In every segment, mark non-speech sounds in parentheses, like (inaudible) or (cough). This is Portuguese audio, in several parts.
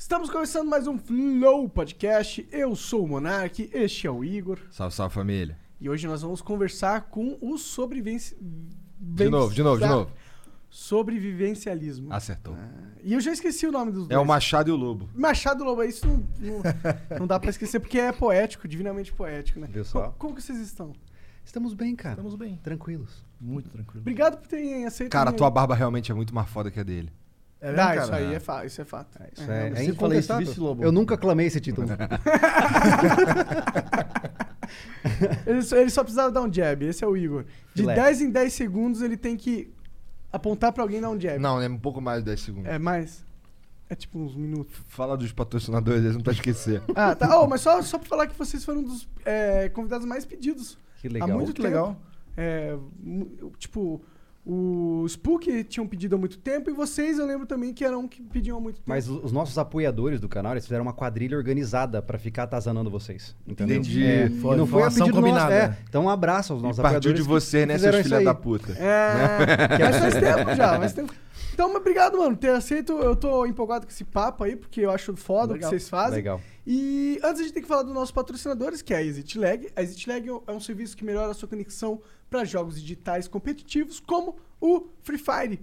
Estamos começando mais um Flow Podcast. Eu sou o Monark, este é o Igor. Salve, salve família. E hoje nós vamos conversar com o sobrevivência. De novo, de novo, de novo. Sobrevivencialismo. Ah, Acertou. É. E eu já esqueci o nome dos É o Machado e o Lobo. Machado Lobo, isso não, não, não dá pra esquecer porque é poético, divinamente poético, né? Viu só? Co- Como que vocês estão? Estamos bem, cara. Estamos bem. tranquilos. Muito tranquilos. Obrigado por terem aceito. Cara, minha- tua barba realmente é muito mais foda que a dele. É Dá, mesmo, isso cara? aí é, fa- isso é fato. Isso é, mas é você falou isso, incontestável. vice-lobo. Eu nunca clamei esse título. Ele só, ele só precisava dar um jab, esse é o Igor. De Filé. 10 em 10 segundos ele tem que apontar pra alguém e dar um jab. Não, é um pouco mais de 10 segundos. É mais? É tipo uns minutos. Fala dos patrocinadores, eles não tá esquecer. Ah, tá. Oh, mas só, só pra falar que vocês foram um dos é, convidados mais pedidos. (laughs) que Há legal. muito que tempo. legal. É, mu- tipo, o Spook tinham pedido há muito tempo e vocês eu lembro também que eram um que pediam há muito tempo. Mas os os nossos apoiadores do canal, eles fizeram uma quadrilha organizada pra ficar atazanando vocês. Entendeu? Entendi. É, Foi- e foi não foi uma a ação pedido nosso. combinada. É. Então um abraço aos né? E nossos partiu apoiadores. de que- você, que né, fizeram seus isso filha aí. da puta. (laughs) É, mas faz tempo já, faz tempo. Então, mas obrigado, mano, por ter aceito. Eu tô empolgado com esse papo aí, porque eu acho foda o Legal. que vocês fazem. Legal. E antes a gente tem que falar dos nossos patrocinadores, que é a ExitLag. A ExitLag é um serviço que melhora a sua conexão para jogos digitais competitivos, como o Free Fire,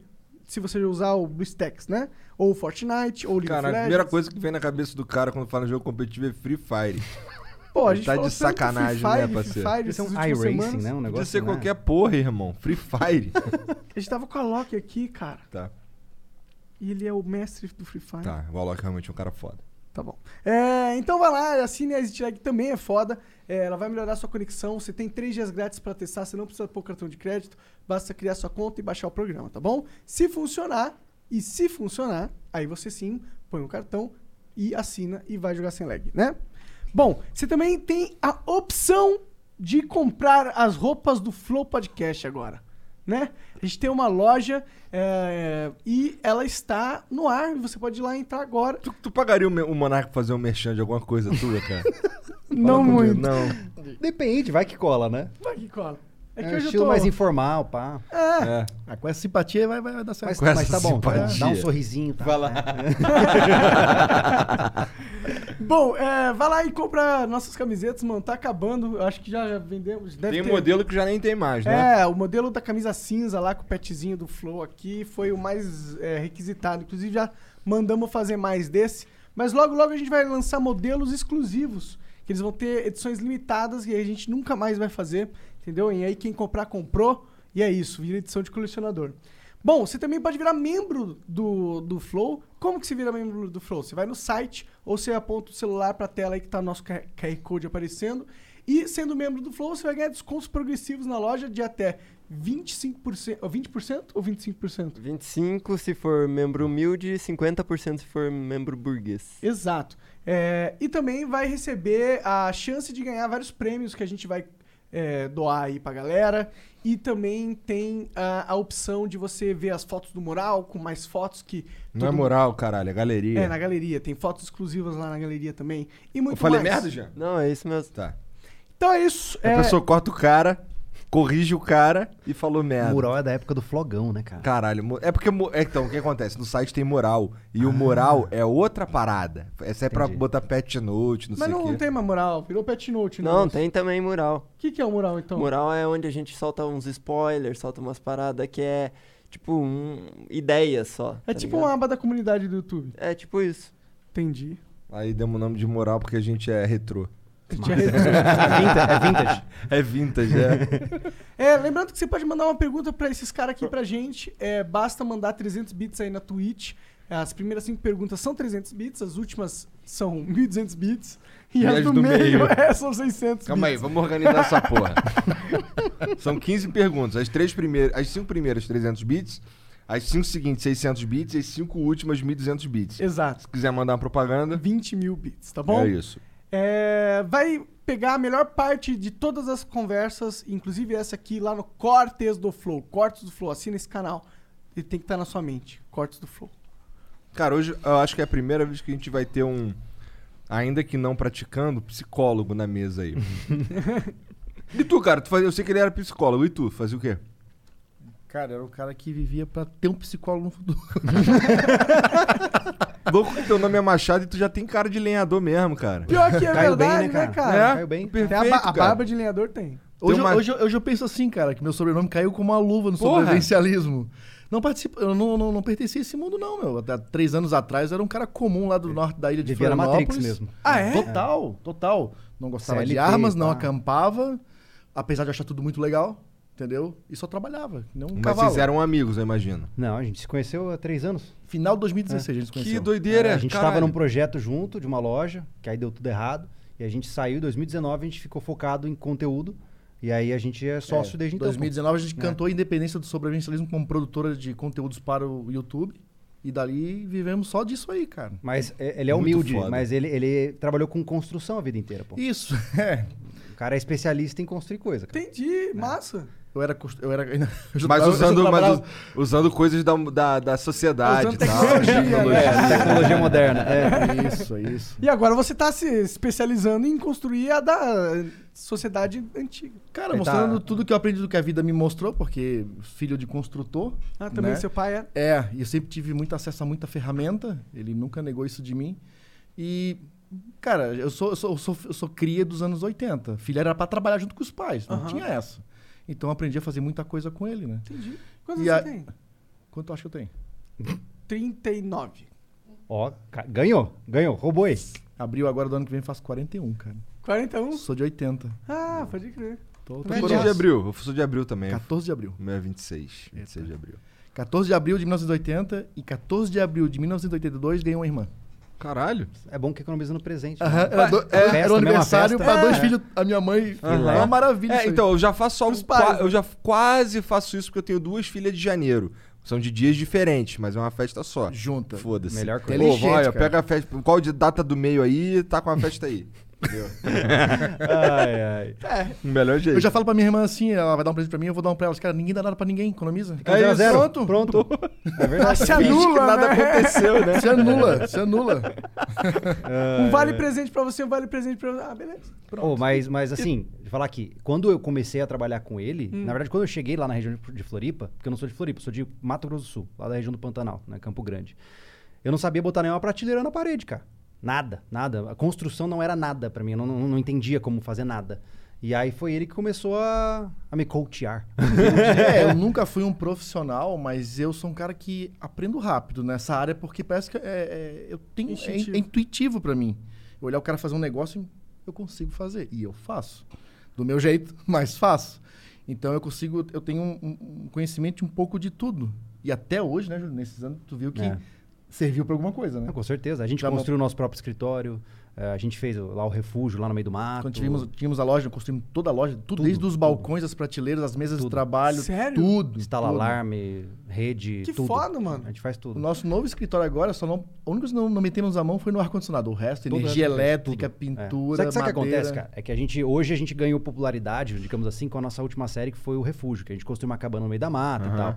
se você usar o BlueStacks, né? Ou o Fortnite, ou o League Cara, of a Legends. primeira coisa que vem na cabeça do cara quando fala em jogo competitivo é Free Fire. Pô, tá de falou tanto sacanagem, Free Fire, né, parceiro? Free Fire, Isso é essas um últimas iRacing, semanas. né? Um negócio. Podia ser né? qualquer porra, irmão. Free Fire. (laughs) A gente tava com a Loki aqui, cara, tá, e ele é o mestre do Free Fire. tá. O Alok realmente é um cara foda. Tá bom. É, então vai lá, assine a EasyTag também é foda. É, ela vai melhorar a sua conexão. Você tem três dias grátis para testar, você não precisa pôr cartão de crédito, basta criar sua conta e baixar o programa, tá bom? Se funcionar, e se funcionar, aí você sim põe o cartão e assina e vai jogar sem lag, né? Bom, você também tem a opção de comprar as roupas do Flow Podcast agora, né? A gente tem uma loja é, e ela está no ar e você pode ir lá entrar agora Tu, tu pagaria o, me- o Monarca fazer um merchan de alguma coisa tua, (laughs) cara? Não Fala comigo. muito. Não. Depende, vai que cola, né? Vai que cola. É É, que um hoje eu estilo tô... mais informal, pá. É. Ah, com essa simpatia vai, vai, vai dar certo. Mas, Com mas essa tá bom, tá bom. dá um simpatia. sorrisinho. Tá, vai lá. (laughs) Bom, é, vai lá e compra nossas camisetas, mano. Tá acabando. Eu acho que já vendemos. Deve Tem um ter- modelo que já nem tem mais, né? É, o modelo da camisa cinza lá com o petzinho do Flow aqui foi o mais é, requisitado. Inclusive já mandamos fazer mais desse. Mas logo, logo a gente vai lançar modelos exclusivos. Que eles vão ter edições limitadas e a gente nunca mais vai fazer. Entendeu? E aí quem comprar, comprou. E é isso, vira edição de colecionador. Bom, você também pode virar membro do, do Flow. Como que você vira membro do Flow? Você vai no site ou você aponta o celular para a tela aí que tá nosso QR QR Code aparecendo. E sendo membro do Flow, você vai ganhar descontos progressivos na loja de até 25%, ou 20% ou 25%? 25 se for membro humilde e 50% se for membro burguês. Exato. É, e também vai receber a chance de ganhar vários prêmios que a gente vai é, doar aí pra galera. E também tem a, a opção de você ver as fotos do mural, com mais fotos que. Não é todo- moral, caralho, é galeria. É, na galeria. Tem fotos exclusivas lá na galeria também. E Eu muito falei mais. merda, Jean? Não, é isso mesmo. Tá. Então é isso. A É, pessoa corta o cara, corrige o cara e falou merda. Mural é da época do flogão, né, cara? Caralho, mu- é porque. mu- é, então, o que acontece? No site tem moral. Ah. E o moral é outra parada. Essa é pra Entendi. botar pet note, não Mas sei não, o quê. tem mais mural. Virou pet note, né? Não, tem também mural. O que, que é o mural, então? Mural é onde a gente solta uns spoilers, solta umas paradas que é tipo um, ideias só. É tá tipo ligado? uma aba da comunidade do YouTube. É tipo isso. Entendi. Aí demos o nome de moral porque a gente é retrô. (laughs) É vintage. É vintage, é. É, lembrando que você pode mandar uma pergunta pra esses caras aqui pra gente. É, basta mandar 300 bits aí na Twitch. As primeiras cinco perguntas são 300 bits, as últimas são 1.200 bits. E, as do, meio, (laughs) é, são 600 Calma aí, bits. vamos organizar essa (laughs) porra. São 15 perguntas. As três primeiras, as cinco primeiras 300 bits, As 5 seguintes, 600 bits, e as 5 últimas, 1.200 bits. Exato. Se quiser mandar uma propaganda, 20 mil bits, tá bom? é isso. É, vai pegar a melhor parte de todas as conversas, inclusive essa aqui, lá no Cortes do Flow. Cortes do Flow, assina esse canal. Ele tem que estar na sua mente. Cortes do Flow. Cara, hoje eu acho que é a primeira vez que a gente vai ter um, ainda que não praticando, psicólogo na mesa aí. e tu, cara? Tu fazia, eu sei que ele era psicólogo. E tu? Fazia o quê? Cara, era um cara que vivia pra ter um psicólogo no futuro. Louco que teu nome é Machado e tu já tem cara de lenhador mesmo, cara. Pior que é (laughs) Caiu bem, verdade, né, né, cara? cara? É? Caiu bem. Perfeito, Até a, ba- a cara. barba de lenhador tem. Hoje, Tem uma- eu- hoje eu- hoje eu penso assim, cara, que meu sobrenome caiu como uma luva no Porra! sobrevivencialismo. Não participo, eu não, não, não pertencia a esse mundo, não, meu. Até três anos atrás eu era um cara comum lá do norte da ilha de Vivia na Matrix Florianópolis. mesmo. Ah, é? Total, total. Não gostava de CLT, armas, não pá. acampava, apesar de achar tudo muito legal, entendeu? E só trabalhava, que nem um Mas cavalo. vocês eram amigos, eu imagino. Não, a gente se conheceu há três anos. É, Final de 2016 a gente se conheceu. Que doideira, a gente caralho. tava num projeto junto de uma loja, que aí deu tudo errado. E a gente saiu em 2019, a gente ficou focado em conteúdo. E aí a gente é sócio desde Em então. pô. 2019 a gente cantou a independência do sobrevivencialismo como produtora de conteúdos para o YouTube. E dali vivemos só disso aí, cara. Mas é- ele é Muito humilde, foda. mas ele, ele trabalhou com construção a vida inteira, pô. Isso, (laughs) é. O cara é especialista em construir coisa, cara. Entendi, massa. Eu era. cust- Eu era (laughs) eu já Mas trabalhava- (laughs) eu já usando, mas trabalhava- us- usando coisas da, da, da sociedade. Usando e tal, (laughs) tecnologia, É, tecnologia moderna. É. Isso, isso. E agora você tá se especializando em construir a da sociedade antiga. Cara, Ele tá- mostrando tudo que eu aprendi do que a vida me mostrou, porque filho de construtor. Ah, também né? seu pai é. É, e eu sempre tive muito acesso a muita ferramenta, ele nunca negou isso de mim. E, cara, eu sou, eu sou, eu sou, eu sou cria dos anos 80. Filha era pra trabalhar junto com os pais, não Aham. tinha essa. Então eu aprendi a fazer muita coisa com ele, né? Entendi. Quantos E você a- tem? Quanto eu acho que eu tenho? 39. Ó, ca- ganhou, ganhou, roubou aí. Abril agora do ano que vem eu faço 41, cara. 41? Sou de 80. Ah, pode crer. Tô, tô Eu Velhaço. sou de coroa. abril, eu sou de abril também. 14 de abril. O meu é 26, 26 de abril. 14 de abril de 1980 e 14 de abril de 1982 ganhei uma irmã. Caralho. É bom que economiza no presente. né? Aham, era, do- festa, era mesmo, um a aniversário festa. pra dois É. filhos, a minha mãe. É Filé. uma maravilha. isso Uhum. É, aí. então, eu já faço algo. pais, qua- né? Eu já quase faço isso porque eu tenho duas filhas de janeiro. São de dias diferentes, mas é uma festa só. Junta. Foda-se. Melhor coisa. Pô, Inteligente, vai, ó, cara. pega a festa. Qual de data do meio aí, tá com a festa aí. Entendeu? Ai, ai. Melhor jeito. Eu já falo pra minha irmã assim, ela vai dar um presente pra mim, eu vou dar um pra ela. Cara, ninguém dá nada pra ninguém, economiza. É Zero a isso. zero. Pronto. Pronto. É verdade. Se Finge que anula, nada né? aconteceu, né? Se anula, se anula. Um vale presente pra você, um vale presente pra você. Ah, beleza. Oh, mas, mas assim, de falar que quando eu comecei a trabalhar com ele, na verdade, quando eu cheguei lá na região de Floripa, porque eu não sou de Floripa, eu sou de Mato Grosso do Sul, lá da região do Pantanal, né, Campo Grande. Eu não sabia botar nenhuma prateleira na parede, cara. Nada, nada. A construção não era nada pra mim, eu não, não, não entendia como fazer nada. E aí foi ele que começou a, a me coachear. é, eu nunca fui um profissional, mas eu sou um cara que aprendo rápido nessa área, porque parece que é, é- eu tenho, é, in- Instintivo. é intuitivo pra mim. Eu olhar o cara fazer um negócio, e eu consigo fazer. E eu faço. Do meu jeito, (laughs) mas faço. Então eu consigo, eu tenho um, um conhecimento de um pouco de tudo. E até hoje, né, Júlio, nesses anos, tu viu que É. serviu pra alguma coisa, né? Não, (laughs) com certeza. A gente Já construiu o nosso próprio escritório, eh, a gente fez o- lá o refúgio, lá no meio do mato. Quando tivemos, tínhamos a loja, construímos toda a loja, tudo, desde os balcões, as prateleiras, as mesas Tudo. de trabalho, Sério? tudo. Instala tudo. alarme, rede, Que tudo. foda, mano. A gente faz tudo. O nosso novo escritório agora, só não, o único que não, não metemos a mão foi no ar-condicionado. O resto, Todo energia resto, elétrica, tudo. pintura, É. Sabe, sabe o que madeira. acontece, cara? É que a gente, hoje a gente ganhou popularidade, digamos assim, com a nossa última série, que foi o Refúgio, que a gente construiu uma cabana no meio da mata e tal.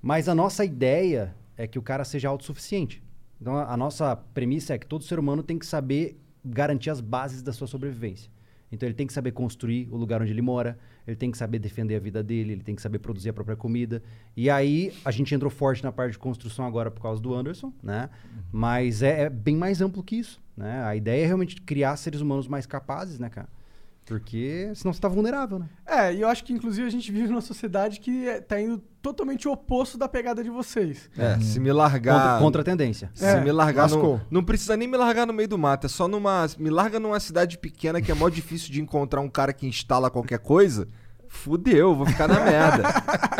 Mas a nossa ideia é que o cara seja autossuficiente. Então, a, a nossa premissa é que todo ser humano tem que saber garantir as bases da sua sobrevivência. Então, ele tem que saber construir o lugar onde ele mora, ele tem que saber defender a vida dele, ele tem que saber produzir a própria comida. E aí, a gente entrou forte na parte de construção agora por causa do Anderson, né? Mas é, é bem mais amplo que isso, né? A ideia é realmente criar seres humanos mais capazes, né, cara? Porque senão você tá vulnerável, né? É, e eu acho que inclusive a gente vive numa sociedade que é- tá indo totalmente o oposto da pegada de vocês. É, se me Contra, largar. contra a tendência. Se É, me largar. lascou. No, não precisa nem me largar no meio do mato. É só numa. Me larga numa cidade pequena que é mó difícil de encontrar um cara que instala qualquer coisa. Fudeu, eu vou ficar na merda.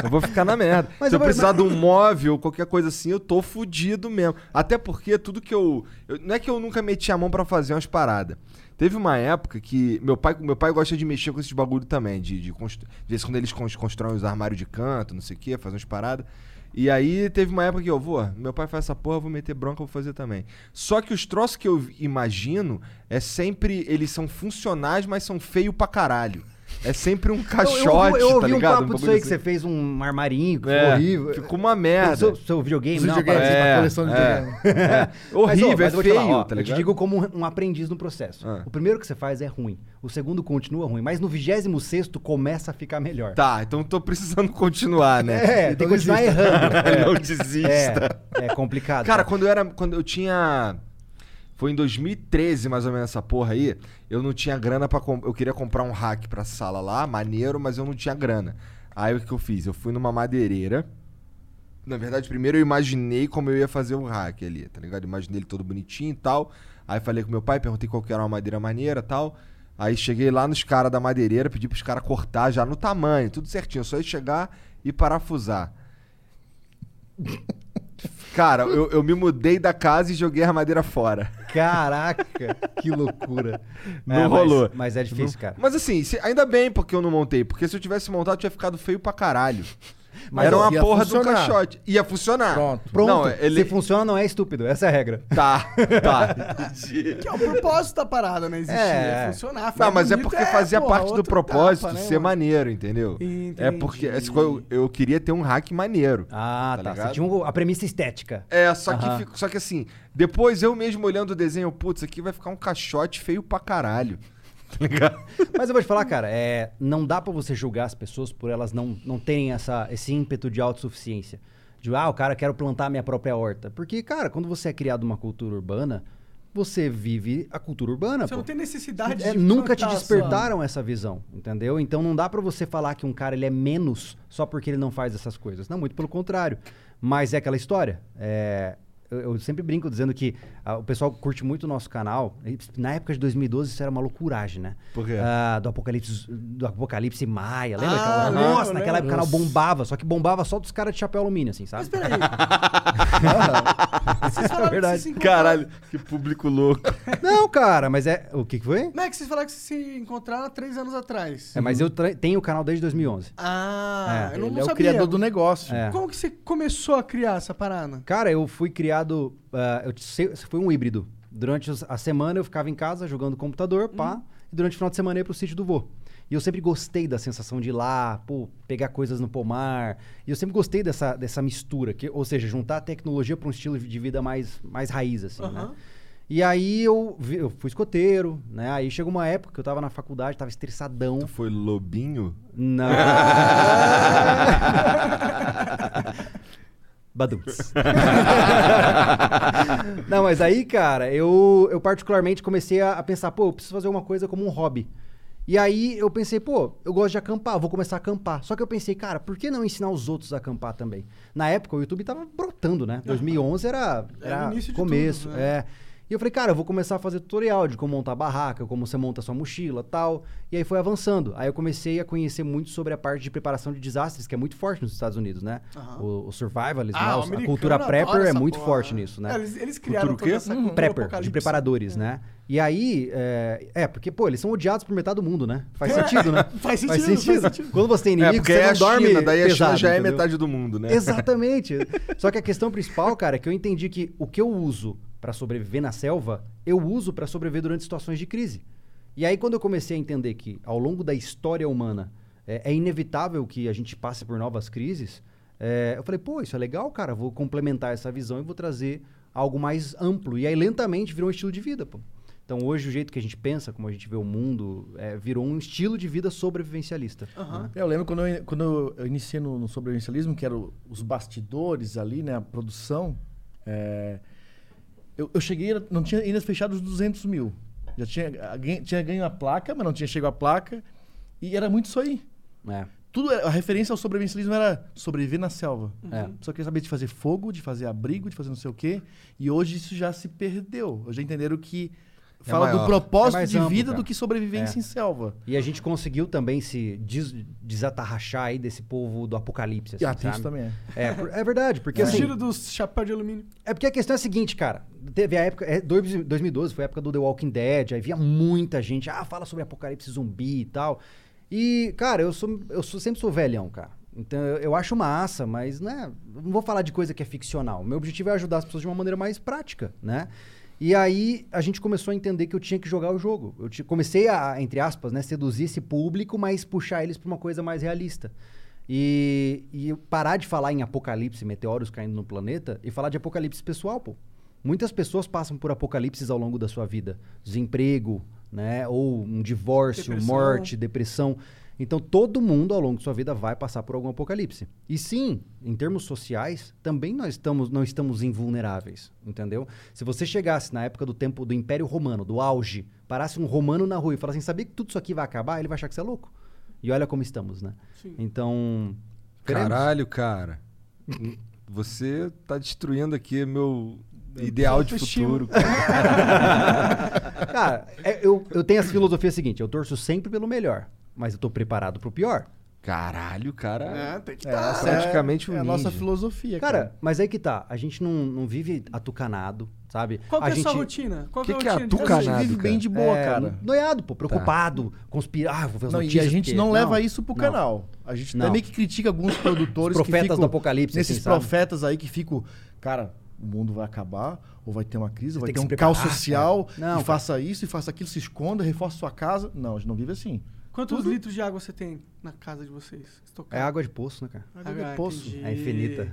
Eu vou ficar na merda. Mas Se eu agora- precisar de um móvel, qualquer coisa assim, eu tô fudido mesmo. Até porque tudo que eu. eu- não é que eu nunca meti a mão pra fazer umas paradas. Teve uma época que. Meu pai, meu pai gosta de mexer com esses bagulho também. De, de, constru- de vez em quando eles cons- constroem os armários de canto, não sei o quê, fazem umas paradas. E aí teve uma época que eu vou, meu pai faz essa porra, eu vou meter bronca, eu vou fazer também. Só que os troços que eu imagino é sempre eles são funcionais, mas são feio pra caralho. É sempre um eu, caixote, ouvi- eu ouvi tá um ligado? papo disso bagulho aí que você assim. fez um armarinho que É, ficou horrível. Ficou uma merda. Seu, seu videogame, Os não, videogames, parece- a É, coleção de é. videogame. Horrível, mas, ó, mas eu é vou te feio, falar, ó, tá Eu te ligado? digo como um aprendiz no processo. Ah. O primeiro que você faz é ruim. O segundo continua ruim. Mas no 26 começa a ficar melhor. Tá, então tô precisando continuar, né? É, tem que (laughs) continuar (laughs) errando. É. Não desista. É, é complicado. Cara, quando eu era. Quando eu tinha. Foi em 2013, mais ou menos, essa porra aí. Eu não tinha grana pra. com- Eu queria comprar um hack pra sala lá, maneiro, mas eu não tinha grana. Aí o que eu fiz? Eu fui numa madeireira. Na verdade, primeiro eu imaginei como eu ia fazer o hack ali, tá ligado? Imaginei ele todo bonitinho e tal. Aí falei com meu pai, perguntei qual que era uma madeira maneira e tal. Aí cheguei lá nos caras da madeireira, pedi pros caras cortar já no tamanho, tudo certinho. É Só ia chegar e parafusar. Cara, eu, eu me mudei da casa e joguei a madeira fora. Caraca, que loucura. Não É, mas- rolou. Mas, é difícil, cara. Mas assim, se- ainda bem porque eu não montei. Porque se eu tivesse montado, tinha ficado feio pra caralho. Mas Era uma ia porra funcionar. do caixote. Ia funcionar. Pronto. Pronto, Não, ele... se funciona não é estúpido, essa é a regra. Tá, tá. Entendi. Que é o propósito da parada, né? Existir, É. é. funcionar. ficar Não, mas é bonito, porque fazia porra, parte do outro propósito tapa, né, ser mano? maneiro, entendeu? É Entendi. porque esse co- eu, eu queria ter um hack maneiro. Ah, Tá tá. Você ligado? tinha um- a premissa estética. É, só que, Aham. fico- só que assim, depois eu mesmo olhando o desenho, putz, aqui vai ficar um caixote feio pra caralho. (laughs) Tá ligado? Mas eu vou te falar, cara, é, não dá pra você julgar as pessoas por elas não, não terem essa, esse ímpeto de autossuficiência. De, ah, o cara quero plantar minha própria horta. Porque, cara, quando você é criado uma cultura urbana, você vive a cultura urbana. Você pô. não tem necessidade É, de nunca te plantar a sua- despertaram essa visão, entendeu? Então não dá pra você falar que um cara ele é menos só porque ele não faz essas coisas. Não, muito pelo contrário. Mas é aquela história. É, eu, eu sempre brinco dizendo que ah, o pessoal curte muito o nosso canal. E Na época de 2012 isso era uma loucuragem, né? Por quê? Ah, do Apocalipse, do Apocalipse Maia, lembra? Ah, aquela- lembro, nossa, lembro. naquela época o canal bombava, só que bombava só dos caras de chapéu alumínio, assim, sabe? Mas peraí, vocês falaram verdade. que vocês se encontraram- É Caralho, que público louco. Não, cara, mas é... O que que foi? Não é que vocês falaram que vocês se encontraram há três anos atrás. É, mas eu tra- tenho o canal desde 2011. Ah, É, eu não, Ele não é o sabia. criador do negócio. É. Como que você começou a criar essa parada? Cara, eu fui criado. ah, eu se- foi um híbrido. Durante os- a semana eu ficava em casa jogando computador, pá. E durante o final de semana eu ia pro sítio do vô. E eu sempre gostei da sensação de ir lá, pô, pegar coisas no pomar. E eu sempre gostei dessa, dessa mistura, que, ou seja, juntar a tecnologia para um estilo de vida mais, mais raiz, assim, né? Aham. E aí eu, vi- eu fui escoteiro, né? Aí chegou uma época que eu tava na faculdade, tava estressadão. Tu foi lobinho? (laughs) Não. Baduns. (laughs) Não, mas aí, cara, eu, eu particularmente comecei a, a pensar, pô, eu preciso fazer uma coisa como um hobby. E aí eu pensei, pô, eu gosto de acampar, vou começar a acampar. Só que eu pensei, cara, por que não ensinar os outros a acampar também? Na época o YouTube tava brotando, né? 2011 era, Ah. Era o era início de começo, tudo, é. né? É. E eu falei, cara, eu vou começar a fazer tutorial de como montar barraca, como você monta sua mochila tal. E aí foi avançando. Aí eu comecei a conhecer muito sobre a parte de preparação de desastres, que é muito forte nos Estados Unidos, né? Aham. O, o survivalismo, Ah, lá, o os- a americano cultura adora prepper é essa muito porra, forte nisso, né? É, eles, eles criaram Cultura o quê? toda essa cultura prepper, de apocalipse. É. preparadores, né? E aí, é, é, porque, pô, eles são odiados por metade do mundo, né? (laughs) Faz sentido, né? Faz sentido, faz Faz sentido. sentido. Quando você tem É, inimigo, porque você é não a dorme China, daí a China pesado, já é entendeu? metade do mundo, né? Exatamente. Só que a questão principal, cara, é que eu entendi que o que eu uso pra sobreviver na selva, eu uso pra sobreviver durante situações de crise. E aí, quando eu comecei a entender que, ao longo da história humana, é, é inevitável que a gente passe por novas crises, é, eu falei, pô, isso é legal, cara, vou complementar essa visão e vou trazer algo mais amplo. E aí, lentamente, virou um estilo de vida, pô. Então, hoje, o jeito que a gente pensa, como a gente vê o mundo, é, virou um estilo de vida sobrevivencialista. né? É, Eu lembro quando eu, quando eu iniciei no, no sobrevivencialismo, que eram os bastidores ali, né? A produção. é, eu, eu cheguei, não tinha ainda fechado os 200 mil. Já tinha, alguém- tinha ganho a placa, mas não tinha chegado a placa. E era muito isso aí. É. Tudo, era- a referência ao sobrevivencialismo era sobreviver na selva. É. Só queria saber de fazer fogo, de fazer abrigo, de fazer não sei o quê. E hoje isso já se perdeu. Hoje já entenderam que É fala maior. do propósito É mais de amplo, vida cara. É. do que sobrevivência em selva. E a gente conseguiu também se des- desatarrachar aí desse povo do apocalipse. E Assim, até sabe? isso também é. É, por- é verdade, (laughs) porque Fugiram assim, do chapéu de alumínio. é porque a questão é a seguinte, cara. Teve a época. é, dois- 2012 foi a época do The Walking Dead, aí via muita gente. Ah, fala sobre apocalipse zumbi e tal. E, cara, eu sou, eu sou- sempre sou velhão, cara. Então eu, eu acho massa, mas né, não vou falar de coisa que é ficcional. Meu objetivo é ajudar as pessoas de uma maneira mais prática, né? E aí a gente começou a entender que eu tinha que jogar o jogo. Eu ti- comecei a, entre aspas, né, seduzir esse público, mas puxar eles para uma coisa mais realista. E, e parar de falar em apocalipse, meteoros caindo no planeta, e falar de apocalipse pessoal, pô. Muitas pessoas passam por apocalipses ao longo da sua vida. Desemprego, né? Ou um divórcio, Depressão. morte, depressão. Então todo mundo ao longo de sua vida vai passar por algum apocalipse. E sim, em termos sociais, também nós estamos, não estamos invulneráveis, entendeu? Se você chegasse na época do tempo do Império Romano, do auge, parasse um romano na rua e falasse assim, sabia que tudo isso aqui vai acabar? Ele vai achar que você é louco. E olha como estamos, né? Sim. Então. queremos. Caralho, cara. Você tá destruindo aqui meu ideal de autoestima. futuro. cara. Cara, é- eu, eu tenho a filosofia seguinte: eu torço sempre pelo melhor, mas eu tô preparado pro pior. Caralho, cara. É, tem que É, tá. essa praticamente é, um é a nossa ninja. filosofia, cara. Cara, mas aí que tá. A gente não, não vive atucanado, sabe? Qual que a é a gente sua rotina? Qual Que é a que é rotina de atuca, vocês? né? a gente vive cara. bem de boa, é, cara. Noiado, pô, preocupado, conspirar, ah, vou ver as Tá. Não, e notícias a gente porque- não leva isso pro não. canal. A gente Não. também que (coughs) critica alguns produtores Os profetas que ficam, do apocalipse, Nesses assim, sabe? profetas aí que ficam, cara, o mundo vai acabar, ou vai ter uma crise, vai tem ter que se um caos preparar, social, cara. Não, e faça isso, e faça aquilo, se esconda, reforça sua casa. Não, a gente não (laughs) vive assim. Quantos litros de água você tem na casa de vocês? É água de poço, né, cara? água de poço. É infinita.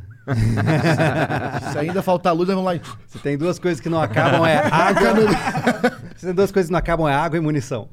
Se ainda faltar luz, nós vamos lá e... Se tem duas coisas que não acabam, é água. no- Se tem duas coisas que não acabam, é água e munição.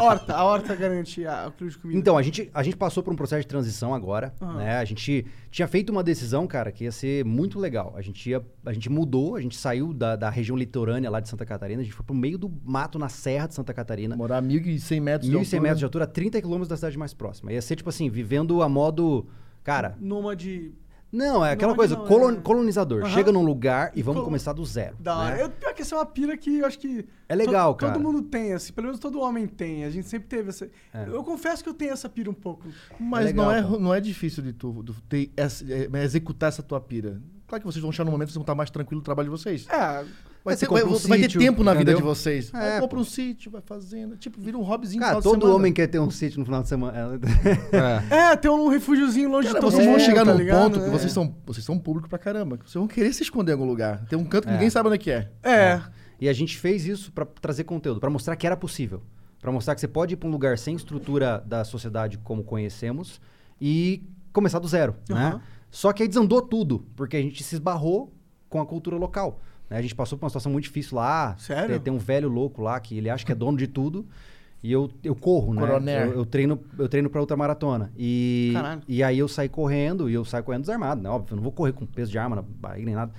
horta, (laughs) a horta garante a- o quilo de comida. Então, a gente, a gente passou por um processo de transição agora, Aham. né? A gente tinha feito uma decisão, cara, que ia ser muito legal. A gente, ia, a gente mudou, a gente saiu da, da região litorânea lá de Santa Catarina, a gente foi pro meio do mato na serra de Santa Catarina. Morar a 1.100 metros 1.100 metros de altura. altura, 30 quilômetros da cidade mais próxima. Ia ser, tipo assim, vivendo a modo... Cara, Nômade não, é aquela Nômade coisa, não, colon- é- colonizador. Aham. Chega num lugar e vamos Colo- começar do zero. da né? hora. Eu, pior que essa é uma pira que eu acho que. É legal, to- cara. Todo mundo tem, assim. Pelo menos todo homem tem. A gente sempre teve essa. É. Eu confesso que eu tenho essa pira um pouco. Mas É legal, não, é, pô. ru- não é difícil de tu de tu ter, essa- é, executar essa tua pira. Claro que vocês vão chegar num momento que vocês vão estar mais tranquilo no trabalho de vocês. É, Vai, Você ter, compra vai, um vai sítio, ter tempo na vida entendeu? de vocês. É, É, compra pô. um sítio, vai fazendo. Tipo, vira um hobbyzinho Cara, no final todo de semana. homem quer ter um sítio no final de semana. (laughs) É. é ter um refúgiozinho longe Cara, de todo vocês é, mundo. vão chegar tá num ligado? ponto que É. vocês são, vocês são um público pra caramba. que Vocês vão querer se esconder em algum lugar. Tem um canto que É. ninguém sabe onde é que é. É. E a gente fez isso pra trazer conteúdo, pra mostrar que era possível, Pra mostrar que você pode ir pra um lugar sem estrutura da sociedade como conhecemos e começar do zero, né? Aham. Só que aí desandou tudo, porque a gente se esbarrou com a cultura local. né? A gente passou por uma situação muito difícil lá. Sério? Tem, tem um velho louco lá que ele acha que é dono de tudo. E eu, eu corro, né? Coronel. Eu, eu treino, eu treino pra outra maratona. E, Caralho. e aí eu saí correndo, e eu saio correndo desarmado, né? Óbvio, eu não vou correr com peso de arma na barriga nem nada.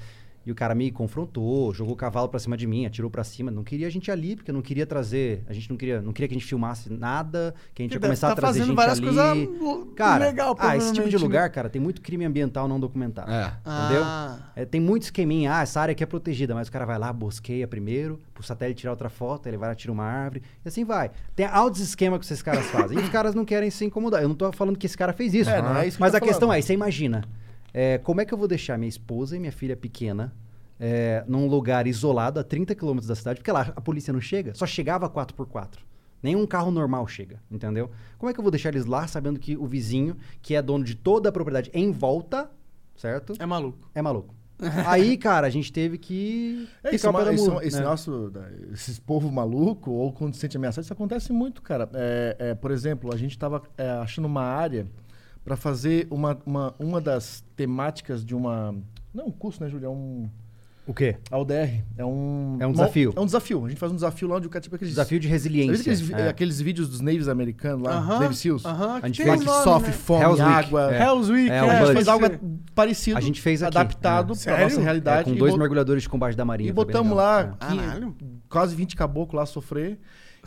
E o cara me confrontou, jogou o cavalo pra cima de mim, atirou pra cima. Não queria a gente ali, porque eu não queria trazer. A gente não queria, não queria que a gente filmasse nada, que a gente ia Deve começar tá a trazer fazendo gente várias ali. coisas lo- cara, legal, ah, esse tipo de provavelmente, né? lugar, cara, tem muito crime ambiental não documentado. É. um- Entendeu? Ah. É, tem muito esqueminha, ah, essa área aqui é protegida, mas o cara vai lá, bosqueia primeiro, pro satélite tirar outra foto, ele vai lá, tira uma árvore, e assim vai. Tem altos esquemas que esses caras fazem. e os caras não querem se incomodar. Eu não tô falando que esse cara fez isso. É, não é isso que mas eu tô a questão falando. é, você imagina, é, como é que eu vou deixar minha esposa e minha filha pequena é, num lugar isolado a 30 quilômetros da cidade, porque lá a polícia não chega, só chegava 4x4. Nenhum carro normal chega, entendeu? Como é que eu vou deixar eles lá sabendo que o vizinho, que é dono de toda a propriedade em volta, certo? É maluco. É maluco. (laughs) Aí, cara, a gente teve que É, esse picar o pé ma- da esse, mula, esse né? nosso, da- esses povo maluco ou quando se sente ameaçado, isso acontece muito, cara. É, é, por exemplo, a gente estava achando uma área para fazer uma, uma, uma das temáticas de uma. Não é um curso, né, Júlio? É um. O quê? A UDR. É um. É um uma- desafio. é um desafio. A gente faz um desafio lá onde o cara. Tipo, aqueles, Desafio de Sabe resiliência. aqueles, vi- É. aqueles vídeos dos navies americanos lá, Aham. Navy SEALs? Aham. A gente tem Lá fez um que nome, sofre né? fome, Hell's Week. água. É. Hell's Week, É, A um gente budget. fez algo parecido. A gente fez aqui, Adaptado é. pra nossa Sério? É, realidade. com e dois bot- mergulhadores de combate da marinha. E foi bem botamos legal. lá É. que- Caralho. quase 20 caboclos lá sofrer.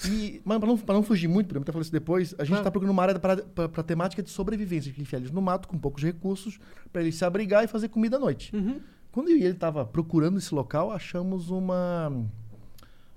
E, mas pra não, pra não fugir muito, porque eu até falei isso depois, a gente Ah. tá procurando uma área pra, pra, pra temática de sobrevivência. A gente enfia eles no mato com poucos recursos pra eles se abrigar e fazer comida à noite. Uhum. Quando eu e ele tava procurando esse local, achamos uma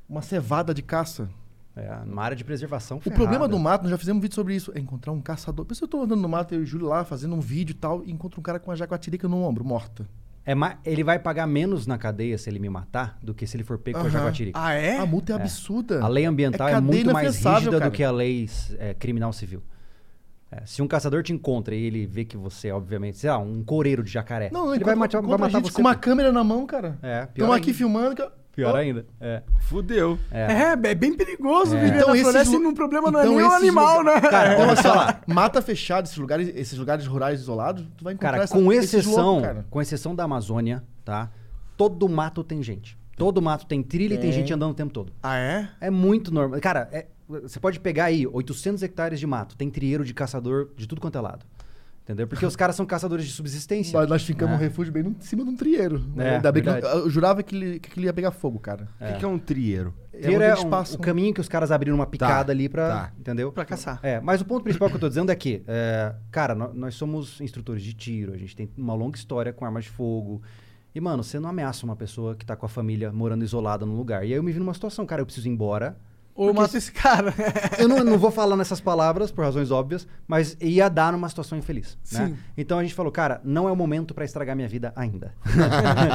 uma cevada de caça. É, uma área de preservação O problema do mato, nós já fizemos um vídeo sobre isso, é encontrar um caçador. Pensa eu tô andando no mato, eu e o Júlio lá, fazendo um vídeo e tal, e encontro um cara com uma jaguatirica no ombro, morta. É ma- Ele vai pagar menos na cadeia se ele me matar do que se ele for pego com a Aham. jaguatirica. Ah, é? A multa é, absurda. A lei ambiental é, cadeia muito mais inafiançável, rígida do cara. que a lei é, criminal civil. É, se um caçador te encontra e ele vê que você, obviamente, sei lá, um coreiro de jacaré, Não, não, ele vai matar, encontra- vai encontra matar gente você. com uma câmera na mão, cara. É, pior Estamos ainda. aqui filmando. cara. Pior ainda. É. Fudeu. É, é bem perigoso viver Então na esses floresta lu- e não- o problema não então é nem o esses animal, lugar- né? (laughs) Cara, olha só, mata fechada, esses lugares, esses lugares rurais isolados, tu vai encontrar Cara, essa- com esses exceção, loucos, cara. com exceção da Amazônia, tá? Todo mato tem gente. Todo mato tem trilha e tem gente andando o tempo todo. Ah, é? É muito normal. Cara, é- você pode pegar aí 800 hectares de mato. Tem trieiro de caçador de tudo quanto é lado. Entendeu? Porque os caras são caçadores de subsistência. Nós, nós ficamos É. um refúgio bem no- em cima de um trieiro. É, Ainda bem que verdade. não- eu jurava que ele, que ele ia pegar fogo, cara. O que, que é um trieiro? Trieiro onde é eles um, passam. o caminho que os caras abriram uma picada ali pra. tá. Entendeu? Pra caçar. É, mas o ponto principal que eu tô dizendo é que, é, cara, nó- nós, somos instrutores de tiro, a gente tem uma longa história com armas de fogo. E, mano, você não ameaça uma pessoa que tá com a família morando isolada num lugar. E aí eu me vi numa situação, cara, eu preciso ir embora. Ou eu mato esse (laughs) cara. Eu não, não vou falar nessas palavras, por razões óbvias, mas ia dar numa situação infeliz. né? Sim. Então a gente falou, cara, não é o momento pra estragar minha vida ainda. (laughs)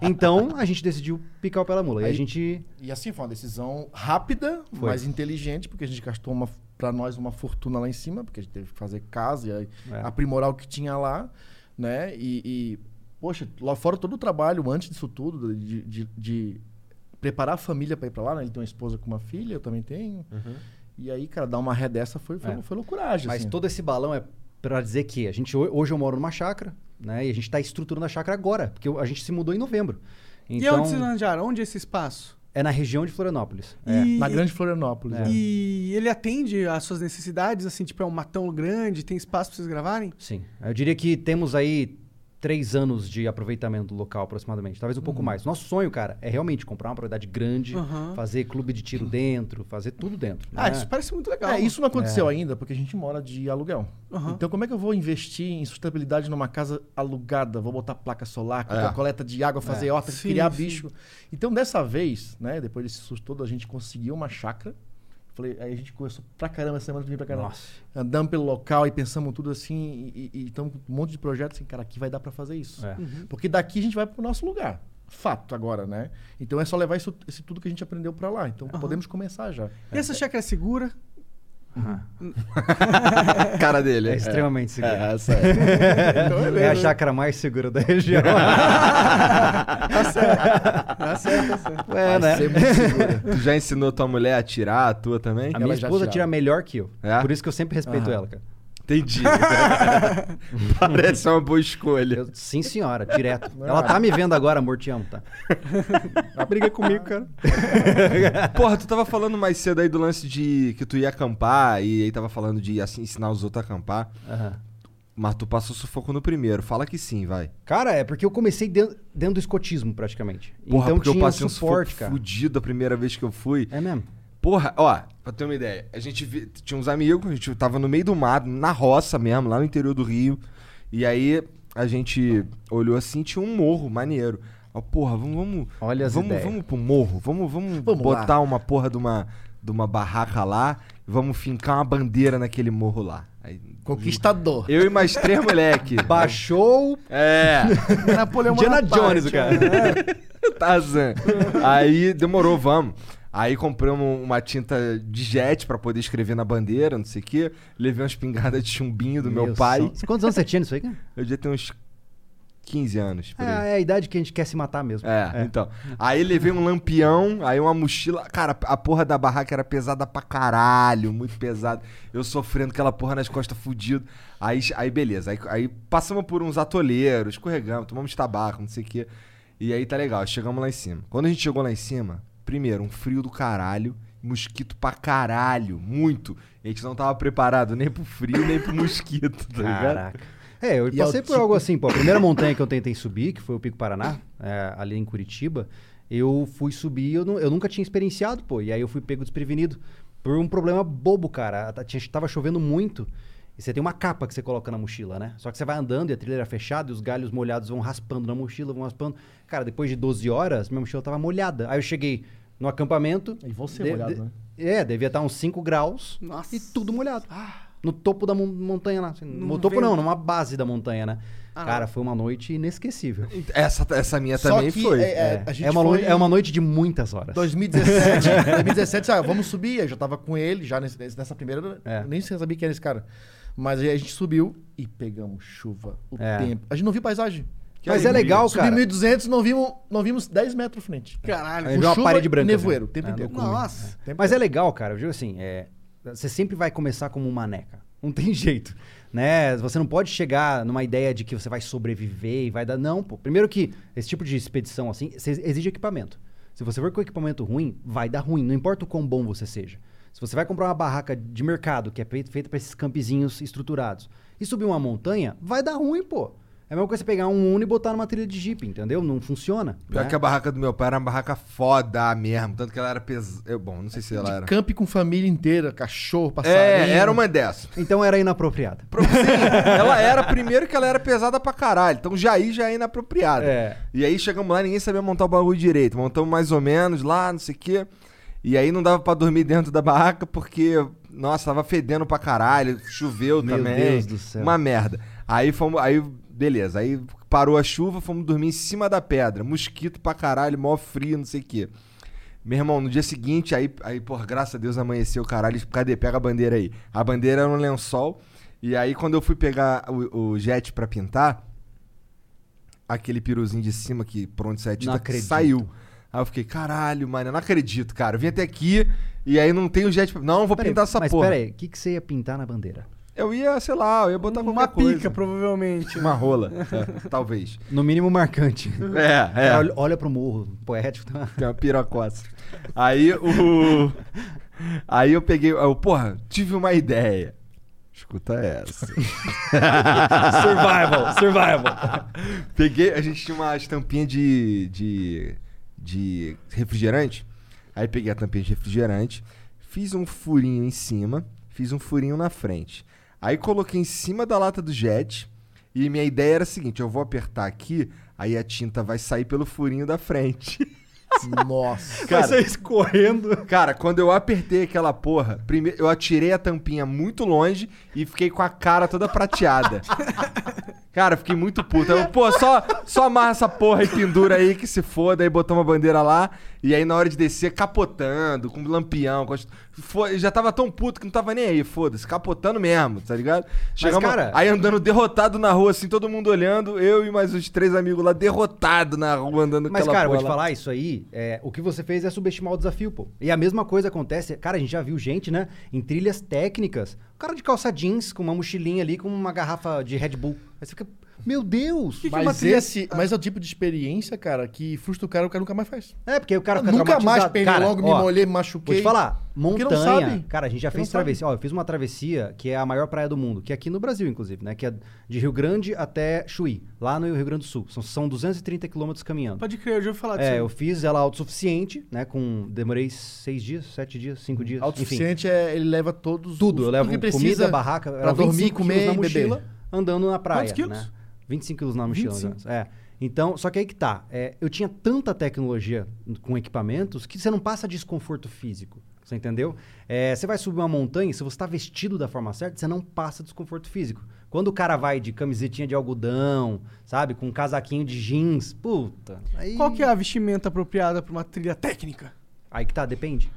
então a gente decidiu picar o pela mula. E a Aí- gente. E assim, foi uma decisão rápida, Foi. mas inteligente, porque a gente gastou uma, pra nós uma fortuna lá em cima, porque a gente teve que fazer casa e aí É. aprimorar o que tinha lá, né? E, e, poxa, lá fora todo o trabalho antes disso tudo, de, de- de preparar a família pra ir pra lá, né? Ele tem uma esposa com uma filha, eu também tenho. E aí, cara, dar uma ré dessa foi, foi, Uhum. É. foi loucuragem. Mas assim. todo esse balão é pra dizer que a gente ho- hoje eu moro numa chácara, né? E a gente tá estruturando a chácara agora, porque eu- a gente se mudou em novembro. E Então onde vocês arranjaram? Onde é esse espaço? é na região de Florianópolis. É, E- Na Grande Florianópolis. né? E ele atende às suas necessidades, assim, tipo, é um matão grande, tem espaço pra vocês gravarem? Sim. Eu diria que temos aí três anos de aproveitamento do local, aproximadamente. Talvez um pouco Uhum. mais. Nosso sonho, cara, é realmente comprar uma propriedade grande, Aham. fazer clube de tiro dentro, fazer tudo dentro. Uhum. Ah, né? isso parece muito legal. É, isso não aconteceu ainda, porque a gente mora de aluguel. Aham. Então, como é que eu vou investir em sustentabilidade numa casa alugada? Vou botar placa solar, É. botar coleta de água, fazer horta, É. Sim, criar sim. bicho. Então, dessa vez, né, depois desse susto todo, a gente conseguiu uma chácara. Falei, aí a gente começou pra caramba essa semana de vir pra caramba. Nossa. Andamos pelo local e pensamos tudo assim, e- e estamos com um monte de projetos assim, cara, aqui vai dar pra fazer isso. É. Porque daqui a gente vai pro nosso lugar. Fato agora, né? Então é só levar isso, esse tudo que a gente aprendeu pra lá. Então podemos começar já. E essa chácara é segura? A cara dele. É, extremamente seguro. É, essa é. (laughs) Então, É a chácara mais segura da (laughs) região. Tá certo, tá certo. é, né? tu já ensinou tua mulher a tirar, a tua também? A minha já esposa tirava. tira melhor que eu. É? Por isso que eu sempre respeito ela, cara. (laughs) Entendi. Parece uma boa escolha. Eu- sim, senhora, (laughs) direto. Ah. Ela tá me vendo agora, amor, te amo, tá? Briga comigo, cara. Porra, tu tava falando mais cedo aí do lance de que tu ia acampar e aí tava falando de assim, ensinar os outros a acampar. (laughs) Aham. Mas tu passou sufoco no primeiro. Fala que sim, vai. Cara, é porque eu comecei dentro, dentro do escotismo, praticamente. Porra, então porque tinha eu passei um um sufoco suporte, cara. fudido a primeira vez que eu fui. É mesmo? Porra, ó, pra ter uma ideia, a gente vi- tinha uns amigos, a gente tava no meio do mato, na roça mesmo, lá no interior do Rio. E aí a gente olhou assim, tinha um morro maneiro. Ó, porra, vamos, vamos, Olha as vamos, ideias. vamos pro morro, vamos, vamos, Vamos botar uma porra de uma, de uma barraca lá, e vamos fincar uma bandeira naquele morro lá. Aí, Conquistador. eu e mais três (laughs) moleque. Baixou É. Napoleão Indiana Bonaparte, Jones, o cara. (laughs) Tarzan. Tá Aí demorou, vamos. Aí compramos uma tinta de jet pra poder escrever na bandeira, não sei o quê. Levei uma espingarda de chumbinho do meu, pai. São- Quantos anos você tinha nisso aí, cara? Eu devia ter uns 15 anos, por aí. É, é a idade que a gente quer se matar mesmo. É, então. Aí levei um lampião, aí uma mochila. Cara, a porra da barraca era pesada pra caralho, muito pesada. Eu sofrendo aquela porra nas costas fudido. Aí, aí beleza. Aí, aí passamos por uns atoleiros, escorregamos, tomamos tabaco, não sei o quê. E aí tá legal, chegamos lá em cima. Quando a gente chegou lá em cima, primeiro, um frio do caralho, mosquito pra caralho, muito. A gente não tava preparado nem pro frio, nem pro mosquito, tá ligado? Caraca. É, eu E passei por altíssimo. algo assim, pô. A primeira montanha que eu tentei subir, que foi o Pico Paraná, é, ali em Curitiba, eu fui subir, eu, nu- eu nunca tinha experienciado, pô. E aí eu fui pego desprevenido por um problema bobo, cara. A- Tinha, tava chovendo muito. E você tem uma capa que você coloca na mochila, né? Só que você vai andando e a trilha era fechada e os galhos molhados vão raspando na mochila, vão raspando. Cara, depois de 12 horas, minha mochila tava molhada. Aí eu cheguei no acampamento. E você de- molhado, de- né? É, devia estar uns 5 graus Nossa. e tudo molhado. No topo da mon- montanha lá. assim, Não no topo vê- não, numa base da montanha, né? Ah. Cara, foi uma noite inesquecível. Então, Essa, essa minha Só também que foi. é- é- a gente É uma, foi noite, é uma noite de muitas horas. 2017, 2017, ah, vamos subir. Eu já tava com ele, já nesse- nessa primeira. É. Eu nem sei- sabia quem era esse cara. Mas aí a gente subiu e pegamos chuva o É. tempo. A gente não viu paisagem. Mas é legal, Subi cara. É, 1.200, não vimos, não vimos 10 metros pra frente. Caralho. Aí Com vem uma chuva parede e branca. nevoeiro, o tempo É, inteiro. loucura. Nossa. Tempo Mas é legal, cara. Eu digo assim, é, você sempre vai começar como um maneca. Não tem (laughs) jeito, né? Você não pode chegar numa ideia de que você vai sobreviver e vai dar... Não, pô. Primeiro que esse tipo de expedição, assim, você exige equipamento. Se você for com equipamento ruim, vai dar ruim. Não importa o quão bom você seja. Se você vai comprar uma barraca de mercado, que é fei- feita para esses campezinhos estruturados, e subir uma montanha, vai dar ruim, pô. É a mesma coisa você pegar um Uno e botar numa trilha de jipe, entendeu? Não funciona. Pior né? que a barraca do meu pai era uma barraca foda mesmo. Tanto que ela era pesada. Bom, não sei se ela era. De camp com família inteira, cachorro, passarinho. É, era uma dessas. Então era inapropriada. Pro- Sim, ela era, primeiro que ela era pesada pra caralho. Então já aí já é inapropriada. É. E aí chegamos lá, ninguém sabia montar o bagulho direito. Montamos mais ou menos lá, não sei o quê. E aí não dava pra dormir dentro da barraca porque, nossa, tava fedendo pra caralho. Choveu Meu também. Deus do céu. Uma merda. Aí fomos. Aí, beleza. Aí parou a chuva, fomos dormir em cima da pedra. Mosquito pra caralho, mó frio, não sei o quê. Meu irmão, no dia seguinte, aí, aí por graças a Deus amanheceu, caralho. Cadê? Pega a bandeira aí. A bandeira era um lençol. E aí, quando eu fui pegar o, o jet pra pintar, aquele piruzinho de cima que por onde você Não atita acredito. saiu. Aí eu fiquei, caralho, mano, eu não acredito, cara. Eu vim até aqui e aí não tem o jet pra... Não, eu vou Peraí, pintar essa mas porra. pera aí, o que, que você ia pintar na bandeira? Eu ia, sei lá, eu ia É botar Uma qualquer coisa. pica, (laughs) provavelmente. Uma rola, (laughs) é, talvez. No mínimo marcante. É, Olha, olha pro morro, poético. tá? Tem uma pirocota. é Aí o. Aí eu peguei. Eu, porra, tive uma ideia. Escuta essa. survival, survival. (laughs) Peguei. A gente tinha uma estampinha de. de. de refrigerante. Aí peguei a tampinha de refrigerante, fiz um furinho em cima, fiz um furinho na frente. Aí coloquei em cima da lata do jet. E minha ideia era a seguinte: eu vou apertar aqui, aí a tinta vai sair pelo furinho da frente. Nossa. Cara, escorrendo. Cara, quando eu apertei aquela porra, primeiro eu atirei a tampinha muito longe e fiquei com a cara toda prateada. Cara, eu fiquei muito puto. Eu, pô, só, só amarra essa porra e pendura aí que se foda. Aí botamos a bandeira lá. E aí na hora de descer, capotando, com lampião. Com... as- Fo- eu já tava tão puto que não tava nem aí, foda-se. Capotando mesmo, tá ligado? cara- Aí andando derrotado na rua, assim, todo mundo olhando. Eu e mais uns três amigos lá, derrotado na rua, (laughs) andando Mas, aquela cara, vou porra te lá. falar isso aí. é, o que você fez é subestimar o desafio, pô. E a mesma coisa acontece. Cara, a gente já viu gente, né? Em trilhas técnicas. O cara de calça jeans, com uma mochilinha ali, com uma garrafa de Red Bull. Aí você fica. Meu Deus! Que que uma Mas, trilha- assim? esse, mas é o tipo de experiência, cara, que frustra o cara, o cara nunca mais faz. É, porque aí o cara fica nunca mais traumatizado. perdi Cara, logo, me ó, molhei, Vou machuquei. te falar, Porque não montanha. sabe. Cara, a gente já Porque fez não sabe. travessia. Ó, eu fiz uma travessia que é a maior praia do mundo, que é aqui no Brasil, inclusive, né? Que é de Rio Grande até Chuí, lá no Rio Grande do Sul. São, são 230 quilômetros caminhando. Pode crer, eu já ouvi falar disso. É, eu fiz ela autossuficiente, né? Com. Demorei seis dias, sete dias, cinco dias. Enfim, Hum. Autossuficiente é, ele leva todos tudo. os- Eu levo um que comida, precisa barraca, pra era dormir, 25 quilos comer na e mochila, beber. andando na praia. Quantos quilos? Né? 25 quilos na mochila. 25. Jonas. É. Então, só que aí que tá. é, eu tinha tanta tecnologia com equipamentos que você não passa desconforto físico. Você entendeu? É, você vai subir uma montanha, se você tá vestido da forma certa, você não passa desconforto físico. Quando o cara vai de camisetinha de algodão, sabe? Com um casaquinho de jeans, puta. Aí, Qual que é a vestimenta apropriada pra uma trilha técnica? aí que tá, depende.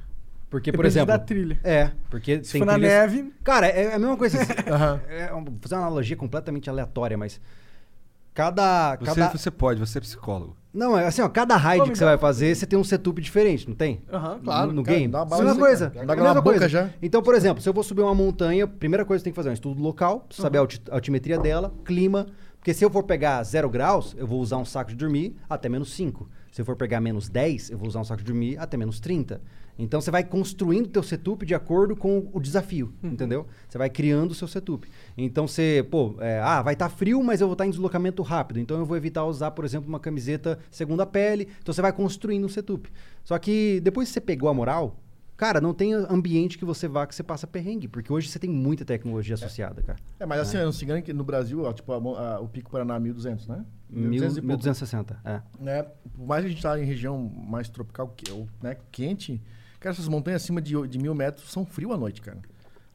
Porque, por Depende exemplo. da trilha. É, porque Se tem for na trilhas- neve, Cara, é é a mesma coisa. Aham. É, um- vou fazer uma analogia completamente aleatória, mas. Cada. Você, cada... você pode, você é psicólogo. Não, é assim, ó, cada raid Ô, que me você dá- vai fazer, você tem um setup diferente, não tem? Aham, claro, No, no cara, game. dá uma Isso é bala a mesma aí, cara. coisa. é Dá a água na mesma boca coisa. já. Então, por exemplo, se eu vou subir uma montanha, primeira coisa que tem que fazer é um estudo local, pra saber a alti- a altimetria dela, clima. Porque se eu for pegar zero graus, eu vou usar um saco de dormir até menos 5. Se eu for pegar menos 10, eu vou usar um saco de dormir até menos 30. Então você vai construindo teu setup de acordo com o desafio, entendeu? Você vai criando o seu setup. Então você, pô, é, ah, vai estar frio, mas eu vou estar em deslocamento rápido. Então eu vou evitar usar, por exemplo, uma camiseta segunda pele. Então você vai construindo um setup. Só que depois que você pegou a moral, Cara, não tem ambiente que você vá que você passa perrengue, porque hoje você tem muita tecnologia associada, cara. É, mas Né? assim, não se engane que no Brasil, ó, tipo, a mo- a- o Pico Paraná 1200, né? Mil, 1200 e pouco. 1260, é. né? Por mais que a gente tá em região mais tropical, que, ou, né, quente, cara, essas montanhas acima de, de mil metros são frio à noite, cara.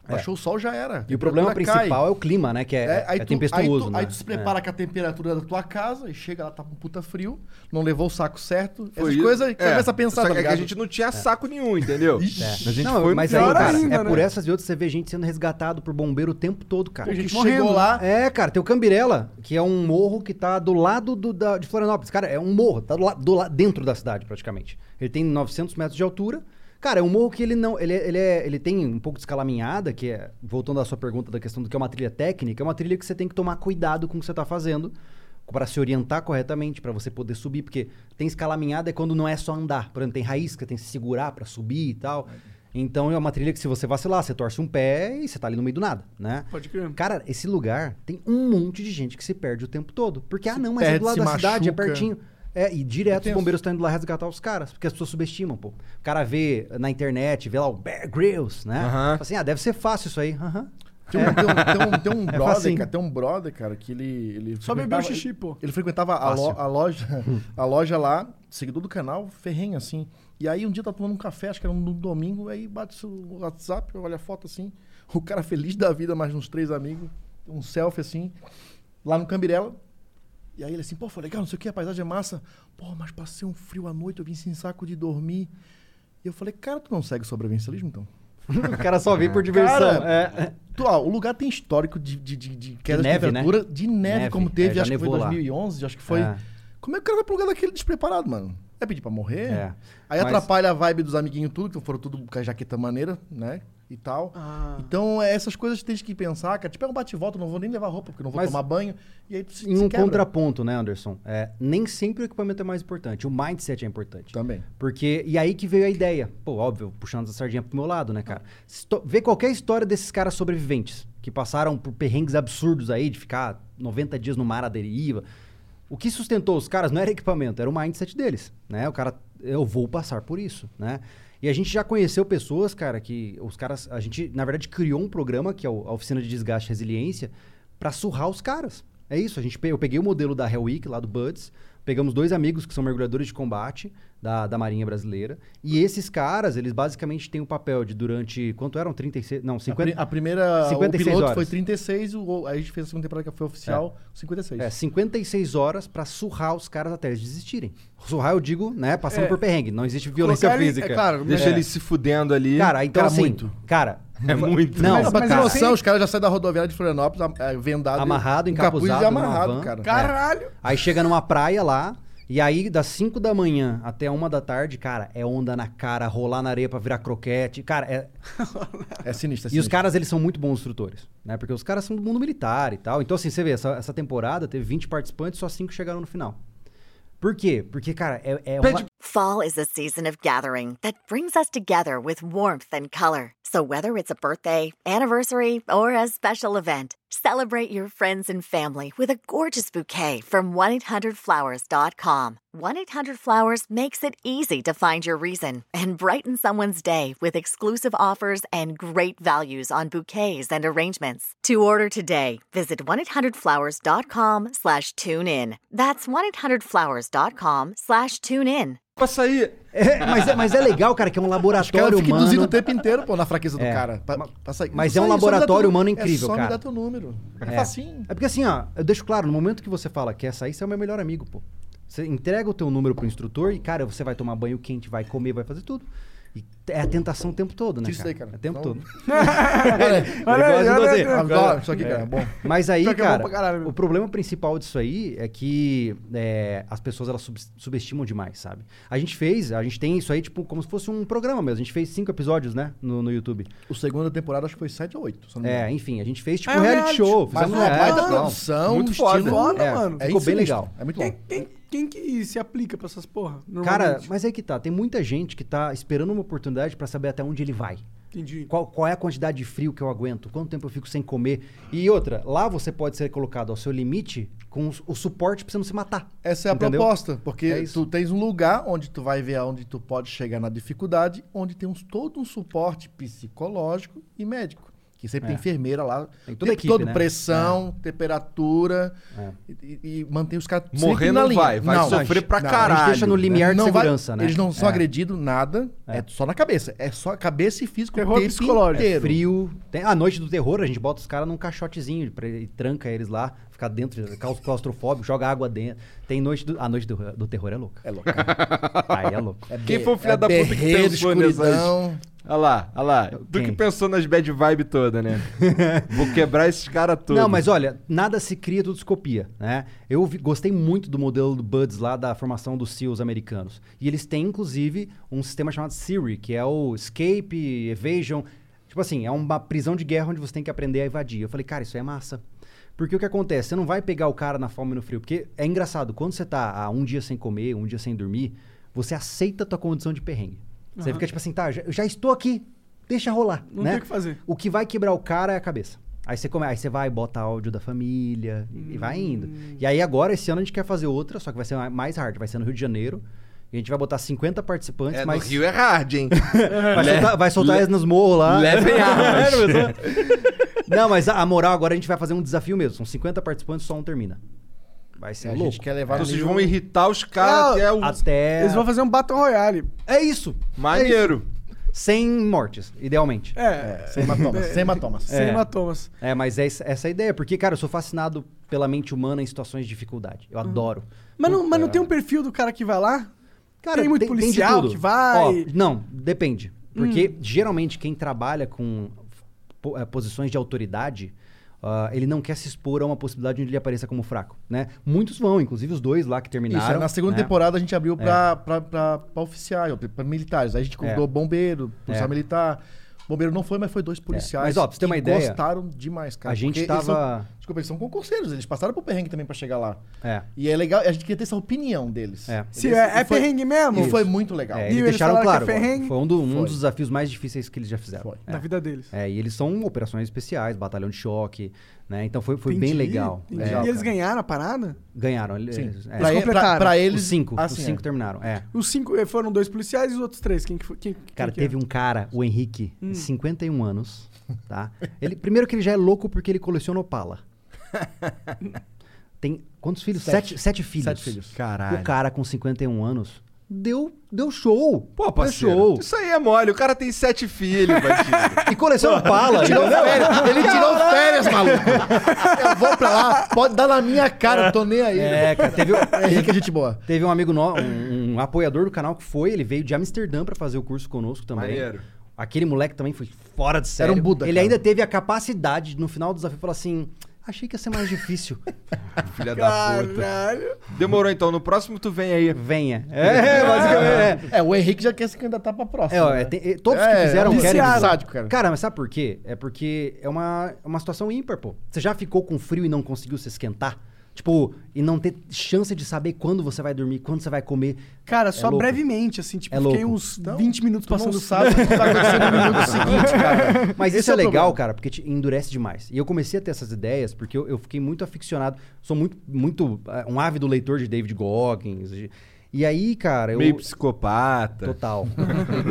Baixou o sol, já era. É. E o problema Temperatura cai. principal é o clima, né? Que é, É, aí, é tu, tempestuoso, aí, tu, né? aí tu se prepara com a temperatura da tua casa e chega lá, tá com puta frio, não levou o saco certo. essas coisas que começa a pensar, Só que, tá é que a ligado? gente não tinha saco nenhum, entendeu? Ixi. A gente Não, foi É. mas aí, pior cara, ainda, é né? por essas e outras você vê gente sendo resgatado por bombeiro o tempo todo, cara. A gente gente chegou morrendo. lá, É, cara, tem o Cambirela, que é um morro que tá do lado do- da- de Florianópolis. Cara, é um morro, tá do, la- do la- dentro da cidade, praticamente. Ele tem 900 metros de altura. Cara, é um morro que ele não. Ele, é- ele, é- ele tem um pouco de escalaminhada, que é. Voltando à sua pergunta da questão do que é uma trilha técnica, é uma trilha que você tem que tomar cuidado com o que você tá fazendo. Pra se orientar corretamente, pra você poder subir, porque tem escalaminhada é quando não é só andar. Por exemplo, tem raiz que tem que se segurar pra subir e tal. Então é uma trilha que se você vacilar, você torce um pé e você tá ali no meio do nada, né? Pode crer. Cara, esse lugar tem um monte de gente que se perde o tempo todo. Porque, ah, não, mas é perde, do lado se da cidade, é machuca. pertinho. É, e direto os Tenso. bombeiros estão indo lá resgatar os caras, porque as pessoas subestimam, pô. O cara vê na internet, vê lá o Bear Grylls, né? Aham. Fala assim, ah, deve ser fácil isso aí. aham. (laughs) Tem um, tem um- tem É um- tem um brother, facinho. cara, tem um brother, cara, que ele. ele Só bebeu frequentava- xixi, pô. Ele frequentava a, lo- Fácil. a loja, a loja lá, seguidor do canal, ferrenho, assim. E aí um dia tá tomando um café, acho que era no domingo, aí bate o WhatsApp, olha a foto assim. O cara feliz da vida, mais uns três amigos, um selfie assim, lá no Cambirela. E aí ele assim, pô, foi legal, não sei o que, a paisagem é massa. Pô, mas passei um frio à noite, eu vim sem saco de dormir. E eu falei, cara, tu não segue sobrevivencialismo, então? o cara só vê por diversão. Cara, é. Tu, ó, o lugar tem histórico de, de, de, de queda de, neve, né? temperatura, de neve, Neve, como é, teve, já acho que foi em nevou lá. 2011, acho que foi. É. Como é que o cara vai pro lugar daquele despreparado, mano? É pedir pra morrer? É, Aí mas- atrapalha a vibe dos amiguinhos tudo, que foram tudo com a jaqueta maneira, né? E tal. Então, é, essas coisas que tem que pensar, cara. Tipo, é um bate-volta, não vou nem levar roupa, porque não vou Mas- tomar banho. E aí tu se, Em se um quebra. contraponto, né, Anderson? É, nem sempre o equipamento é mais importante. O mindset é importante. Também. Porque. E aí que veio a ideia. Pô, óbvio, puxando essa sardinha pro meu lado, né, cara? Histo- Vê qualquer história desses caras sobreviventes que passaram por perrengues absurdos aí, de ficar 90 dias no mar à deriva. O que sustentou os caras não era equipamento, era o mindset deles, né? O cara, eu vou passar por isso, né? E a gente já conheceu pessoas, cara, que os caras, a gente na verdade criou um programa que é o- a oficina de desgaste e resiliência pra surrar os caras. É isso, a gente pe- eu peguei o modelo da Hell Week lá do Buds, pegamos dois amigos que são mergulhadores de combate da, da Marinha Brasileira, e esses caras, eles basicamente têm o papel de durante quanto eram 36, não, A, pri- 50 a primeira, o 56 piloto horas. foi 36, o, o- aí a gente fez a segunda temporada que foi oficial, 56. É, 56 horas pra surrar os caras até eles desistirem. Surrar, eu digo, né? Passando por perrengue. Não existe violência Colocar ele- física. é claro, Deixa né? ele se fudendo ali. Cara, então Cara, assim. muito. Cara. É muito. Não, Mas- mas Tem cara, eu noção, os caras já saem da rodoviária de Florianópolis, am- é, vendado. amarrado, com capuz e encapuzado. numa amarrado, van. né? cara. Caralho! Aí chega numa praia lá. E aí, das 5 da manhã até uma da tarde, cara, é onda na cara, rolar na areia pra virar croquete. Cara, é, É sinistro, é E os sinistro. caras, eles são muito bons instrutores, né? Porque os caras são do mundo militar e tal. Então, assim, você vê, essa, essa temporada teve 20 participantes, só 5 chegaram no final. Por quê? Porque, cara, é, é uma... Fall is a season of gathering that brings us together with warmth and color. So, whether it's a birthday, anniversary, or a special event, celebrate your friends and family with a gorgeous bouquet from 1-800-Flowers.com. 1-800-Flowers makes it easy to find your reason and brighten someone's day with exclusive offers and great values on bouquets and arrangements. To order today, visit 1-800-Flowers.com slash tune in. That's 1-800-Flowers.com slash tune in. Pra sair. É, mas, é, mas é legal, cara, que é um Os caras laboratório ficam humano. induzindo o tempo inteiro, pô, na fraqueza do É. cara. Pa- passa aí. mas Só é um aí, só me dá laboratório teu- humano é incrível, só cara. me dá teu número. É, facinho. É porque assim, ó, eu deixo claro, no momento que você fala que essa aí, você é o meu melhor amigo, pô. Você entrega o teu número pro instrutor e, cara, você vai tomar banho quente, vai comer, vai fazer tudo. E é a tentação o tempo todo, né, Isso cara? daí, cara. É o tempo Não- todo. Olha aí, Igual olha assim, aí. você. Adoro isso é. aqui, cara. Bom. Mas aí, Pior que é bom cara, pra caralho, meu. o problema principal disso aí é que é, as pessoas elas sub- subestimam demais, sabe? A gente fez, a gente tem isso aí, tipo, como se fosse um programa mesmo. A gente fez cinco episódios, né, no, no YouTube. O segunda temporada acho que foi 7 ou 8. É, enfim, a gente fez tipo Ah, é um um reality reality. show. Mas Fizemos uma é, baita não. produção, Muito um estilo. foda, é, mano. É Ficou bem sinistro, legal. É muito Quem, bom. quem, quem que se aplica pra essas porra? Cara, normalmente? mas aí que tá. Tem muita gente que tá esperando uma oportunidade pra saber até onde ele vai. Entendi. Qual, qual é a quantidade de frio que eu aguento? Quanto tempo eu fico sem comer? E outra, lá você pode ser colocado ao seu limite com os- o suporte pra você não se matar. Essa é a Entendeu? proposta, porque É isso. tu tens um lugar onde tu vai ver aonde tu pode chegar na dificuldade, onde tem uns- todo um suporte psicológico e médico. Que sempre É. tem enfermeira lá. Tem toda Toda a equipe, É. equipe, todo né? pressão, temperatura. É. E, e- e mantém os caras sempre Morrer na não linha. vai, vai sofrer pra caralho. A gente deixa no limiar de né? Não vai- segurança, né? Eles não são É. agredidos, nada. É. só na cabeça. É só cabeça e físico Terror o tempo psicológico. inteiro. É Frio. Tem, a noite do terror, a gente bota os caras num caixotezinho pra- e tranca eles lá, fica dentro, caos- claustrofóbico, joga água dentro. Tem noite do. A noite do, do terror é louca. É louco. (laughs) Aí é louco. É Quem be- foi o filho é da puta que berreiro, pensou nessas- escuridão. Olha lá, olha lá. Tu que Quem? pensou nas bad vibe toda, né? Vou quebrar esses caras todos. Não, mas olha, nada se cria, tudo se copia, né? Eu vi- gostei muito do modelo do Buds lá da formação dos SEALs americanos. E eles têm, inclusive, um sistema chamado Siri, que é o Escape, Evasion. Tipo assim, é uma prisão de guerra onde você tem que aprender a evadir. Eu falei, cara, isso é massa. Porque o que acontece? Você não vai pegar o cara na fome e no frio. Porque é engraçado, quando você tá há um dia sem comer, um dia sem dormir, você aceita a tua condição de perrengue. Você fica tipo assim, tá, já, já estou aqui, deixa rolar. Não né? tem o que fazer. O que vai quebrar o cara é a cabeça. Aí você come, aí você vai, bota áudio da família e- e vai indo. E aí agora, esse ano, a gente quer fazer outra, só que vai ser ma- mais hard, vai ser no Rio de Janeiro. E a gente vai botar 50 participantes, É, mas no Rio é hard, hein? vai soltar, vai soltar eles nos morros lá. (laughs) É, Levem armas. Não, mas a a moral agora a gente vai fazer um desafio mesmo. São 50 participantes, só um termina. Vai ser É, A louco. gente quer levar então vocês ali vão o- irritar os caras Não, até o... Até. Eles vão fazer um Battle Royale. É isso. Maneiro. Sem mortes, idealmente. É. Sem hematomas, sem hematomas. Sem É. hematomas. É, mas é essa essa a ideia, porque, cara, eu sou fascinado pela mente humana em situações de dificuldade. Eu adoro. Mas não, É. mas não tem um perfil do cara que vai lá? Cara, Tem muito de policial tudo. que vai? não, depende. Porque Hum. geralmente quem trabalha com po- eh, posições de autoridade, ah, ele não quer se expor a uma possibilidade onde ele apareça como fraco, né? Muitos vão, inclusive os dois lá que terminaram. Isso, aí na segunda né? temporada a gente abriu pra, pra, pra, pra oficiais, ó, pra- pra militares. Aí a gente convidou É. bombeiro, policial É. militar. Bombeiro não foi, mas foi dois policiais. Mas, ó, pra você ter uma que ideia, gostaram demais, cara. a gente porque eles tava- são- desculpa, eles são concurseiros, eles passaram pro perrengue também pra chegar lá. É. E é legal, a gente queria ter essa opinião deles. É. Se Eles- é, é e foi- perrengue mesmo? E foi muito legal. É, E eles eles deixaram falaram claro. que é agora. ferrenho? Foi um, do- um Foi. dos desafios mais difíceis que eles já fizeram. Foi. Na vida deles. É, e eles são operações especiais, batalhão de choque, né? Então foi, foi Entendi, bem legal. entendi. É, Legal, e eles cara. ganharam a parada? ganharam. eles- é. Pra, e- pra, completaram. pra eles. Os cinco, assim, os cinco é. terminaram. É. Os cinco eh, foram dois policiais e os outros três. Quem que foi? Quem, Cara, quem teve um cara, o Henrique, Hum. 51 (laughs) anos, tá? Ele, primeiro que ele já é louco porque ele coleciona opala. Tem quantos filhos? Sete, sete, filhos. Sete filhos. Caralho. O cara com 51 anos deu, deu show. Pô, Deu parceiro, show. isso aí é mole. O cara tem sete filhos, bandido. E coleciona (laughs) opala, (laughs) Tirou entendeu? férias, ele tirou férias, maluco. Eu vou pra lá, pode dar na minha cara, eu tô nem aí. É, cara, teve, É rica gente boa. teve um amigo nosso, um, um apoiador do canal que foi, ele veio de Amsterdã pra fazer o curso conosco também. Maneiro. Aquele moleque também foi fora de sério. Era um Buda, Ele cara. ainda teve a capacidade, no final do desafio, falar assim: achei que ia ser mais difícil. Filha da puta. Caralho. Demorou então. No próximo tu vem aí. Venha. (laughs) É, basicamente. É, o Henrique já quer se candidatar pra É, próxima. É, ó, é, tem- é, todos que fizeram é, querem. viciado. usar. sádico, cara. Cara, mas sabe por quê? É porque é uma, é uma situação ímpar, pô. Você já ficou com frio e não conseguiu se esquentar? Tipo, e não ter chance de saber quando você vai dormir, quando você vai comer. Cara, só É louco. brevemente, assim, tipo, É fiquei louco. uns 20 minutos Tu não passando sabe sábado. o que tá acontecendo (laughs) no minuto seguinte, cara. Mas Esse isso é é, o legal, problema. cara, porque te endurece demais. E eu comecei a ter essas ideias porque eu, eu fiquei muito aficionado. Sou muito, muito ah, um ávido leitor de David Goggins. de- E aí, cara, eu. Meio psicopata. Total.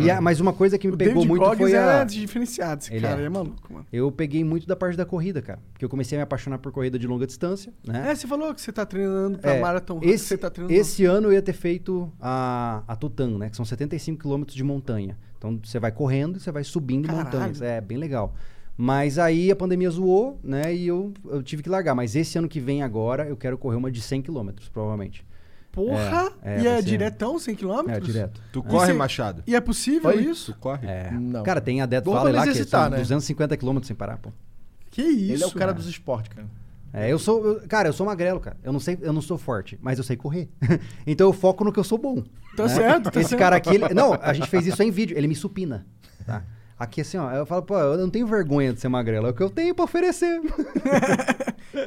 E a- mas uma coisa que (laughs) me O pegou David muito Goggins foi a... é diferenciado, esse Ele cara. é. Ele é maluco, mano. Eu peguei muito da parte da corrida, cara. Porque eu comecei a me apaixonar por corrida de longa distância, né? É, você falou que você tá treinando pra É, Marathon Run, esse, você tá treinando... esse ano eu ia ter feito a, a Tutã, né? Que são 75 quilômetros de montanha. Então você vai correndo e você vai subindo Caralho. montanhas. É bem legal. Mas aí a pandemia zoou, né? E eu, eu tive que largar. Mas esse ano que vem agora eu quero correr uma de 100 quilômetros, provavelmente. Porra! É, é, e é vai ser- diretão, 100 km? É, direto. Tu corre, Esse- Machado? E é possível Foi? isso? Tu corre? É. Não. Cara, tem adepto Bom pra fala lá que exercitar, são né? 250 quilômetros sem parar, pô. Que isso? Ele é o cara dos esportes, cara. É, eu sou. eu- cara, eu sou magrelo, cara. Eu não sei, eu não sou forte, mas eu sei correr. (laughs) então eu foco no que eu sou bom. Tá certo, tá Né? Esse certo. cara aqui. ele- não, a gente fez isso em vídeo. Ele me supina. Tá? Aqui assim, ó. Eu falo, pô, eu não tenho vergonha de ser magrelo. É o que eu tenho pra oferecer. (laughs)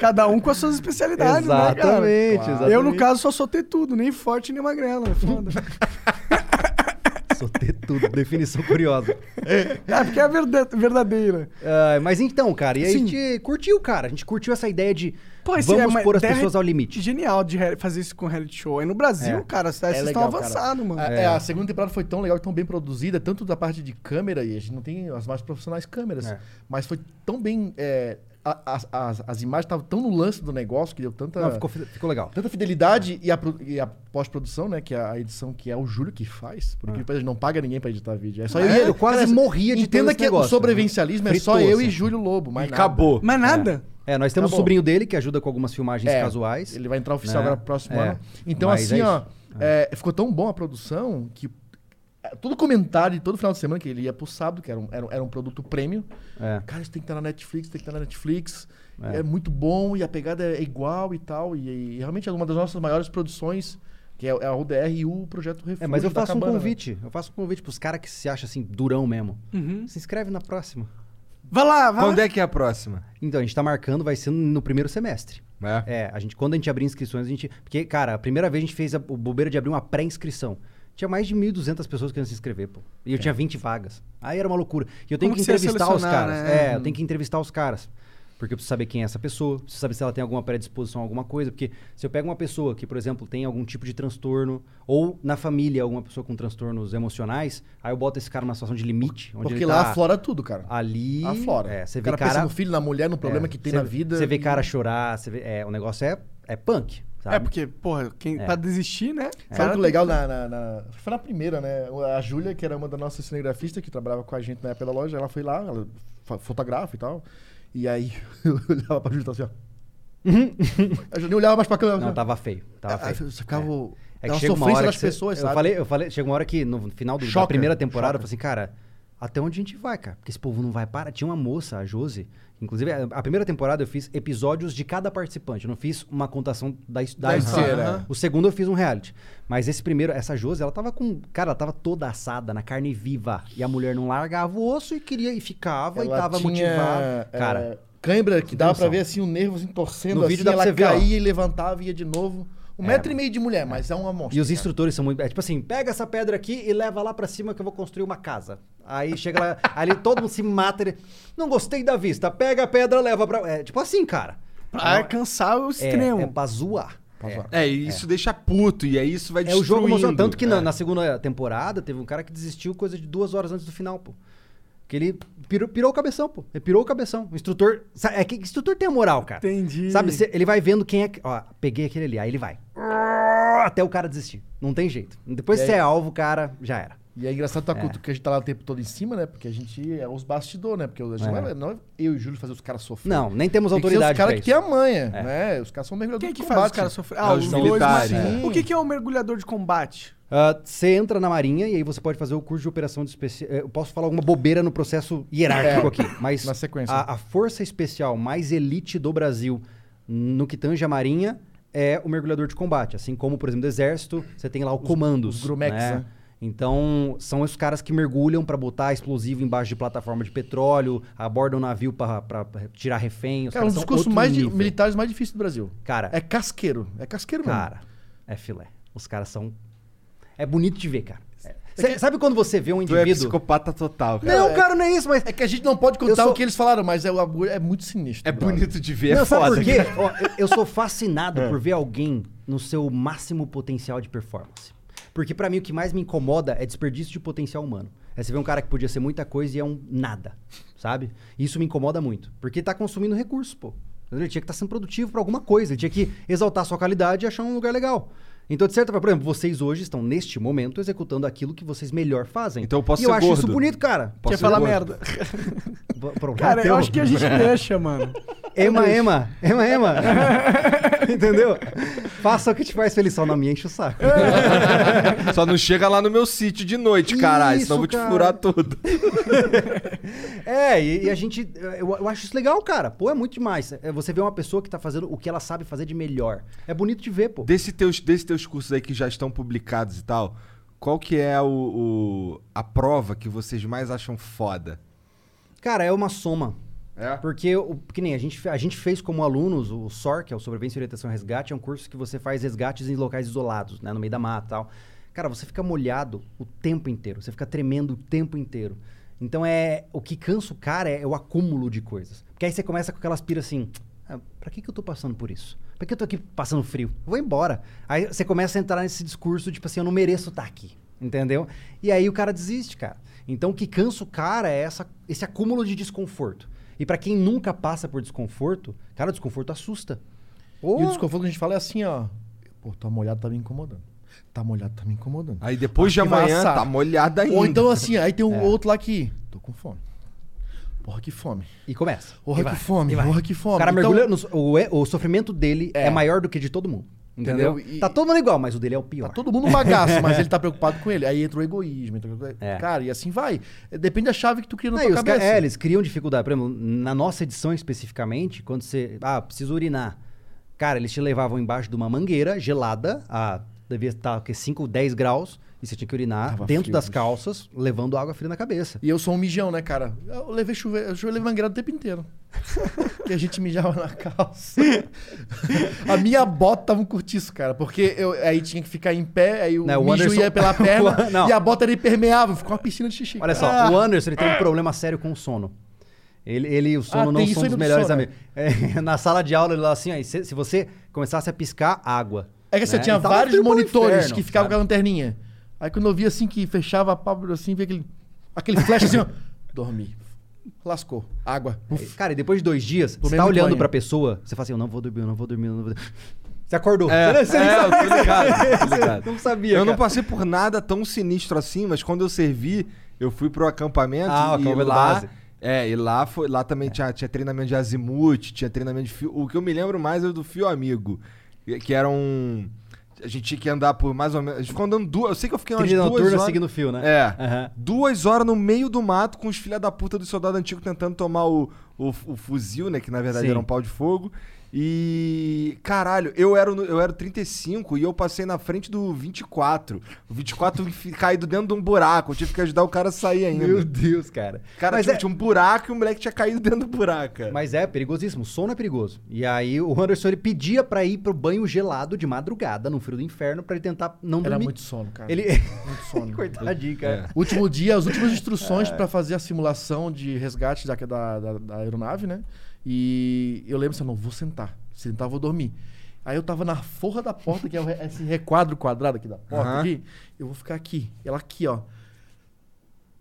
Cada um com as suas especialidades, né, cara? exatamente, exatamente. (laughs) Eu, no caso, só soltei tudo, nem forte nem magrela, é foda. Sortetudo, definição curiosa. Ah, porque é a verda- verdadeira. Ah, mas então, cara, e aí a Sim. gente curtiu, cara. A gente curtiu essa ideia de Pô, esse é vamos uma pôr as ideia pessoas ao limite. Genial de re- fazer isso com reality show. Aí no Brasil, É. cara, vocês vocês estão legal, cara. avançados, mano. A, é, a segunda temporada foi tão legal, e tão bem produzida, tanto da parte de câmera, e a gente não tem as mais profissionais câmeras, É. mas foi tão bem. é, a- as- as, as imagens estavam tão no lance do negócio que deu tanta. Não, ficou, ficou legal. Tanta fidelidade e a, pro- e a pós-produção, né? Que é a edição que é o Júlio que faz, porque depois ele não paga ninguém pra editar vídeo. É só eu, e É, ele. eu quase Cara, morria de ter Entenda esse que é negócio, né? o sobrevivencialismo é só Fritou, eu assim. e Júlio Lobo, mas E acabou. Mas nada. É, nós temos Tá o bom. sobrinho dele que ajuda com algumas filmagens É, casuais. Ele vai entrar oficial né? agora pro próximo É. ano. Então, Mas assim, é ó, é, ficou tão bom a produção que é, todo comentário de todo final de semana que ele ia pro sábado, que era um, era um, era um produto prêmio. É. Cara, isso tem que estar na Netflix, tem que estar na Netflix. É. muito bom e a pegada é igual e tal. E, e realmente é uma das nossas maiores produções, que é, é a UDR e o Projeto Refúgio. É, mas eu da faço Cabana, um né? convite. Eu faço um convite pros caras que se acham assim, durão mesmo. Se inscreve na próxima. Uhum. Vai lá, vai Quando lá. é que é a próxima? Então, a gente tá marcando, vai ser no primeiro semestre. É. É, a gente, quando a gente abrir inscrições, a gente. Porque, cara, a primeira vez a gente fez a, o bobeira de abrir uma pré-inscrição. Tinha mais de 1.200 pessoas querendo se inscrever, pô. E É. eu tinha 20 vagas. Aí era uma loucura. E eu tenho Como que que você ia entrevistar os selecionar, caras. né? É, eu tenho que entrevistar os caras. Porque eu preciso saber quem é essa pessoa, preciso saber se ela tem alguma predisposição a alguma coisa. Porque se eu pego uma pessoa que, por exemplo, tem algum tipo de transtorno, ou na família alguma pessoa com transtornos emocionais, aí eu boto esse cara numa situação de limite. Onde Porque ele lá tá aflora tudo, cara. Ali. Aflora. É, você o vê cara, cara. pensa no filho, na mulher, no problema é, que tem você- na vida. Você vê cara chorar, você vê, é, o negócio é, é punk, sabe? É porque, porra, quem, É. pra desistir, né? Sabe o que legal na, na- na- Foi na primeira, né? A Júlia, que era uma da nossa cinegrafista que trabalhava com a gente na época da loja, ela foi lá, ela fa- fotografa e tal. E aí (laughs) eu olhava pra Júlia e tava assim, ó. a Júlia nem olhava mais pra câmera. Não, assim, ó. tava feio. Tava Aí feio. Você ficava. É dava que chega uma sofrência hora das que você- pessoas, eu sabe? falei, eu falei, chega uma hora que no final do, da Choca, primeira temporada, eu choca. falei assim, cara, até onde a gente vai, cara? Porque esse povo não vai parar. Tinha uma moça, a Josi, inclusive, a a primeira temporada eu fiz episódios de cada participante, eu não fiz uma contação da, his- da Da história. história, Aham. O segundo eu fiz um reality, mas esse primeiro, essa Josi, ela tava com, cara, ela tava toda assada, na carne viva, e a mulher não largava o osso e queria e ficava e Ela tava tinha, motivada. é, Cara, Cãibra que dava noção. pra ver assim o nervo assim, torcendo No assim, vídeo dá pra ela você ver, ó. caía e levantava e ia de novo. Um metro e meio de mulher, mas é uma monstro. E os cara. instrutores são muito. É tipo assim, pega essa pedra aqui e leva lá pra cima que eu vou construir uma casa. Aí chega (laughs) lá, ali todo mundo se mata. Ele, não gostei da vista, pega a pedra, leva pra. É tipo assim, cara. Pra alcançar o É, extremo. é pra zoar. É. É, e isso deixa puto, e aí isso vai É, o jogo mostrou destruindo. tanto que na, É. na segunda temporada teve um cara que desistiu coisa de duas horas antes do final, pô. Que ele pirou, pirou o cabeção, pô. Ele pirou o cabeção. O instrutor. sa- É que instrutor tem a moral, cara. Entendi. Sabe, cê- ele vai vendo quem é. que- Ó, peguei aquele ali. Aí ele vai. Até o cara desistir. Não tem jeito. Depois E que você aí- é alvo, cara, já era. E é engraçado tá culto, que a gente tá lá o tempo todo em cima, né? Porque a gente é os bastidores, né? Porque a gente É. não, é, não é eu e o Júlio fazer os caras sofrerem. Não, nem temos Tem que ser autoridade os caras pra que isso. É. tem a manha, né? Os caras são mergulhadores Quem é que de faz os combate. né? caras sofrer? É, Ah, os os militares, dois. mas- é. O que, que é um mergulhador de combate? Ah, Você entra na Marinha e aí você pode fazer o curso de operação de especial. Eu posso falar alguma bobeira no processo hierárquico É, aqui, mas na sequência. A, a força especial mais elite do Brasil no que tange a Marinha é o mergulhador de combate. Assim como, por exemplo, do Exército, você tem lá o comandos. os grumex, né? Então, são esses caras que mergulham pra botar explosivo embaixo de plataforma de petróleo, abordam navio pra pra tirar refém. Os Cara, um caras dos são cursos outro mais de- nível. militares mais difíceis do Brasil. Cara, É casqueiro. É casqueiro mesmo. Cara, é filé. Os caras são. É bonito de ver, cara. É. Cê- Sabe quando você vê um Tu é indivíduo. psicopata total, cara. não, cara, não é isso, mas. É que a gente não pode contar sou- o que eles falaram, mas é, o abu- é muito sinistro. É brother. bonito de ver, não, é foda. sabe por quê? cara. Ó, eu, eu sou fascinado por ver alguém no seu máximo potencial de performance. Porque pra mim o que mais me incomoda é desperdício de potencial humano. É você ver um cara que podia ser muita coisa e é um nada, sabe? Isso me incomoda muito. Porque tá consumindo recurso, pô. Entendeu? Ele tinha que estar sendo produtivo pra alguma coisa. Ele tinha que exaltar sua qualidade e achar um lugar legal. Então, de certa forma, por exemplo, vocês hoje estão, neste momento, executando aquilo que vocês melhor fazem. Então eu posso e eu ser acho isso gordo. bonito, cara. Posso Quer ser falar gordo. merda? P- pronto, Cara, eu teu. acho que a (laughs) gente deixa, mano. Ema, ema, ema, ema. Entendeu? Faça o que te faz feliz, só não me enche o saco. É. (laughs) Só não chega lá no meu sítio de noite, caralho, Isso, senão eu vou te cara. furar todo. É, e, e a gente. Eu, eu acho isso legal, cara. Pô, é muito demais. É, Você vê uma pessoa que tá fazendo o que ela sabe fazer de melhor. É bonito de ver, pô. Desse teus, desse teus cursos aí que já estão publicados e tal, qual que é o, o- a prova que vocês mais acham foda? Cara, é uma soma. É? Porque, o- que nem a gente, fe- a gente fez como alunos o SOR, que é o Sobrevivência, Orientação e Resgate, é um curso que você faz resgates em locais isolados, né? No meio da mata e tal. Cara, você fica molhado o tempo inteiro, você fica tremendo o tempo inteiro. Então é. O que cansa o cara é, é o acúmulo de coisas. Porque aí você começa com aquelas piras assim. Ah, pra que, que eu tô passando por isso? Pra que eu tô aqui passando frio? Eu Vou embora. Aí você começa a entrar nesse discurso, tipo assim, eu não mereço estar aqui. Entendeu? E aí o cara desiste, cara. Então o que cansa o cara é essa, esse acúmulo de desconforto. E pra quem nunca passa por desconforto, cara, o desconforto assusta. E o desconforto que a gente fala é assim, ó. Pô, tá molhado, tá me incomodando. Tá molhado, tá me incomodando. Aí depois de Acho que vai amanhã assar. tá molhada ainda. Ou então assim, aí tem É. o outro lá que. Tô com fome. Porra, que fome. E começa. Porra, E vai, que fome, e vai. porra, que fome. O cara Então- mergulha no so- o, e- o sofrimento dele é. maior do que de todo mundo. Entendeu? Entendeu? E- Tá todo mundo igual, mas o dele é o pior. Tá todo mundo um bagaço, mas ele tá preocupado com ele. Aí entra o egoísmo. entra o- É. Cara, e assim vai. Depende da chave que tu cria na Não, e tua os ca- cabeça. é, eles criam dificuldade. Por exemplo, na nossa edição especificamente, quando você. Ah, preciso urinar. Cara, eles te levavam embaixo de uma mangueira gelada, a, devia estar que 5, 10 graus, e você tinha que urinar Tava dentro frio, das bicho. calças, levando água fria na cabeça. E eu sou um mijão, né, cara? Eu levei chuve... eu levei mangueira o tempo (laughs) inteiro. que a gente mijava na calça. a minha bota tava um curtiço, cara. Porque eu... aí tinha que ficar em pé, aí o Não, (laughs) o mijo Anderson- ia pela perna Não. e a bota era impermeável. Ficou uma piscina de xixi. Olha só, cara. o Anderson ele tem um problema sério com o sono. Ele, ele e o sono Ah, não tem isso são dos ainda do melhores sono. amigos. É, (laughs) na sala de aula, ele lá assim, ó, e se, se você começasse a piscar, água. É que assim, né? eu tinha E tava vários indo pro monitores inferno, que ficavam com a sabe? lanterninha. Aí quando eu via assim que fechava a pálpebra assim, via aquele, aquele flash assim, ó. Dormi. Lascou. Água. Uf. Cara, e depois de dois dias, você Tomei tá muito olhando banho. pra pessoa, você fala assim, eu não vou dormir, eu não vou dormir, eu não vou dormir. Você acordou. (laughs) É, Você nem é, sabe. eu (laughs) tô ligado, tô ligado. Não sabia, Eu não cara. passei por nada tão sinistro assim, mas quando eu servi, eu fui pro acampamento Ah, o e acampamento lá, base. é, e lá foi, lá também tinha, tinha treinamento de azimuth, tinha treinamento de fio. O que eu me lembro mais é do fio amigo, que que era um a gente tinha que andar por mais ou menos, a gente ficou andando duas, eu sei que eu fiquei umas Trilha duas noturna horas. seguindo o fio, né? É. Aham. Duas horas no meio do mato com os filha da puta do soldado antigo tentando tomar o, o, o fuzil, né? Que na verdade Sim. era um pau de fogo. E. Caralho, eu era, no- eu era 35 e eu passei na frente do 24. O 24 fi- caído dentro de um buraco. Eu tive que ajudar o cara a sair ainda. Meu Deus, cara. Cara, Mas tinha, é- tinha um buraco e o moleque tinha caído dentro do buraco. cara. Mas é perigosíssimo, o sono é perigoso. E aí o Anderson ele pedia pra ir pro banho gelado de madrugada, no frio do inferno, pra ele tentar não Era dormir. muito sono, cara. Ele. Muito sono. né? (laughs) Coitadinho, cara. Último dia, as últimas É. instruções pra fazer a simulação de resgate da, da, da- da aeronave, né? E eu lembro assim, eu não, vou sentar. Se sentar, eu vou dormir. Aí eu tava na forra da porta, que é o re- esse requadro quadrado aqui da porta, Aham. aqui. Eu vou ficar aqui. Ela aqui, ó.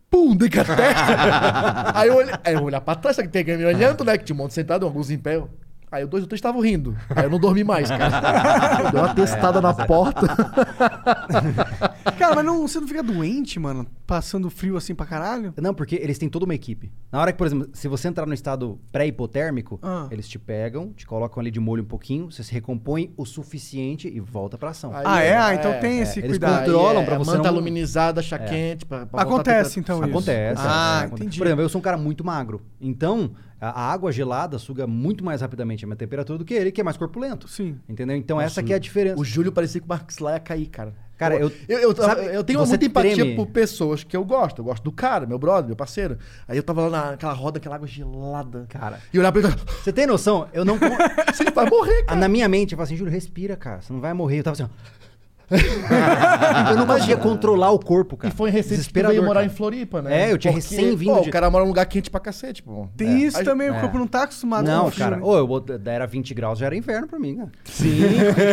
Pum, dei com (laughs) a testa. aí, eu olhei, aí eu olhar pra trás, só que tem alguém me olhando, né? Que tinha um monte sentado, alguns em pé. Aí os dois ou três estavam rindo. Aí eu não dormi (laughs) mais, cara. Deu uma É, testada na porta. Cara, mas não, você não fica doente, mano? Passando frio assim pra caralho? Não, porque eles têm toda uma equipe. Na hora que, por exemplo, se você entrar no estado pré-hipotérmico, Ah. eles te pegam, te colocam ali de molho um pouquinho, você se recompõe o suficiente e volta pra ação. Aí- Ah, é? Ah, é, então tem é. esse Eles cuidado. controlam. Aí pra você Manta não- aluminizada, chá quente. pra- pra voltar a Acontece tentar- então isso. Acontece. Ah, acontece. entendi. Por exemplo, eu sou um cara muito magro. Então, a a água gelada suga muito mais rapidamente a minha temperatura do que ele, que é mais corpulento. Sim. Entendeu? Então, essa aqui é a diferença. O Júlio parecia que o Marcos lá ia cair, cara. Cara, eu- Eu, eu, sabe, eu tenho você muita empatia treme. por pessoas que eu gosto. Eu gosto do cara, meu brother, meu parceiro. Aí eu tava lá naquela roda, aquela água gelada. Cara. E olhar pra ele. Você tem noção? Eu não. con- (laughs) Você vai (laughs) morrer, Ah, cara. Na minha mente, eu falo assim, Júlio, respira, cara. Você não vai morrer. Eu tava assim, ó. (laughs) eu não conseguia controlar o corpo, E cara. foi recente que tu Desesperador, veio morar cara. em Floripa, né? É, eu tinha Porque, recém-vindo pô, de- O cara mora num lugar quente pra cacete, pô. Tem isso Aí- também, o corpo não tá acostumado Não, com frio, cara. né? Ou eu bot- era 20 graus, já era inverno pra mim, cara. Sim,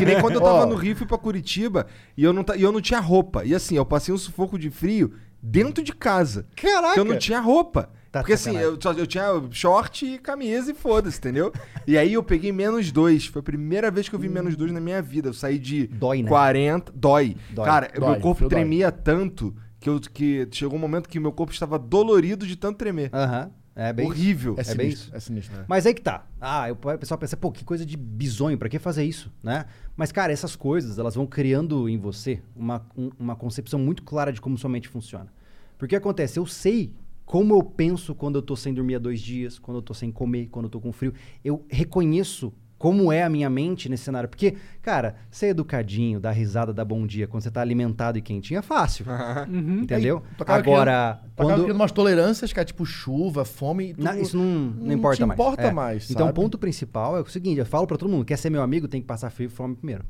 que nem quando eu Ó. tava no Rio, fui pra Curitiba e eu, não ta- e eu não tinha roupa. E assim, eu passei um sufoco de frio dentro de casa. Caraca! Que eu não tinha roupa. Tá Porque de assim, sacanagem. eu, só- eu tinha short e camisa e foda-se, entendeu? E aí eu peguei menos dois. Foi a primeira vez que eu vi menos dois na minha vida. Eu saí de Dói, né? 40. Dói. Dói. Cara, Dói, meu corpo frio dói. tremia tanto que, eu, que chegou um momento que meu corpo estava dolorido de tanto tremer. Aham. É bem. Horrível. É É bem sinistro, isso. é sinistro. Mas aí que tá. Ah, eu- o pessoal pensa, pô, que coisa de bizonho, pra que fazer isso, né? Mas, cara, essas coisas, elas vão criando em você uma, um- uma concepção muito clara de como sua mente funciona. Porque acontece, eu sei como eu penso quando eu tô sem dormir há dois dias, quando eu tô sem comer, quando eu tô com frio. Eu reconheço Como é a minha mente nesse cenário? Porque, cara, ser educadinho, dar risada, dar bom dia quando você tá alimentado e quentinho é fácil. Uhum. Entendeu? Tu acaba Agora, criando, tu acaba quando. criando umas tolerâncias, cara, tipo chuva, fome. e tu Na- isso não, não importa te mais. importa É. mais, Então, o sabe? ponto principal é o seguinte: eu falo pra todo mundo, quer ser meu amigo, tem que passar frio e fome (laughs) primeiro.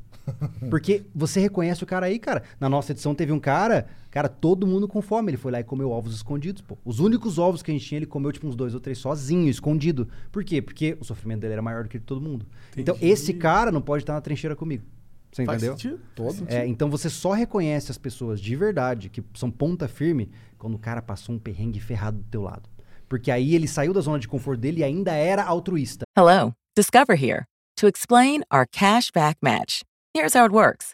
Porque você reconhece o cara aí, cara. Na nossa edição teve um cara, cara, todo mundo com fome. Ele foi lá e comeu ovos escondidos, pô. Os únicos ovos que a gente tinha, ele comeu tipo uns dois ou três sozinho, escondido. Por quê? Porque o sofrimento dele era maior do que de todo mundo. Então, esse cara não pode estar na trincheira comigo. Você Faz entendeu? sentido? Todo. É, então você só reconhece as pessoas de verdade, que são ponta firme, quando o cara passou um perrengue ferrado do teu lado. Porque aí ele saiu da zona de conforto dele e ainda era altruísta. Hello, Discover here to explain our cash back match. Here's how it works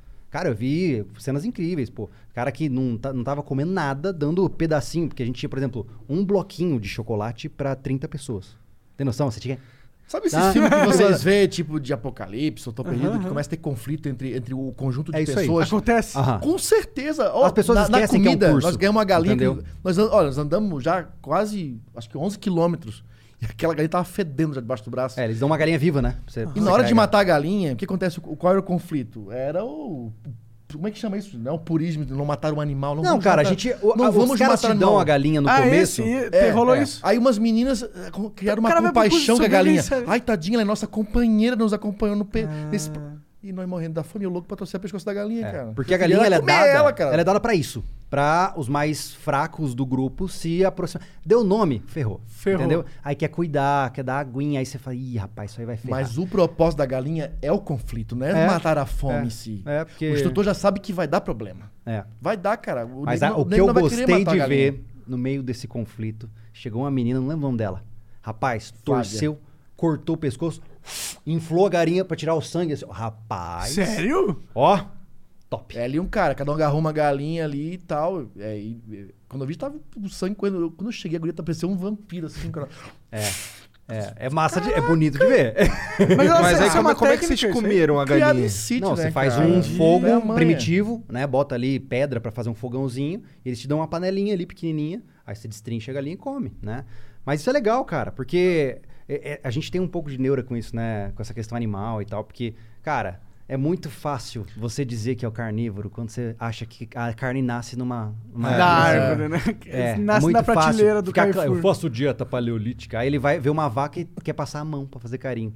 Cara, eu vi cenas incríveis, pô. Cara que não, ta- não tava comendo nada, dando pedacinho, porque a gente tinha, por exemplo, um bloquinho de chocolate pra 30 pessoas. Tem noção? Você tinha. Sabe esses Tá. filmes que vocês vê, tipo de apocalipse, eu tô perdido, que começa a ter conflito entre, entre o conjunto de É isso aí. pessoas? Acontece. Aham. Com certeza. Ó, As pessoas na, na esquecem que é um comida, curso, Nós ganhamos uma galinha. que- entendeu? nós, an- olha, nós andamos já quase, acho que 11 quilômetros. E aquela galinha tava fedendo já debaixo do braço. É, eles dão uma galinha viva, né? Você- E você na hora de pega. matar a galinha, o que acontece? O- Qual era o conflito? Era o. Como é que chama isso? Não é o purismo de não matar um animal. Não, Não, vamos cara, a matar- gente. o- não os vamos caras matar te dão animal. a galinha no ah, começo. esse, É, te rolou é. isso? Aí umas meninas eh, com- criaram O uma cara vai pro compaixão com a curso galinha. sobre isso, é. Ai, tadinha, ela é nossa companheira, nos acompanhou no pe... nesse pro- E nós morrendo da fome, eu louco pra torcer o pescoço da galinha, É, cara. Porque a Eu galinha queria ela é comer dada, Ela, cara. ela é dada para isso, Pra os mais fracos do grupo se aproximar. Deu nome, ferrou. Ferrou. Entendeu? Aí quer cuidar, quer dar aguinha, aí você fala, ih, rapaz, isso aí vai ferrar. Mas o propósito da galinha é o conflito, não é, É. matar a fome É. em si. É, porque- O instrutor já sabe que vai dar problema. É. Vai dar, cara. O Mas nego a- não- o que nego eu não vai querer gostei matar a de galinha. ver no meio desse conflito, chegou uma menina, não lembro o nome dela. Rapaz, torceu, cortou o pescoço, inflou a galinha pra tirar o sangue. Assim, ó, rapaz. (laughs) Sério? Ó, top. É ali um cara, cada um agarrou uma galinha ali e tal. É, e- e- quando eu vi, tava o sangue. Quando eu, quando eu cheguei, a guria tá parecendo um vampiro, assim, cara. É, é massa, de, é bonito de ver. Mas, ela- Mas isso aí, é como, uma é- como é que técnica, vocês isso aí. comeram a Criado galinha? em sítio, Não, né, você faz cara? um Entendi. fogo É a manha. primitivo, né? Bota ali pedra pra fazer um fogãozinho, e eles te dão uma panelinha ali pequenininha, aí você destrincha a galinha e come, né? Mas isso é legal, cara, porque é- é- a gente tem um pouco de neura com isso, né? Com essa questão animal e tal, porque, cara, é muito fácil você dizer que é o carnívoro quando você acha que a carne nasce numa... numa Da É, numa- árvore, né? Nasce na prateleira do Fica- Carrefour. Eu faço dieta paleolítica. Aí ele vai ver uma vaca e quer passar a mão pra fazer carinho.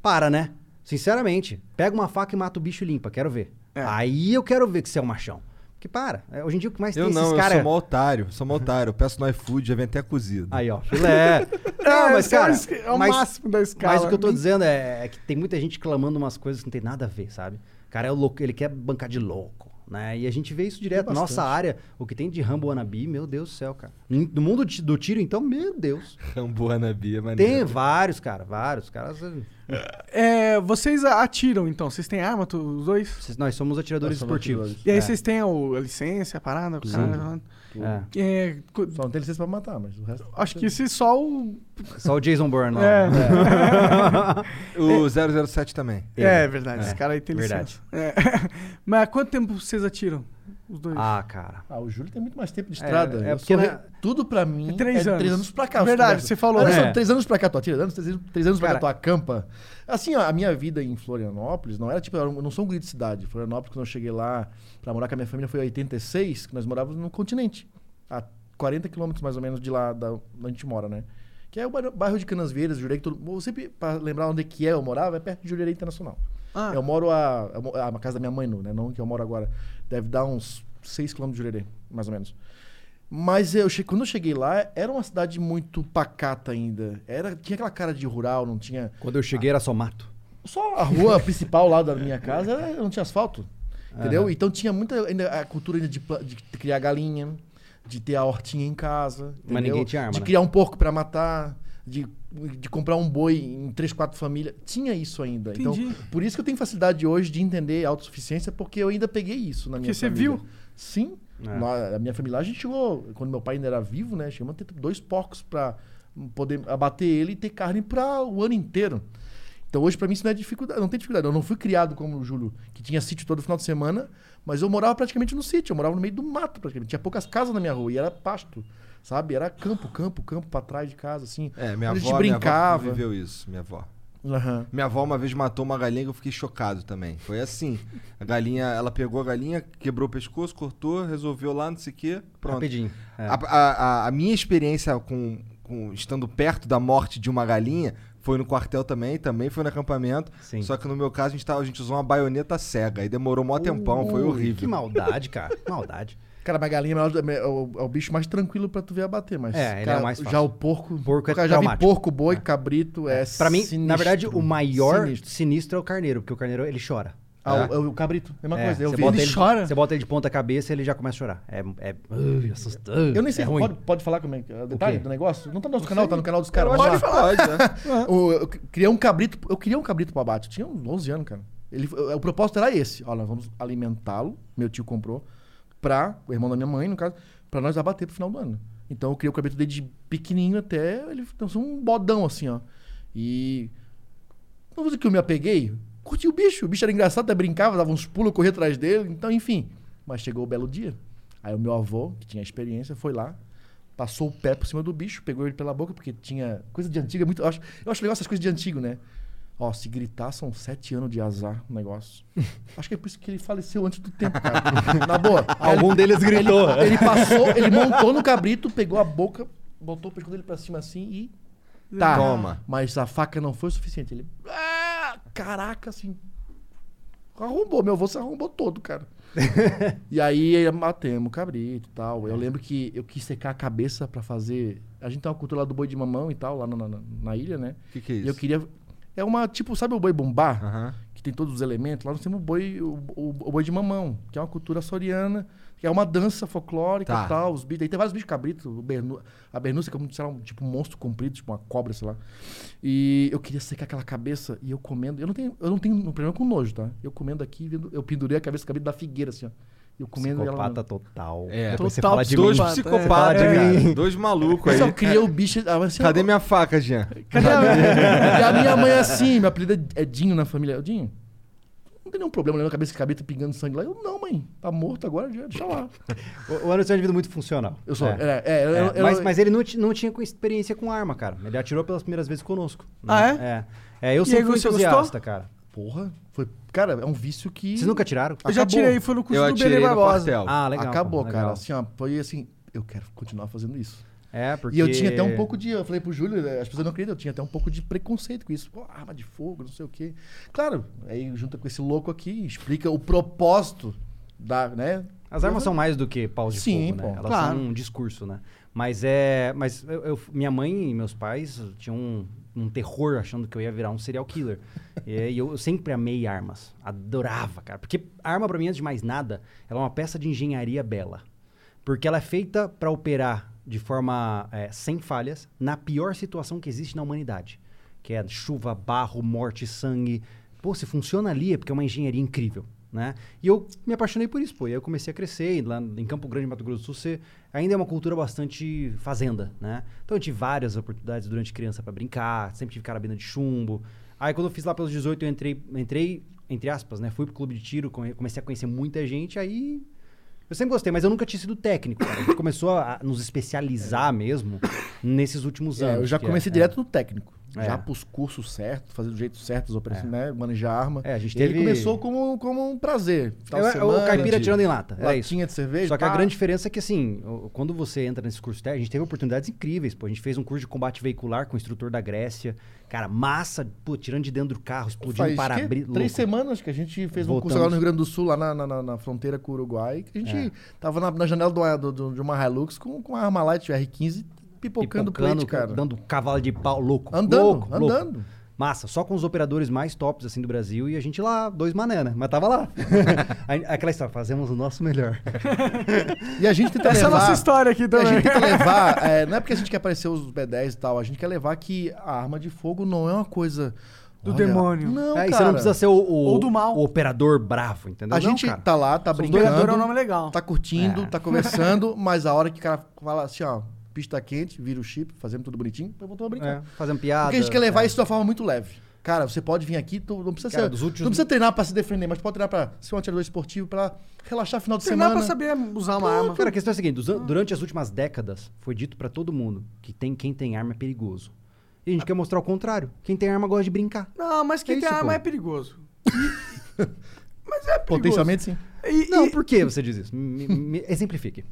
Para, né? Sinceramente, pega uma faca e mata o bicho e limpa, quero ver. É. Aí eu quero ver que você é um machão. Porque para, é, hoje em dia o que mais Eu tem não, esses é- eu caras. sou mó otário. Sou mó otário. Eu peço no iFood, já vem até cozido. Aí, (laughs) ó, filé. não, É, mas esse é o cara, esque- é o mas- máximo da escala. Mas o que eu tô dizendo é, é que tem muita gente clamando umas coisas que não tem nada a ver, sabe? O cara é louco, ele quer bancar de louco, né? E a gente vê isso direto. Nossa área, o que tem de Rambo Wannabe, meu Deus do céu, cara. No mundo ti- do tiro, então, meu Deus. Rambuana Bia, Tem é maneiro. vários, cara, vários. Caras, eh, É, vocês a- atiram, então. Vocês têm arma, to- os dois? vocês- nós somos atiradores Nós somos esportivos. atiradores. E aí vocês têm o- a licença, a parada, o caralho. É. É, co- Só não tem licença pra matar, mas o resto. acho que se só o. Só o Jason Bourne lá. É. O 007 também. É, verdade, esse cara aí tem Verdade. licença. É. (laughs) Mas há quanto tempo vocês atiram? Os dois? Ah, cara. Ah, o Júlio tem muito mais tempo de estrada. é Eu porque sou na- re- Tudo pra mim. É três anos. Três anos pra cá. Verdade, conversa. você falou, Olha né? só, É. três anos pra cá tu atira, anos, três, anos- três anos pra Cara- cá tu acampa. Assim, ó, a minha vida em Florianópolis não era tipo, eu não sou um guri de cidade. Florianópolis, quando eu cheguei lá pra morar com a minha família, foi em 86, que nós morávamos no continente. A 40 quilômetros mais ou menos de lá da, onde a gente mora, né? Que é o bairro- bairro de Canasvieiras, Jurei, que todo, eu sempre, pra lembrar onde é que é eu morava, é perto de Jurerê Internacional. Ah. Eu moro a, eu mo- a casa da minha mãe, né? Não que eu moro agora. Deve dar uns 6 quilômetros de Jurerê, mais ou menos. Mas eu che- quando eu cheguei lá, era uma cidade muito pacata ainda. Era, tinha aquela cara de rural, não tinha. Quando eu cheguei era só mato. Só a rua (laughs) principal lá da minha casa era- não tinha asfalto. Entendeu? Então tinha muita ainda a cultura ainda de, pla- de criar galinha, de ter a hortinha em casa. Mas entendeu? ninguém tinha arma, De né? criar um porco pra matar, de, de comprar um boi em três, quatro famílias. Tinha isso ainda. Entendi. Então, por isso que eu tenho facilidade hoje de entender a autossuficiência, porque eu ainda peguei isso na minha você família. viu? Sim. É. Na- a minha família, lá, a gente chegou, quando meu pai ainda era vivo, né? Chegamos a ter dois porcos pra poder abater ele e ter carne pra o ano inteiro. Então hoje pra mim isso não é dificuldade, não tem dificuldade. Eu não fui criado como o Júlio, que tinha sítio todo final de semana, mas eu morava praticamente no sítio, eu morava no meio do mato praticamente. Tinha poucas casas na minha rua e era pasto, sabe? Era campo, campo, campo pra trás de casa, assim. É, minha a gente avó, brincava. minha avó viveu isso, minha avó. Aham. Minha avó uma vez matou uma galinha que eu fiquei chocado também. Foi assim. A galinha, ela pegou a galinha, quebrou o pescoço, cortou, resolveu lá, não sei o quê. Pronto. Rapidinho. É. A, a- a- a minha experiência com, com- estando perto da morte de uma galinha foi no quartel também, também foi no acampamento. Sim. Só que no meu caso a gente, tava- a gente usou uma baioneta cega. Aí demorou mó tempão, foi Ui, horrível. Que maldade, cara. Maldade. Cara, mas galinha é, o melhor- é o, é o bicho mais tranquilo pra tu ver abater, mas É, ele é cara, o mais já fácil. o porco, Porco é cara, já vi traumático. porco, boi, cabrito, é, Pra mim, na sinistro. verdade, o maior Sinistro. sinistro. é o carneiro, porque o carneiro ele chora. Ah, o- é o, cabrito, mesma É, coisa. Eu você vi. bota Ele ele, chora. Você bota ele de ponta cabeça e ele já começa a chorar. É, é ui, assustante. Eu nem sei, é ruim. (laughs) pode, pode falar como é que é o detalhe quê? do negócio? Não tá no nosso canal, tá no canal dos caras. Eu vamos acho lá. que pode, né? O- eu queria um cabrito, eu queria um cabrito pro abate. Eu tinha uns 11 anos, cara. Ele, o propósito era esse. Olha, vamos alimentá-lo. Meu tio comprou pra o irmão da minha mãe, no caso, pra nós abater pro final do ano. Então eu criei o cabrito desde pequenininho até ele transou um bodão assim, ó. E não vou dizer que eu me apeguei, curti o bicho. O bicho era engraçado, até brincava, dava uns pulos, corria atrás dele, então enfim. Mas chegou o belo dia. Aí o meu avô, que tinha experiência, foi lá, passou o pé por cima do bicho, pegou ele pela boca, porque tinha coisa de antiga, muito. Eu acho, eu acho legal essas coisas de antigo, né? Ó, se gritar, são sete anos de azar o negócio. Acho que é por isso que ele faleceu antes do tempo, cara. Na boa. Algum deles gritou. Ele, ele passou, ele montou no cabrito, pegou a boca, botou o pescoço dele pra cima assim e Tá. Toma. Mas a faca não foi o suficiente. Ele. Ah, caraca, assim. Arrombou, meu avô se arrombou todo, cara. e aí matemos o cabrito e tal. Eu lembro que eu quis secar a cabeça pra fazer. A gente tem uma cultura lá do boi de mamão e tal, lá na, na- na ilha, né? O (laughs) que, que é E isso? eu queria. É uma, tipo, sabe o boi bombar? Aham. que tem todos os elementos, lá nós temos o boi, o, o- o boi de mamão, que é uma cultura açoriana, que é uma dança folclórica Tá. e tal, os bichos. Aí tem vários bichos cabritos, o bernu- a bernúcia, que é um, sei lá, um, tipo um monstro comprido, tipo uma cobra, sei lá. E eu queria secar aquela cabeça e eu comendo. Eu não tenho, eu não tenho um problema com nojo, tá? Eu comendo aqui, vendo- eu pendurei a cabeça do cabrito da figueira, assim, ó. Eu comendo e ela. tá Psicopata não. total. É. Depois você Total fala de Dois mim. psicopata, psicopatas, é. cara. De mim. Dois malucos Eu só aí. criei o bicho. ah, mas, assim, Cadê eu- minha faca, Jean? Cadê a- E a minha mãe é assim, meu apelido é é Dinho na família. Eu, Dinho, não tem nenhum problema olhando a cabeça de cabrito pingando sangue lá. Eu, não, mãe, tá morto agora, já, deixa lá. O, o Anderson é um indivíduo muito funcional. Eu sou. É. É, é, eu- É, eu- mas, mas ele não, ti- não tinha com experiência com arma, cara. Ele atirou pelas primeiras vezes conosco. Ah, é? É. eu E sempre aí, fui você entusiasta, gostou? cara. Porra, foi. Cara, é um vício que. Vocês nunca atiraram? Eu já Acabou. tirei, foi no curso Eu do Belém atirei no Barbosa. quartel. Ah, legal. Acabou, pô, cara. legal. Assim, ó, foi assim, eu quero continuar fazendo isso. É, porque... E eu tinha até um pouco de. Eu falei pro Júlio, né, as pessoas não acreditam, eu tinha até um pouco de preconceito com isso. Pô, arma de fogo, não sei o quê. Claro, aí junta com esse louco aqui, explica o propósito da. né? As armas são mais do que paus de Sim, fogo, pô, né? Elas claro. são um discurso, né? Mas é... Mas eu, eu- minha mãe e meus pais tinham um, um terror achando que eu ia virar um serial (laughs) killer. e aí eu, eu sempre amei armas. Adorava, cara. Porque arma, pra mim, antes de mais nada, ela é uma peça de engenharia bela. Porque ela é feita pra operar de forma é, sem falhas na pior situação que existe na humanidade. Que é chuva, barro, morte, sangue. Pô, se funciona ali é porque é uma engenharia incrível, né? E eu me apaixonei por isso, pô. E aí eu comecei a crescer e lá em Campo Grande, Mato Grosso do Sul, você ainda é uma cultura bastante fazenda, né? Então eu tive várias oportunidades durante criança pra brincar, sempre tive carabina de chumbo. Aí quando eu fiz lá pelos 18, eu entrei, entrei entre aspas, né? Fui pro clube de tiro, come- comecei a conhecer muita gente, aí eu sempre gostei, mas eu nunca tinha sido técnico. Cara. A gente começou a nos especializar mesmo nesses últimos É, anos. eu já que comecei é- direto no técnico. É. já para os cursos certos, fazer do jeito certo as operações, né? Manejar arma. É, a gente E ele teve- começou como, como um prazer. Final É, de é o semana, caipira de tirando em lata. É isso. latinha de cerveja. Só que a pá. grande diferença é que, assim, o- quando você entra nesse curso técnico, a gente teve oportunidades incríveis, pô. A gente fez um curso de combate veicular com o instrutor da Grécia. Cara, massa, pô, tirando de dentro do carro, explodindo Faz quê? para-brisa. Três semanas que a gente fez um Voltamos. curso lá no Rio Grande do Sul, lá na, na- na- na fronteira com o Uruguai, que a gente É. tava na, na janela de uma, do- do- de uma Hilux com, com uma arma light R15 pipocando, o plate, cara. Dando cavalo de pau, louco. Andando, louco, louco. andando. Massa, só com os operadores mais tops assim do Brasil e a gente lá, dois mané, né? Mas tava (laughs) lá. Aí, Aquela história, fazemos o nosso melhor. E a gente tenta Essa é a levar- nossa história aqui (laughs) A também. gente tá tenta levar, é, não é porque a gente quer aparecer os B10 e tal, a gente quer levar que a arma de fogo não é uma coisa Do demônio. Não, Aí cara. É, você não precisa ser o, o- Ou do mal. o operador bravo, entendeu? A Não, gente cara. tá lá, tá Doiador brincando, é um nome legal. tá curtindo, tá conversando, mas a hora que o cara fala assim, ó, pista quente, vira o chip, fazemos tudo bonitinho, eu voltou a brincar. É, fazendo piada. É. Porque a gente quer levar isso de uma forma muito leve. Cara, você pode vir aqui, tu não precisa Cara, ser- dos últimos- não precisa treinar pra se defender, mas pode treinar pra ser um atirador esportivo, pra relaxar final de Treinar semana. pra saber usar uma arma. Cara, a questão é a seguinte: duza- durante as últimas décadas, foi dito pra todo mundo que tem, quem tem arma é perigoso. E a gente quer mostrar o contrário. Quem tem arma gosta de brincar. Não, mas quem É tem isso, arma pô. é perigoso. mas é perigoso. Potencialmente sim. E, Não, e- por que você diz isso? Me, me- (laughs) exemplifique.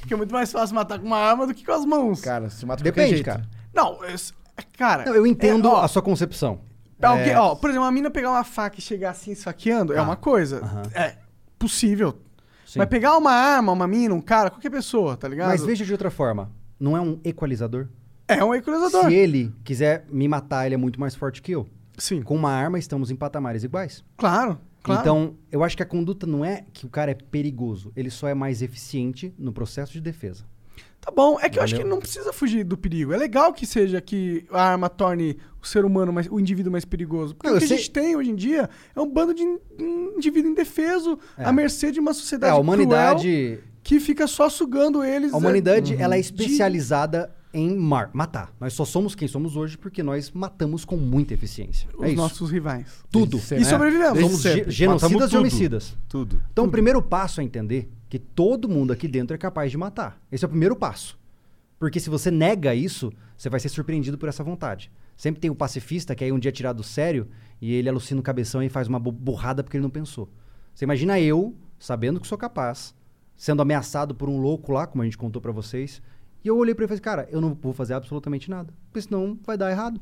Porque é muito mais fácil matar com uma arma do que com as mãos. Cara, se mata de qualquer Depende, jeito. cara. Não, es- cara. Não, eu entendo é, ó, a sua concepção. pra alguém- É, ó, por exemplo, uma mina pegar uma faca e chegar assim saqueando é uma coisa. É possível. sim. Mas pegar uma arma, uma mina, um cara, qualquer pessoa, tá ligado? Mas veja de outra forma. Não é um equalizador? É um equalizador. Se ele quiser me matar, ele é muito mais forte que eu. Sim. Com uma arma, estamos em patamares iguais. Claro, claro. Então, eu acho que a conduta não é que o cara é perigoso. Ele só é mais eficiente no processo de defesa. Tá bom. É que eu acho que Valeu. não precisa fugir do perigo. É legal que seja que a arma torne o ser humano, mais, o indivíduo mais perigoso. Porque Não, o eu que sei- a gente tem hoje em dia é um bando de in- um indivíduo indefeso à mercê de uma É, sociedade a humanidade... cruel que fica só sugando eles. A humanidade, ela é especializada em mar, matar. Nós só somos quem somos hoje porque nós matamos com muita eficiência. de- É eh, os isso. nossos rivais. Tudo. Desde E sempre. sobrevivemos. Desde Somos sempre. ge- genocidas Matamos e tudo. homicidas. Tudo. Então, o primeiro passo é entender que todo mundo aqui dentro é capaz de matar. Esse é o primeiro passo. Porque se você nega isso, você vai ser surpreendido por essa vontade. Sempre tem o pacifista que aí um dia é tirado sério e ele alucina o cabeção e faz uma bu- burrada porque ele não pensou. Você imagina eu, sabendo que sou capaz, sendo ameaçado por um louco lá, como a gente contou pra vocês, e eu olhei pra ele e falei, cara, eu não vou fazer absolutamente nada, porque senão vai dar errado.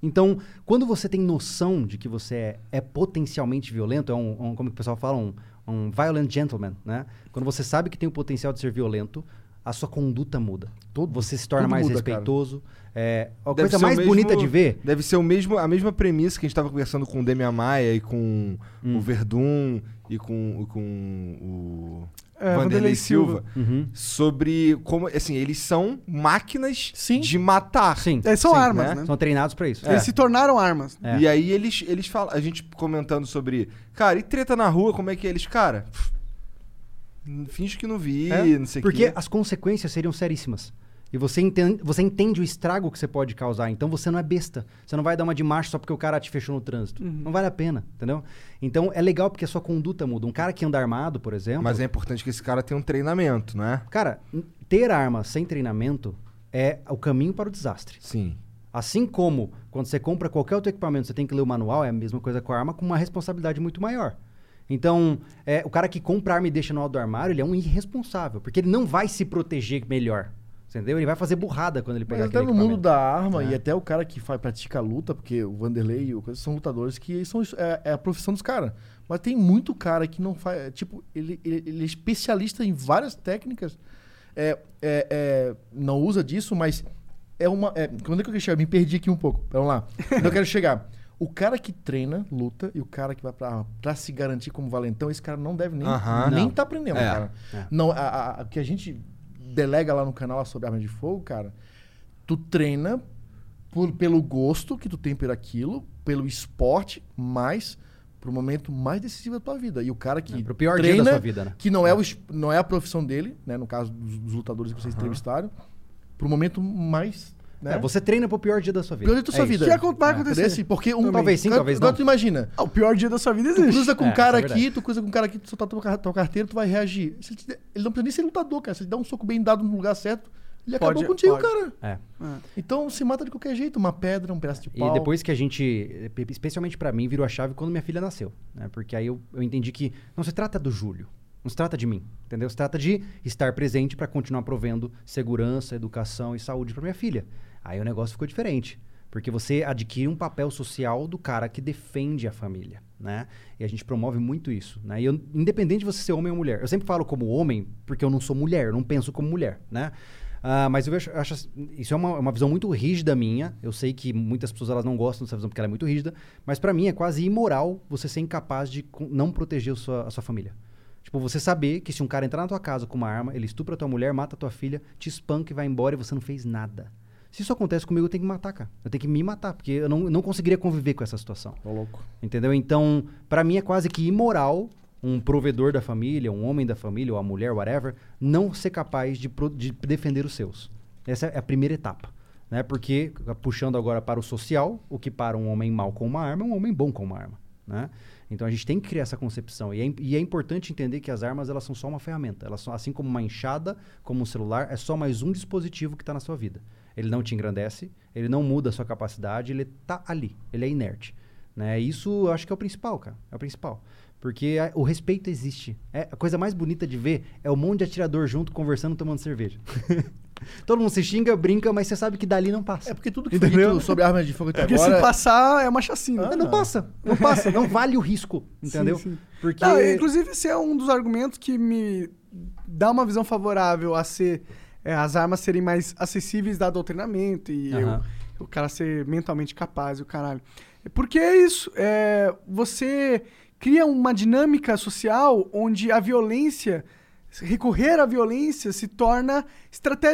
Então, quando você tem noção de que você é, é potencialmente violento, é um, um- como que o pessoal fala, um, um violent gentleman, né? Quando você sabe que tem o potencial de ser violento, a sua conduta muda. você se torna tudo mais muda, cara. respeitoso. É, a Deve coisa ser o mais mesmo- bonita de ver Deve ser o mesmo, a mesma premissa que a gente tava conversando com o Demian Maia e com o Verdun e com, e com o É, Vanderlei Vanderlei Silva. Silva. Sobre como, assim, eles são máquinas Sim. de matar. Sim. Eles são Sim, armas, né? né? São treinados pra isso. Eles se tornaram armas. É. E aí eles, eles falam, a gente comentando sobre, cara, e treta na rua, como é que é? eles, cara, pff, finge que não vi, É, não sei o Porque quê. as consequências seriam seríssimas. E você entende, você entende o estrago que você pode causar. Então você não é besta. Você não vai dar uma de marcha só porque o cara te fechou no trânsito. Não vale a pena, entendeu? Então é legal porque a sua conduta muda. Um cara que anda armado, por exemplo. Mas é importante que esse cara tenha um treinamento, né? Cara, n- ter arma sem treinamento é o caminho para o desastre. Sim. Assim como quando você compra qualquer outro equipamento, você tem que ler o manual, é a mesma coisa com a arma, com uma responsabilidade muito maior. Então, é, o cara que compra arma e deixa no alto do armário, ele é um irresponsável, porque ele não vai se proteger melhor. Entendeu? Ele vai fazer burrada quando ele Mas pegar até aquele no mundo equipamento. É. da arma e até o cara que faz, pratica a luta, porque o Vanderlei e o coisa são lutadores que eles são, é, é a profissão dos caras. Mas tem muito cara que não faz. é, Tipo, ele, ele, ele é especialista em várias técnicas. É, é, é, não usa disso, mas é uma. É, quando é que eu quero chegar? Me perdi aqui um pouco. Vamos lá. Onde eu quero chegar? O cara que treina, luta, e o cara que vai pra arma pra se garantir como valentão, esse cara não deve nem, Aham. nem Não. tá aprendendo, É. cara. Não, a, a- a- o que a gente delega lá no canal sobre arma de fogo, cara, tu treina por- pelo gosto que tu tem por aquilo, pelo esporte, mas pro momento mais decisivo da tua vida. E o cara que É, pro pior dia treina, da sua vida, né? que não é, o, es- não é a profissão dele, né? No caso dos, dos lutadores que vocês entrevistaram, pro momento mais... Né? É, você treina pro pior dia da sua vida. Pior dia da sua É vida. O que acon- vai É. acontecer? Desse, porque um... Também. Talvez sim, Agora- talvez agora não. tu imagina. Ah, o pior dia da sua vida Tu existe. cruza com É, um cara isso é verdade. aqui, tu cruza com um cara aqui, tu solta tua, tua carteira, tu vai reagir. Se ele, te der- ele não precisa nem ser lutador, cara. Se ele dá um soco bem dado no lugar certo, Ele acabou Pode- contigo, pode. cara. É. Então se mata de qualquer jeito, uma pedra, um pedaço de E pau. depois que a gente, eh, especialmente pra mim, virou a chave quando minha filha nasceu, né? Porque aí eu, eu entendi que não se trata do Júlio, não se trata de mim, entendeu? Se trata de estar presente pra continuar provendo segurança, educação e saúde pra minha filha. Aí o negócio ficou diferente, porque você adquire um papel social do cara que defende a família, né? E a gente promove muito isso, né? E eu, independente de você ser homem ou mulher, eu sempre falo como homem porque eu não sou mulher, eu não penso como mulher, né? Ah, mas eu vejo- acho assim, isso é uma, é uma visão muito rígida minha. Eu sei que muitas pessoas elas não gostam dessa visão porque ela é muito rígida, mas pra mim é quase imoral você ser incapaz de co- não proteger o sua- a sua família. Tipo, você saber que se um cara entrar na tua casa com uma arma, ele estupra tua mulher, mata tua filha, te espanca e vai embora e você não fez nada. Se isso acontece comigo, eu tenho que matar, cara. Eu tenho que me matar, porque eu não, eu não conseguiria conviver com essa situação. Ô, louco. Entendeu? Então, pra mim é quase que imoral um provedor da família, um homem da família, ou a mulher, whatever, não ser capaz de, pro- de defender os seus. Essa é a primeira etapa. Né? Porque, puxando agora para o social, o que para um homem mau com uma arma é um homem bom com uma arma. Né? Então a gente tem que criar essa concepção. E é, im- e é importante entender que as armas elas são só uma ferramenta. Elas são, assim como uma enxada, como um celular, é só mais um dispositivo que está na sua vida. Ele não te engrandece, ele não muda a sua capacidade, ele está ali, ele é inerte. Né? Isso eu acho que é o principal, cara. É o principal. Porque a- o respeito existe. É, a coisa mais bonita de ver é um monte de atirador junto, conversando, tomando cerveja. (laughs) Todo mundo se xinga, brinca, mas você sabe que dali não passa. É porque tudo que foi Entendeu? É dito sobre armas de fogo até Porque se agora. passar, é uma chacina. Ah, Não passa, não passa, não vale o risco, entendeu? sim. Porque Não, inclusive, esse é um dos argumentos que me dá uma visão favorável a ser é, as armas serem mais acessíveis dado ao treinamento e Aham. eu- o cara ser mentalmente capaz e o caralho. Porque é isso. é, você cria uma dinâmica social onde a violência, recorrer à violência, se torna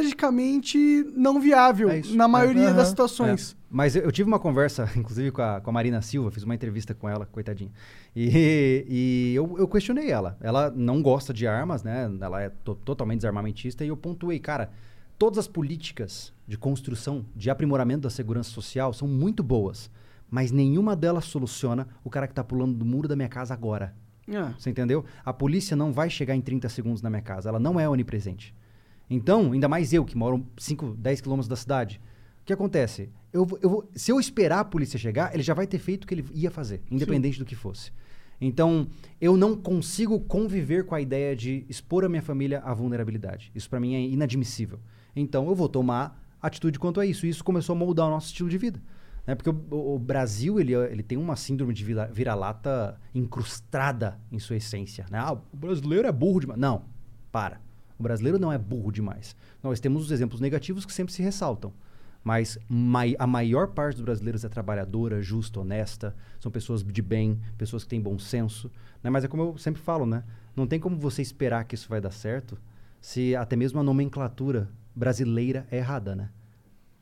estrategicamente não viável É isso. na maioria Aham. das situações. É. Mas eu, eu tive uma conversa, (laughs) inclusive, com a, com a Marina Silva, fiz uma entrevista com ela, coitadinha. E, (laughs) e eu, eu questionei ela. Ela não gosta de armas, né? Ela é to- totalmente desarmamentista. E eu pontuei, cara, todas as políticas de construção, de aprimoramento da segurança social são muito boas. Mas nenhuma delas soluciona o cara que tá pulando do muro da minha casa agora. Ah, Você entendeu? A polícia não vai chegar em 30 segundos na minha casa. Ela não é onipresente. Então, ainda mais eu, que moro 5, 10 quilômetros da cidade. O que acontece? Eu, vou- eu vou- se eu esperar a polícia chegar, ele já vai ter feito o que ele ia fazer, independente do que fosse. Então, eu não consigo conviver com a ideia de expor a minha família à vulnerabilidade. Isso pra mim é inadmissível. Então, eu vou tomar atitude quanto a isso. E isso começou a moldar o nosso estilo de vida. Né? Porque o, o- o Brasil ele, ele tem uma síndrome de vira- vira-lata incrustada em sua essência. Né? Ah, o brasileiro é burro demais. Não, para. O brasileiro não é burro demais. Nós temos os exemplos negativos que sempre se ressaltam. Mas mai- a maior parte dos brasileiros é trabalhadora, justa, honesta, são pessoas de bem, pessoas que têm bom senso. Né? Mas é como eu sempre falo, né? Não tem como você esperar que isso vai dar certo se até mesmo a nomenclatura brasileira é errada, né?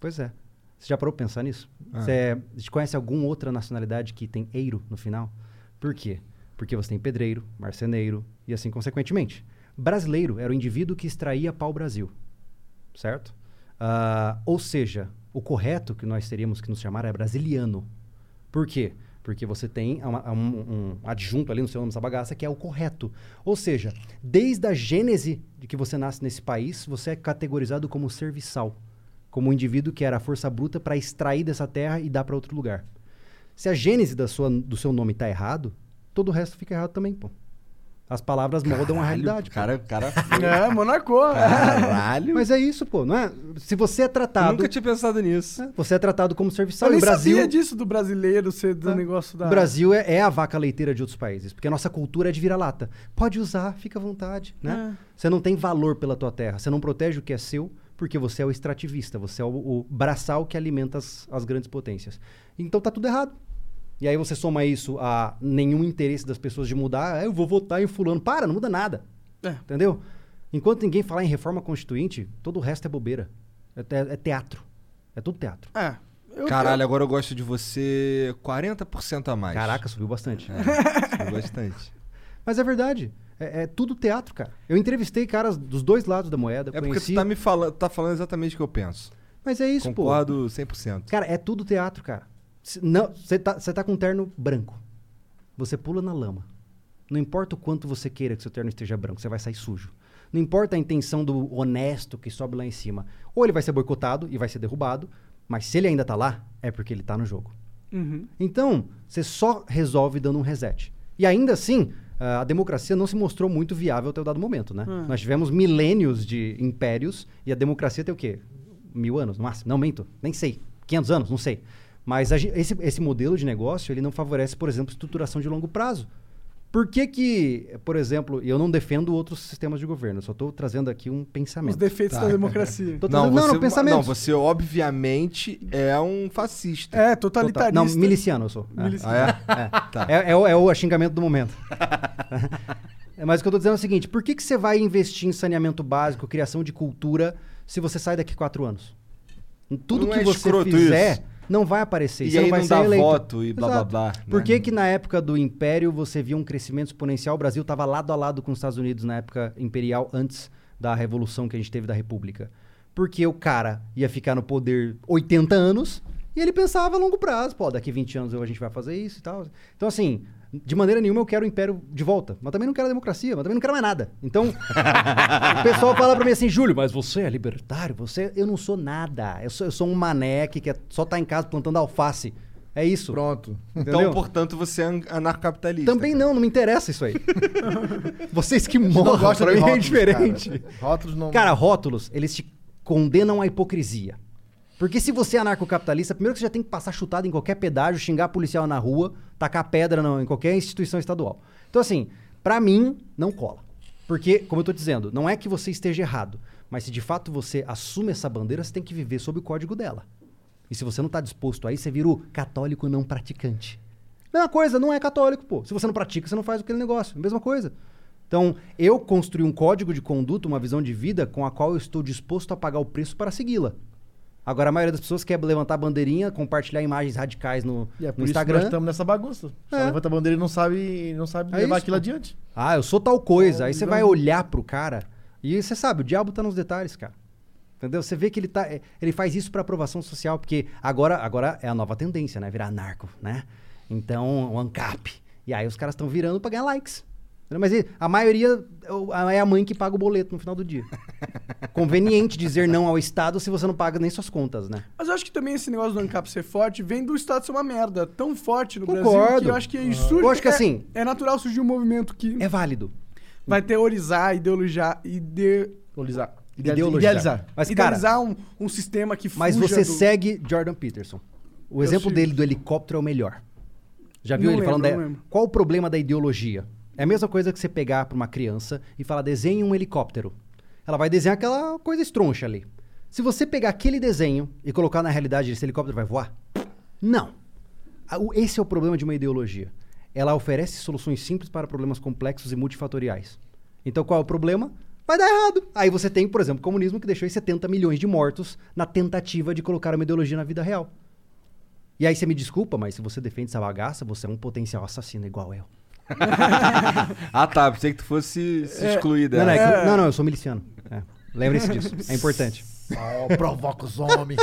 Pois é. Você já parou pra pensar nisso? Você é, você conhece alguma outra nacionalidade que tem eiro no final? Por quê? Porque você tem pedreiro, marceneiro e assim consequentemente. Brasileiro era o indivíduo que extraía pau-brasil, certo? Ah, ou seja, o correto que nós teríamos que nos chamar é brasiliano. Por quê? Porque você tem uma- um, um adjunto ali no seu nome dessa bagaça que é o correto. Ou seja, desde a gênese de que você nasce nesse país, você é categorizado como serviçal como um indivíduo que era a força bruta para extrair dessa terra e dar para outro lugar. tá Se a gênese da sua, do seu nome está errado, todo o resto fica errado também, pô. As palavras moldam a realidade. O cara, o (laughs) cara. É, monarcou. Caralho. Mas é isso, pô, não é? Se você é tratado. Nunca tinha pensado nisso. Você é tratado como serviçal. Eu E o nem Brasil. sabia disso do brasileiro ser do negócio da... O Brasil é, é a vaca leiteira de outros países, porque a nossa cultura é de vira-lata. Pode usar, fica à vontade, né? Você não tem valor pela tua terra, você não protege o que é seu, porque você é o extrativista, você é o, o braçal que alimenta as, as grandes potências. Então tá tudo errado. E aí você soma isso a nenhum interesse das pessoas de mudar, "Ah, eu vou votar em fulano. Para, não muda nada. Entendeu? Enquanto ninguém falar em reforma constituinte, todo o resto é bobeira. É te- é teatro. É tudo teatro. É. Eu- Caralho, agora eu gosto de você 40% a mais. Caraca, subiu bastante. Gostei (laughs) bastante. Mas é verdade. É, é tudo teatro, cara. Eu entrevistei caras dos dois lados da moeda, É porque conheci. tu tá me falando, tá falando exatamente o que eu penso. Mas é isso, pô. Concordo 100%. Cara, é tudo teatro, cara. Se- não, Você tá, você tá com um terno branco. Você pula na lama. Não importa o quanto você queira que seu terno esteja branco, você vai sair sujo. Não importa a intenção do honesto que sobe lá em cima. Ou ele vai ser boicotado e vai ser derrubado, mas se ele ainda tá lá, é porque ele tá no jogo. Uhum. Então, você só resolve dando um reset. E ainda assim, ah, a democracia não se mostrou muito viável até o dado momento, né? Ah. Nós tivemos milênios de impérios e a democracia tem o quê? Mil anos, no máximo. Não, minto. Nem sei. 500 anos, não sei. Mas a gen- esse, esse modelo de negócio, ele não favorece, por exemplo, estruturação de longo prazo. Por que que, por exemplo, e eu não defendo outros sistemas de governo, eu só estou trazendo aqui um Os pensamento. defeitos da (laughs) democracia. Tô Tá. Não, trazendo- você, pensamento. não, você obviamente é um fascista. É, Total- totalitarista. Não, miliciano eu sou. É. Milici- Ah, é? (laughs) É, é o, é o xingamento do momento. (laughs) É, Mas o que eu tô dizendo é o seguinte: por que, que você vai investir em saneamento básico, criação de cultura, se você sai daqui quatro anos? Tudo Não que é você escroto fizer isso? não vai aparecer. E você aí vai não ser dá eleito. voto e blá, blá, Exato. blá, né? Por que, que na época do Império você via um crescimento exponencial? O Brasil estava lado a lado com os Estados Unidos na época imperial, antes da revolução que a gente teve da República. Porque o cara ia ficar no poder 80 anos e ele pensava a longo prazo. Pô, daqui 20 anos a gente vai fazer isso e tal. Então, assim, de maneira nenhuma eu quero o Império de volta. Mas também não quero a democracia, mas também não quero mais nada. Então, o pessoal fala pra mim assim, Júlio, mas você é libertário, você... Eu não sou nada. Eu sou, eu sou um mané que quer só tá em casa plantando alface. É isso. Pronto. entendeu? Então, portanto, você é an- anarcocapitalista. Também não, não me interessa (laughs) isso aí. Vocês que então? Não morram, gosta pra de mim é rótulos, diferente. Cara. Rótulos não. Cara, rótulos, eles te condenam à hipocrisia. Porque se você é anarcocapitalista, primeiro que você já tem que passar chutado em qualquer pedágio, xingar policial na rua, tacar pedra na- em qualquer instituição estadual. Então, assim, pra mim, não cola. Porque, como eu tô dizendo, não é que você esteja errado, mas se de fato você assume essa bandeira, você tem que viver sob o código dela. E se você não tá disposto aí, você vira o católico não praticante. Mesma coisa, não é católico, pô. Se você não pratica, você não faz aquele negócio. Mesma coisa. Então, eu construí um código de conduta, uma visão de vida com a qual eu estou disposto a pagar o preço para segui-la. Agora, a maioria das pessoas quer levantar a bandeirinha, compartilhar imagens radicais no, E é por no isso que nós Instagram. estamos nessa bagunça. Só É. levanta a bandeira e não sabe, não sabe É isso, levar aquilo pô. adiante. Ah, eu sou tal coisa. Aí você vai olhar pro cara e você sabe, o diabo tá nos detalhes, cara. Entendeu? Você vê que ele tá. é, Ele faz isso pra aprovação social, porque agora, agora é a nova tendência, né? Virar anarco, né? Então, o ANCAP. E aí os caras estão virando pra ganhar likes. Entendeu? Mas e- a maioria é o- é a mãe que paga o boleto no final (laughs) do dia. Conveniente dizer não ao Estado se você não paga nem suas contas, né? Mas eu acho que também esse negócio do ANCAP ser forte vem do Estado ser uma merda. Tão forte no Brasil Concordo. que eu acho que isso surge... Eu acho que é, assim- É natural surgir um movimento que É válido. vai teorizar, ideologia... Ide... Idealizar. Ideologizar. Idealizar. Mas, cara, idealizar um, um sistema que Mas fuja você do... segue Jordan Peterson. O exemplo sigo. dele do helicóptero é o melhor. Já viu Não ele lembro, falando da- não lembro. qual o problema da ideologia? É a mesma coisa que você pegar pra uma criança e falar desenhe um helicóptero. Ela vai desenhar aquela coisa estroncha ali. Se você pegar aquele desenho e colocar na realidade esse helicóptero vai voar? Não. A- o- Esse é o problema de uma ideologia. Ela oferece soluções simples para problemas complexos e multifatoriais. Então qual é o problema? Vai dar errado. Aí você tem, por exemplo, o comunismo que deixou aí 70 milhões de mortos na tentativa de colocar uma ideologia na vida real. E aí você me desculpa, mas se você defende essa bagaça, você é um potencial assassino igual eu. Ah, tá. Pensei que tu fosse se excluir Não, dela. não, é que- não, não, eu sou miliciano. É. Lembrem-se disso, é importante. Oh, provoca os homens.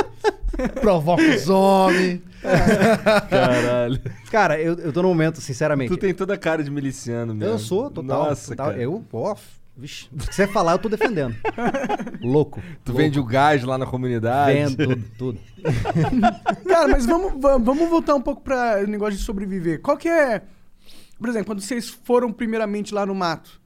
provoca os homens. Caralho. Cara, eu, eu tô num momento, sinceramente. tu tem toda a cara de miliciano mesmo. Eu sou total. Nossa, total. cara. Eu, ó, vixe, o que você falar, eu tô defendendo. (laughs) louco. Tu louco. vende o gás lá na comunidade. Vendo tudo, tudo. Cara, mas vamos, va- vamos voltar um pouco para o negócio de sobreviver. Qual que é Por exemplo, quando vocês foram primeiramente lá no mato,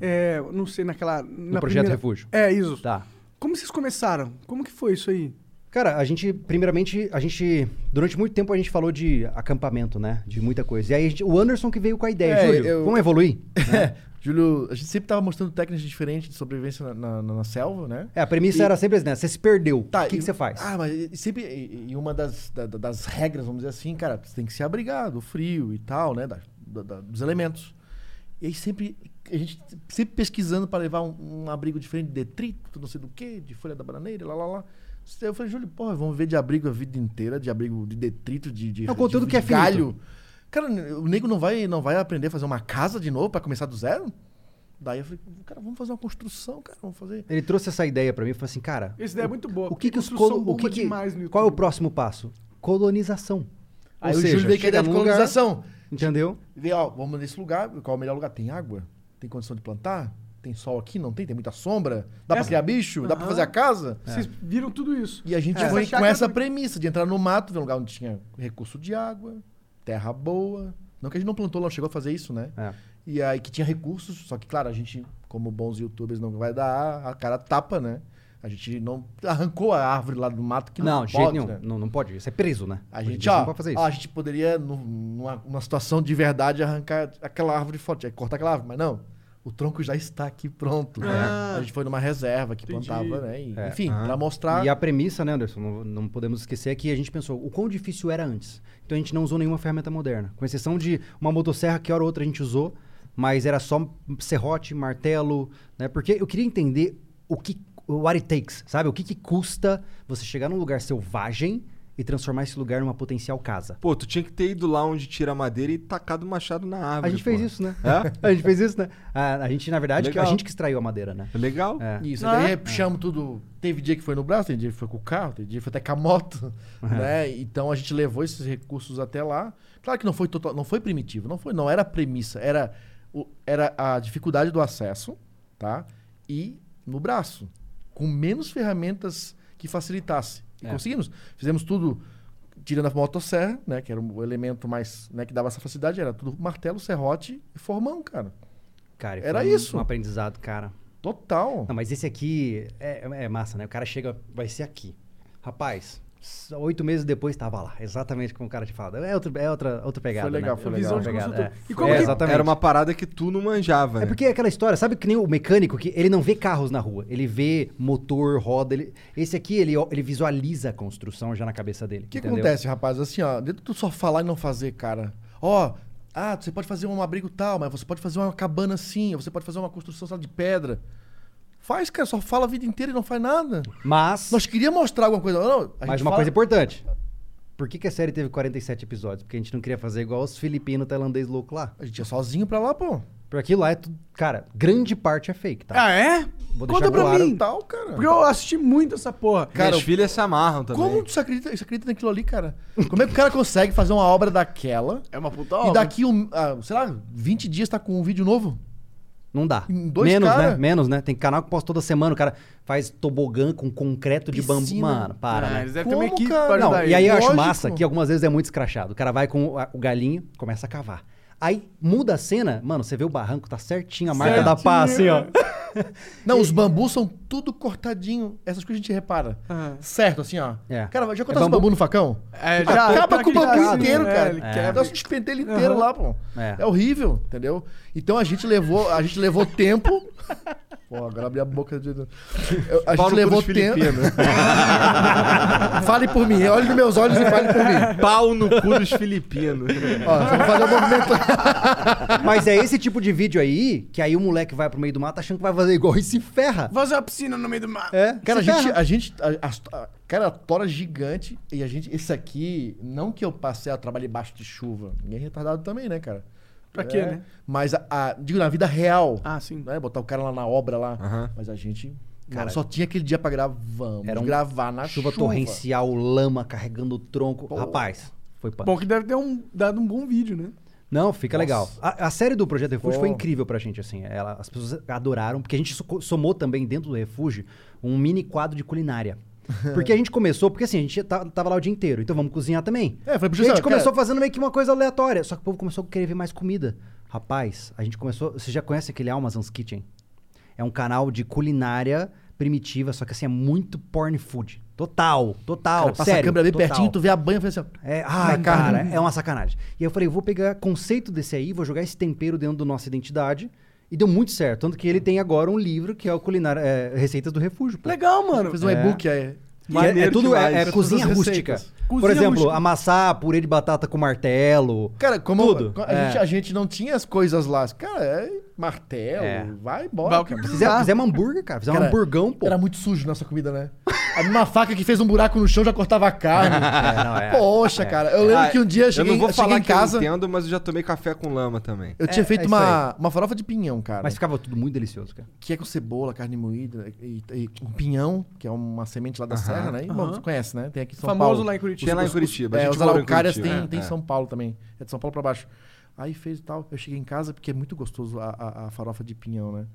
é, não sei, naquela. na Uhum. projeto primeira- Refúgio. É, isso. Tá. Como vocês começaram? Como que foi isso aí? Cara, a gente, primeiramente, a gente, durante muito tempo a gente falou de acampamento, né? De muita coisa. E aí a gente- o Anderson que veio com a ideia, É, Júlio, eu- vamos evoluir? É. Júlio, a gente sempre tava mostrando técnicas diferentes de sobrevivência na, na- na- na selva, né? É, a premissa E- era sempre assim, né? Você se perdeu, Tá, o que, e- que você faz? Ah, mas e- e sempre. E e uma das, da- da- das regras, vamos dizer assim, cara, você tem que se abrigar do frio e tal, né? da- da- da- dos elementos. E aí sempre. A gente sempre pesquisando para levar um, um abrigo diferente de detrito, não sei do que, de folha da bananeira, lá, lá, lá. Eu falei, Júlio, porra, vamos viver de abrigo a vida inteira, de abrigo de detrito, de, de, É um conteúdo de- que é de finito. galho. Cara, o nego não vai, não vai aprender a fazer uma casa de novo para começar do zero? Daí eu falei, cara, vamos fazer uma construção, cara, vamos fazer. Ele trouxe essa ideia pra mim e falou assim, cara, Essa ideia é muito boa. o que que os construção colo- o bomba que que- demais no qual é o YouTube. próximo passo? Colonização. Aí Ou o seja, Júlio veio com é a chega ideia de num lugar- colonização. entendeu? Vê, ó, vamos nesse lugar, qual é o melhor lugar? Tem água? Tem condição de plantar? Tem sol aqui? Não tem? Tem muita sombra? Dá pra Essa- criar bicho? Dá pra Aham. fazer a casa? É. Vocês viram tudo isso. E a gente É. foi Essa com chácara essa do- premissa de entrar no mato, ver um lugar onde tinha recurso de água, terra boa. Não que a gente não plantou, não chegou a fazer isso, né? É. E aí que tinha recursos, só que, claro, a gente, como bons youtubers, não vai dar a cara tapa, né? A gente não arrancou a árvore lá do mato que não, Não, de pode, jeito nenhum. né? Não, não pode, isso é preso, né? A Hoje em gente, dia você ó, não pode fazer isso. ó, a gente poderia, nu- numa, numa situação de verdade, arrancar aquela árvore forte, aí cortar aquela árvore, mas não. O tronco já está aqui pronto. né? Ah. A gente foi numa reserva que Entendi. plantava, né? E, É. Enfim, pra mostrar. E a premissa, né, Anderson? Não, não podemos esquecer é que a gente pensou o quão difícil era antes. Então a gente não usou nenhuma ferramenta moderna. Com exceção de uma motosserra que hora ou outra a gente usou, mas era só serrote, martelo, né? Porque eu queria entender o que. What it takes, sabe? O que, que custa você chegar num lugar selvagem e transformar esse lugar numa potencial casa. Pô, tu tinha que ter ido lá onde tira a madeira e tacado o machado na árvore. A gente fez pô. isso, né? É? (laughs) A gente fez isso, né? A, a gente, na verdade, que- a Legal. gente que extraiu a madeira, né? Legal. É. Isso, Ah. daí puxamos tudo. Teve dia que foi no braço, teve dia que foi com o carro, teve dia que foi até com a (laughs) moto, É. né? Então a gente levou esses recursos até lá. Claro que não foi total, não foi primitivo, não foi, não era a premissa, era o- era a dificuldade do acesso, tá? E no braço, com menos ferramentas que facilitasse. E É. conseguimos. Fizemos tudo tirando a motosserra, né, que era o elemento mais, né, que dava essa facilidade, era tudo martelo, serrote e formão, cara. Cara, e Era foi um- isso. Um aprendizado, cara. Total. Não, mas esse aqui é, é massa, né? O cara chega, vai ser aqui. Rapaz, s- oito meses depois tava lá. Exatamente como o cara te fala. É outra, é outra, outra pegada. legal, né? foi Visão de legal. Pegada, consultor. é. E como É, que... exato. exatamente. Era uma parada que tu não manjava, É né? porque é aquela história, sabe que nem o mecânico que ele não vê carros na rua, ele vê motor, roda, ele... esse aqui ele, ele visualiza a construção já na cabeça dele. O que entendeu? acontece, rapaz? Assim, ó, dentro do só falar e não fazer, cara. Ó, ah, você pode fazer um abrigo tal, mas você pode fazer uma cabana assim, ou você pode fazer uma construção só de pedra. Faz, cara, só fala a vida inteira e não faz nada. Mas, Nós queríamos mostrar alguma coisa. Não, a mas uma gente fala- coisa importante. Por que, que a série teve 47 episódios? Porque a gente não queria fazer igual os filipinos, tailandês louco lá. A gente ia sozinho pra lá, pô. Porque lá é tudo... Cara, grande parte é fake, tá? Ah, é? Vou Conta deixar pra claro. mim. Tal, cara. Porque eu assisti muito essa porra. Cara, Minhas filhas se amarram também. Como tu se acredita, se acredita naquilo ali, cara? Como é que o cara consegue fazer uma obra daquela É uma puta e daqui, um, ah, sei lá, 20 dias tá com um vídeo novo? Não dá. Em dois Menos, cara? né? Menos, né? Tem canal que posta toda semana, o cara faz tobogã com concreto de bambu. Piscina. Mano, para, Ah, né? eles devem ter uma Como, equipe cara? pra ajudar Não, eles. e aí eu acho lógico. massa que algumas vezes é muito escrachado. O cara vai com o, o galinho, começa a cavar. Aí muda a cena, mano, você vê o barranco, tá certinho a marca da pá, assim, Certinho. ó. Não, os bambus são tudo cortadinho. Essas coisas a gente repara. Ah. Aham. Certo, assim, ó. É. Cara, já É cortasse bambu- bambu no facão? É, Ah, já- acaba tá com o bambu quebrado, inteiro, né? cara. Ele É. quebra. Dá um suspendelho inteiro Aham. lá, pô. É. É. horrível, entendeu? Então a gente levou, a gente (laughs) levou tempo. Pô, agora abri a boca de. Eu- A Pau gente no cu levou dos tempo. filipinos. (laughs) Fale por mim, olhe nos meus olhos e fale por mim. Pau no cu dos filipinos. Ó, vamos fazer um movimento. Mas é esse tipo de vídeo aí que aí o moleque vai pro meio do mato achando que vai fazer igual e se ferra. Fazer uma piscina no meio do mar. É, Cara, a se gente. ferra. A gente a- as- a- cara, a tora gigante. E a gente. Esse aqui, não que eu passei a trabalhar debaixo de chuva. Ninguém é retardado também, né, cara? Pra quê, É, né? Mas, a, a- digo, na vida real. Ah, sim. né? Botar o cara lá na obra lá. Aham. Mas a gente. Cara, Cara, só tinha aquele dia pra gravar. Vamos era um gravar na chuva. Chuva torrencial, lama carregando o tronco. Rapaz, foi pano. Bom, que deve ter um, dado um bom vídeo, né? Não, fica legal. A, a série do Projeto Refúgio Pô. foi incrível pra gente, assim. Ela- (laughs) as pessoas adoraram, porque a gente so- somou também dentro do refúgio um mini quadro de culinária. Porque a gente começou, porque assim, a gente ta- tava lá o dia inteiro, então vamos cozinhar também. É, falei E pro a Gisele, gente começou cara- fazendo meio que uma coisa aleatória, só que o povo começou a querer ver mais comida. Rapaz, a gente começou. Você já conhece aquele Almazan's Kitchen? É um canal de culinária primitiva, só que assim, é muito porn food. Total, total. Cara, passa sério, a câmera bem total. pertinho, tu vê a banha e fala assim, ó. É, ai, Na cara, cara. é uma sacanagem. E aí eu falei, eu vou pegar conceito desse aí, vou jogar esse tempero dentro da nossa identidade. E deu muito certo. Tanto que ele tem agora um livro que é o Culinária é, Receitas do Refúgio. pô. Legal, mano. É. Fez um e-book aí. E é- é, Maneiro tudo demais. é, é Todas cozinha as rústica. receitas. Por Cozinha exemplo, rústica. amassar purê de batata com martelo. Cara, como Tudo. É. a, gente, a gente não tinha as coisas lá. Cara, é martelo, É. vai embora. Vai o que cara. precisa. Fizer, fizemos hambúrguer, cara. Fizemos Cara, hamburgão, pô. Era muito sujo nossa comida, né? A minha faca que fez um buraco no chão já cortava a carne. não, (laughs) é. Poxa, cara. Eu lembro Ah, que um dia eu cheguei, eu não vou cheguei falar em casa. que eu Eu, entendo, mas eu já tomei café com lama também. tinha É, feito é isso uma, uma farofa de pinhão, cara. Mas ficava tudo muito delicioso, cara. Que é com cebola, carne moída e, e um pinhão, que é uma semente lá da serra, né? E, bom, você conhece, né? Tem aqui em São Famoso Paulo. lá em Curitiba. Tem lá em Os- os- Curitiba. a É, gente os morou em araucárias tem, Curitiba, tem é. em São Paulo também. É de São Paulo pra baixo. Aí fez e tal. Eu cheguei em casa, porque é muito gostoso a, a- a farofa de pinhão, né?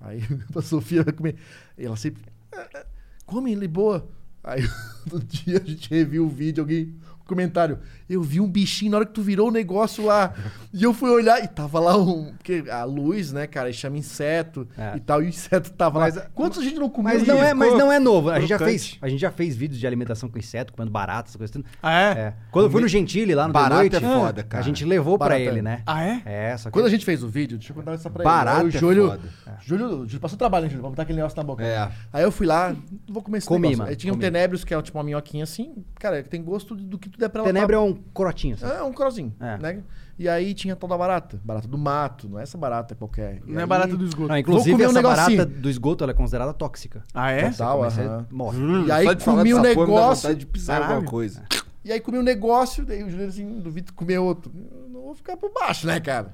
Aí (laughs) a Sofia vai comer. E ela sempre... "Ah, ah, Come, ele é boa. Aí (laughs) outro dia a gente reviu o vídeo, alguém... um Comentário, eu vi um bichinho na hora que tu virou o negócio lá. e eu fui olhar e tava lá um. Porque a luz, né, cara, chama inseto É. e tal. E o inseto tava Mas- lá. Quantos a gente não comeu Mas isso? não, é, mas não é novo. A gente, já crocante. fez, a gente já fez vídeos de alimentação com inseto, comendo barata, essas coisas. tudo. Ah, é? É. Quando eu fui no Gentile lá no The Barata Noite, é foda, a cara. gente levou pra Barata. ele, né? Ah, é? É, só que... Quando a gente fez o vídeo, deixa eu contar isso pra Barato ele. Aí é o Júlio, foda. Júlio, Júlio passou trabalho, hein, Júlio? Pra botar aquele negócio na boca. É. Aí eu fui lá, vou comer esse Comi, negócio. mano, Aí tinha comi. um tenebrios, que é tipo uma minhoquinha assim. Cara, tem gosto do que tu der pra ela. Tenebra é um corotinho, assim. Então, tá- É um crozinho, É. né? E aí tinha a tal da barata. Barata do mato, não é essa barata qualquer. E Não é aí- barato do esgoto. Não, inclusive, Vou comer um essa negocinho. barata do esgoto ela é considerada tóxica. Ah, é? Hum. Você Total, começa, aham. morre. E aí Só de falar comi um dessa porra, me dá negócio. vontade de pisar em alguma coisa. E aí comi um negócio, daí o Júlio assim, duvido comer outro. Eu não vou ficar por baixo, né, cara?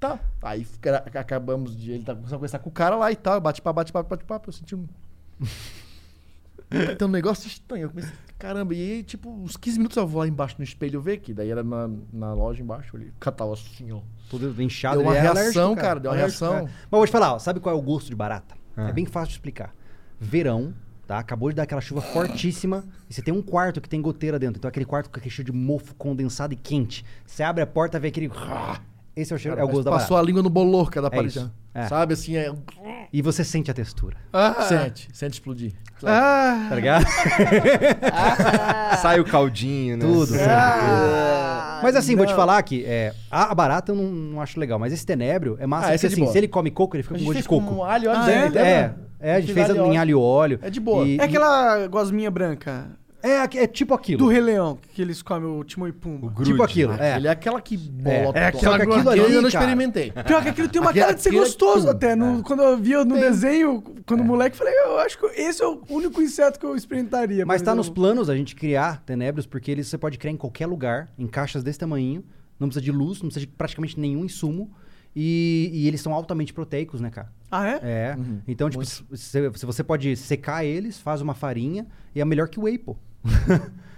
Tá. Aí fica- acabamos de. Ele tá começando a conversar com o cara lá e tal. Bate papo, bate papo, bate papo. Eu senti um. (laughs) Tem um negócio estranho. Eu comecei, caramba, e aí, tipo, uns 15 minutos eu vou lá embaixo no espelho ver, que daí era na, na loja embaixo, ele catava assim, ó. Tudo inchado. Deu uma ele é reação, alérgico, cara, deu uma Alérgico, reação. Ah. é. Mas vou te falar, ó, sabe qual é o gosto de barata? É bem fácil de explicar. Verão, tá? Acabou de dar aquela chuva fortíssima e você tem um quarto que tem goteira dentro. Então aquele quarto fica aquele cheiro de mofo condensado e quente. Você abre a porta, vê aquele... Esse é o cheiro, é o gosto da barata. Passou a língua no bolorca da É parede. isso, ó. é. Sabe assim, é. E você sente a textura, Ah. Sente, sente explodir. Ah. tá ligado? Sai o caldinho, né? Tudo. É. Ah, Ah. mas assim, vou te falar que é, a, a barata eu não, não acho legal, mas esse tenebro é massa. Ah, porque esse é de assim, boa. se ele come coco, ele fica A com gente gosto fez de coco. com alho, óleo, Ah, né? É, é, a gente fez e em alho e óleo. É de boa. E- É aquela gosminha branca É, aqu- é tipo aquilo. do Rei Leão, que eles comem o Timão e Pumba. Tipo aquilo. É. Ele é aquela que bola. É, aquela Só que gordura. eu não Cara. experimentei. Pior que aquilo tem uma Aquele- cara de ser aquele é gostoso tudo. até. No- Quando eu vi no desenho, quando moleque, eu falei, eu acho que esse é o único inseto que eu é experimentaria. Mas tá eu- nos Uhum. planos a gente criar tenebros, porque eles você pode criar em qualquer lugar, em caixas desse tamanho, não precisa de luz, não precisa de praticamente nenhum insumo. E, e eles são altamente proteicos, né, cara? Ah, é? É. Uhum. Então, tipo, se, se- se você pode secar eles, faz uma farinha, e é melhor que o whey, (laughs) pô.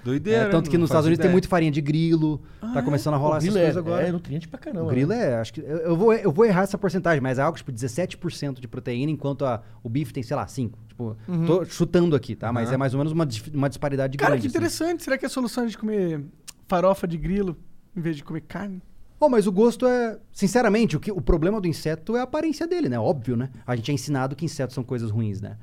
Doideira. É, tanto que não nos faço Estados Unidos tem ideia. muito farinha de grilo, tá começando a rolar O essas grilo é, coisas agora. é nutriente pra caramba. O grilo né? é, acho que. Eu, eu vou, eu vou errar essa porcentagem, mas é algo tipo 17% de proteína, enquanto a- o bife tem, sei lá, 5. Tipo, tô chutando aqui, tá? Mas é mais ou menos uma, dif- uma disparidade Cara, grande. que assim. interessante. Será que a solução é de comer farofa de grilo em vez de comer carne? Bom, mas o gosto é. Sinceramente, o, que, o problema do inseto é a aparência dele, né? Óbvio, né? A gente é ensinado que insetos são coisas ruins, né?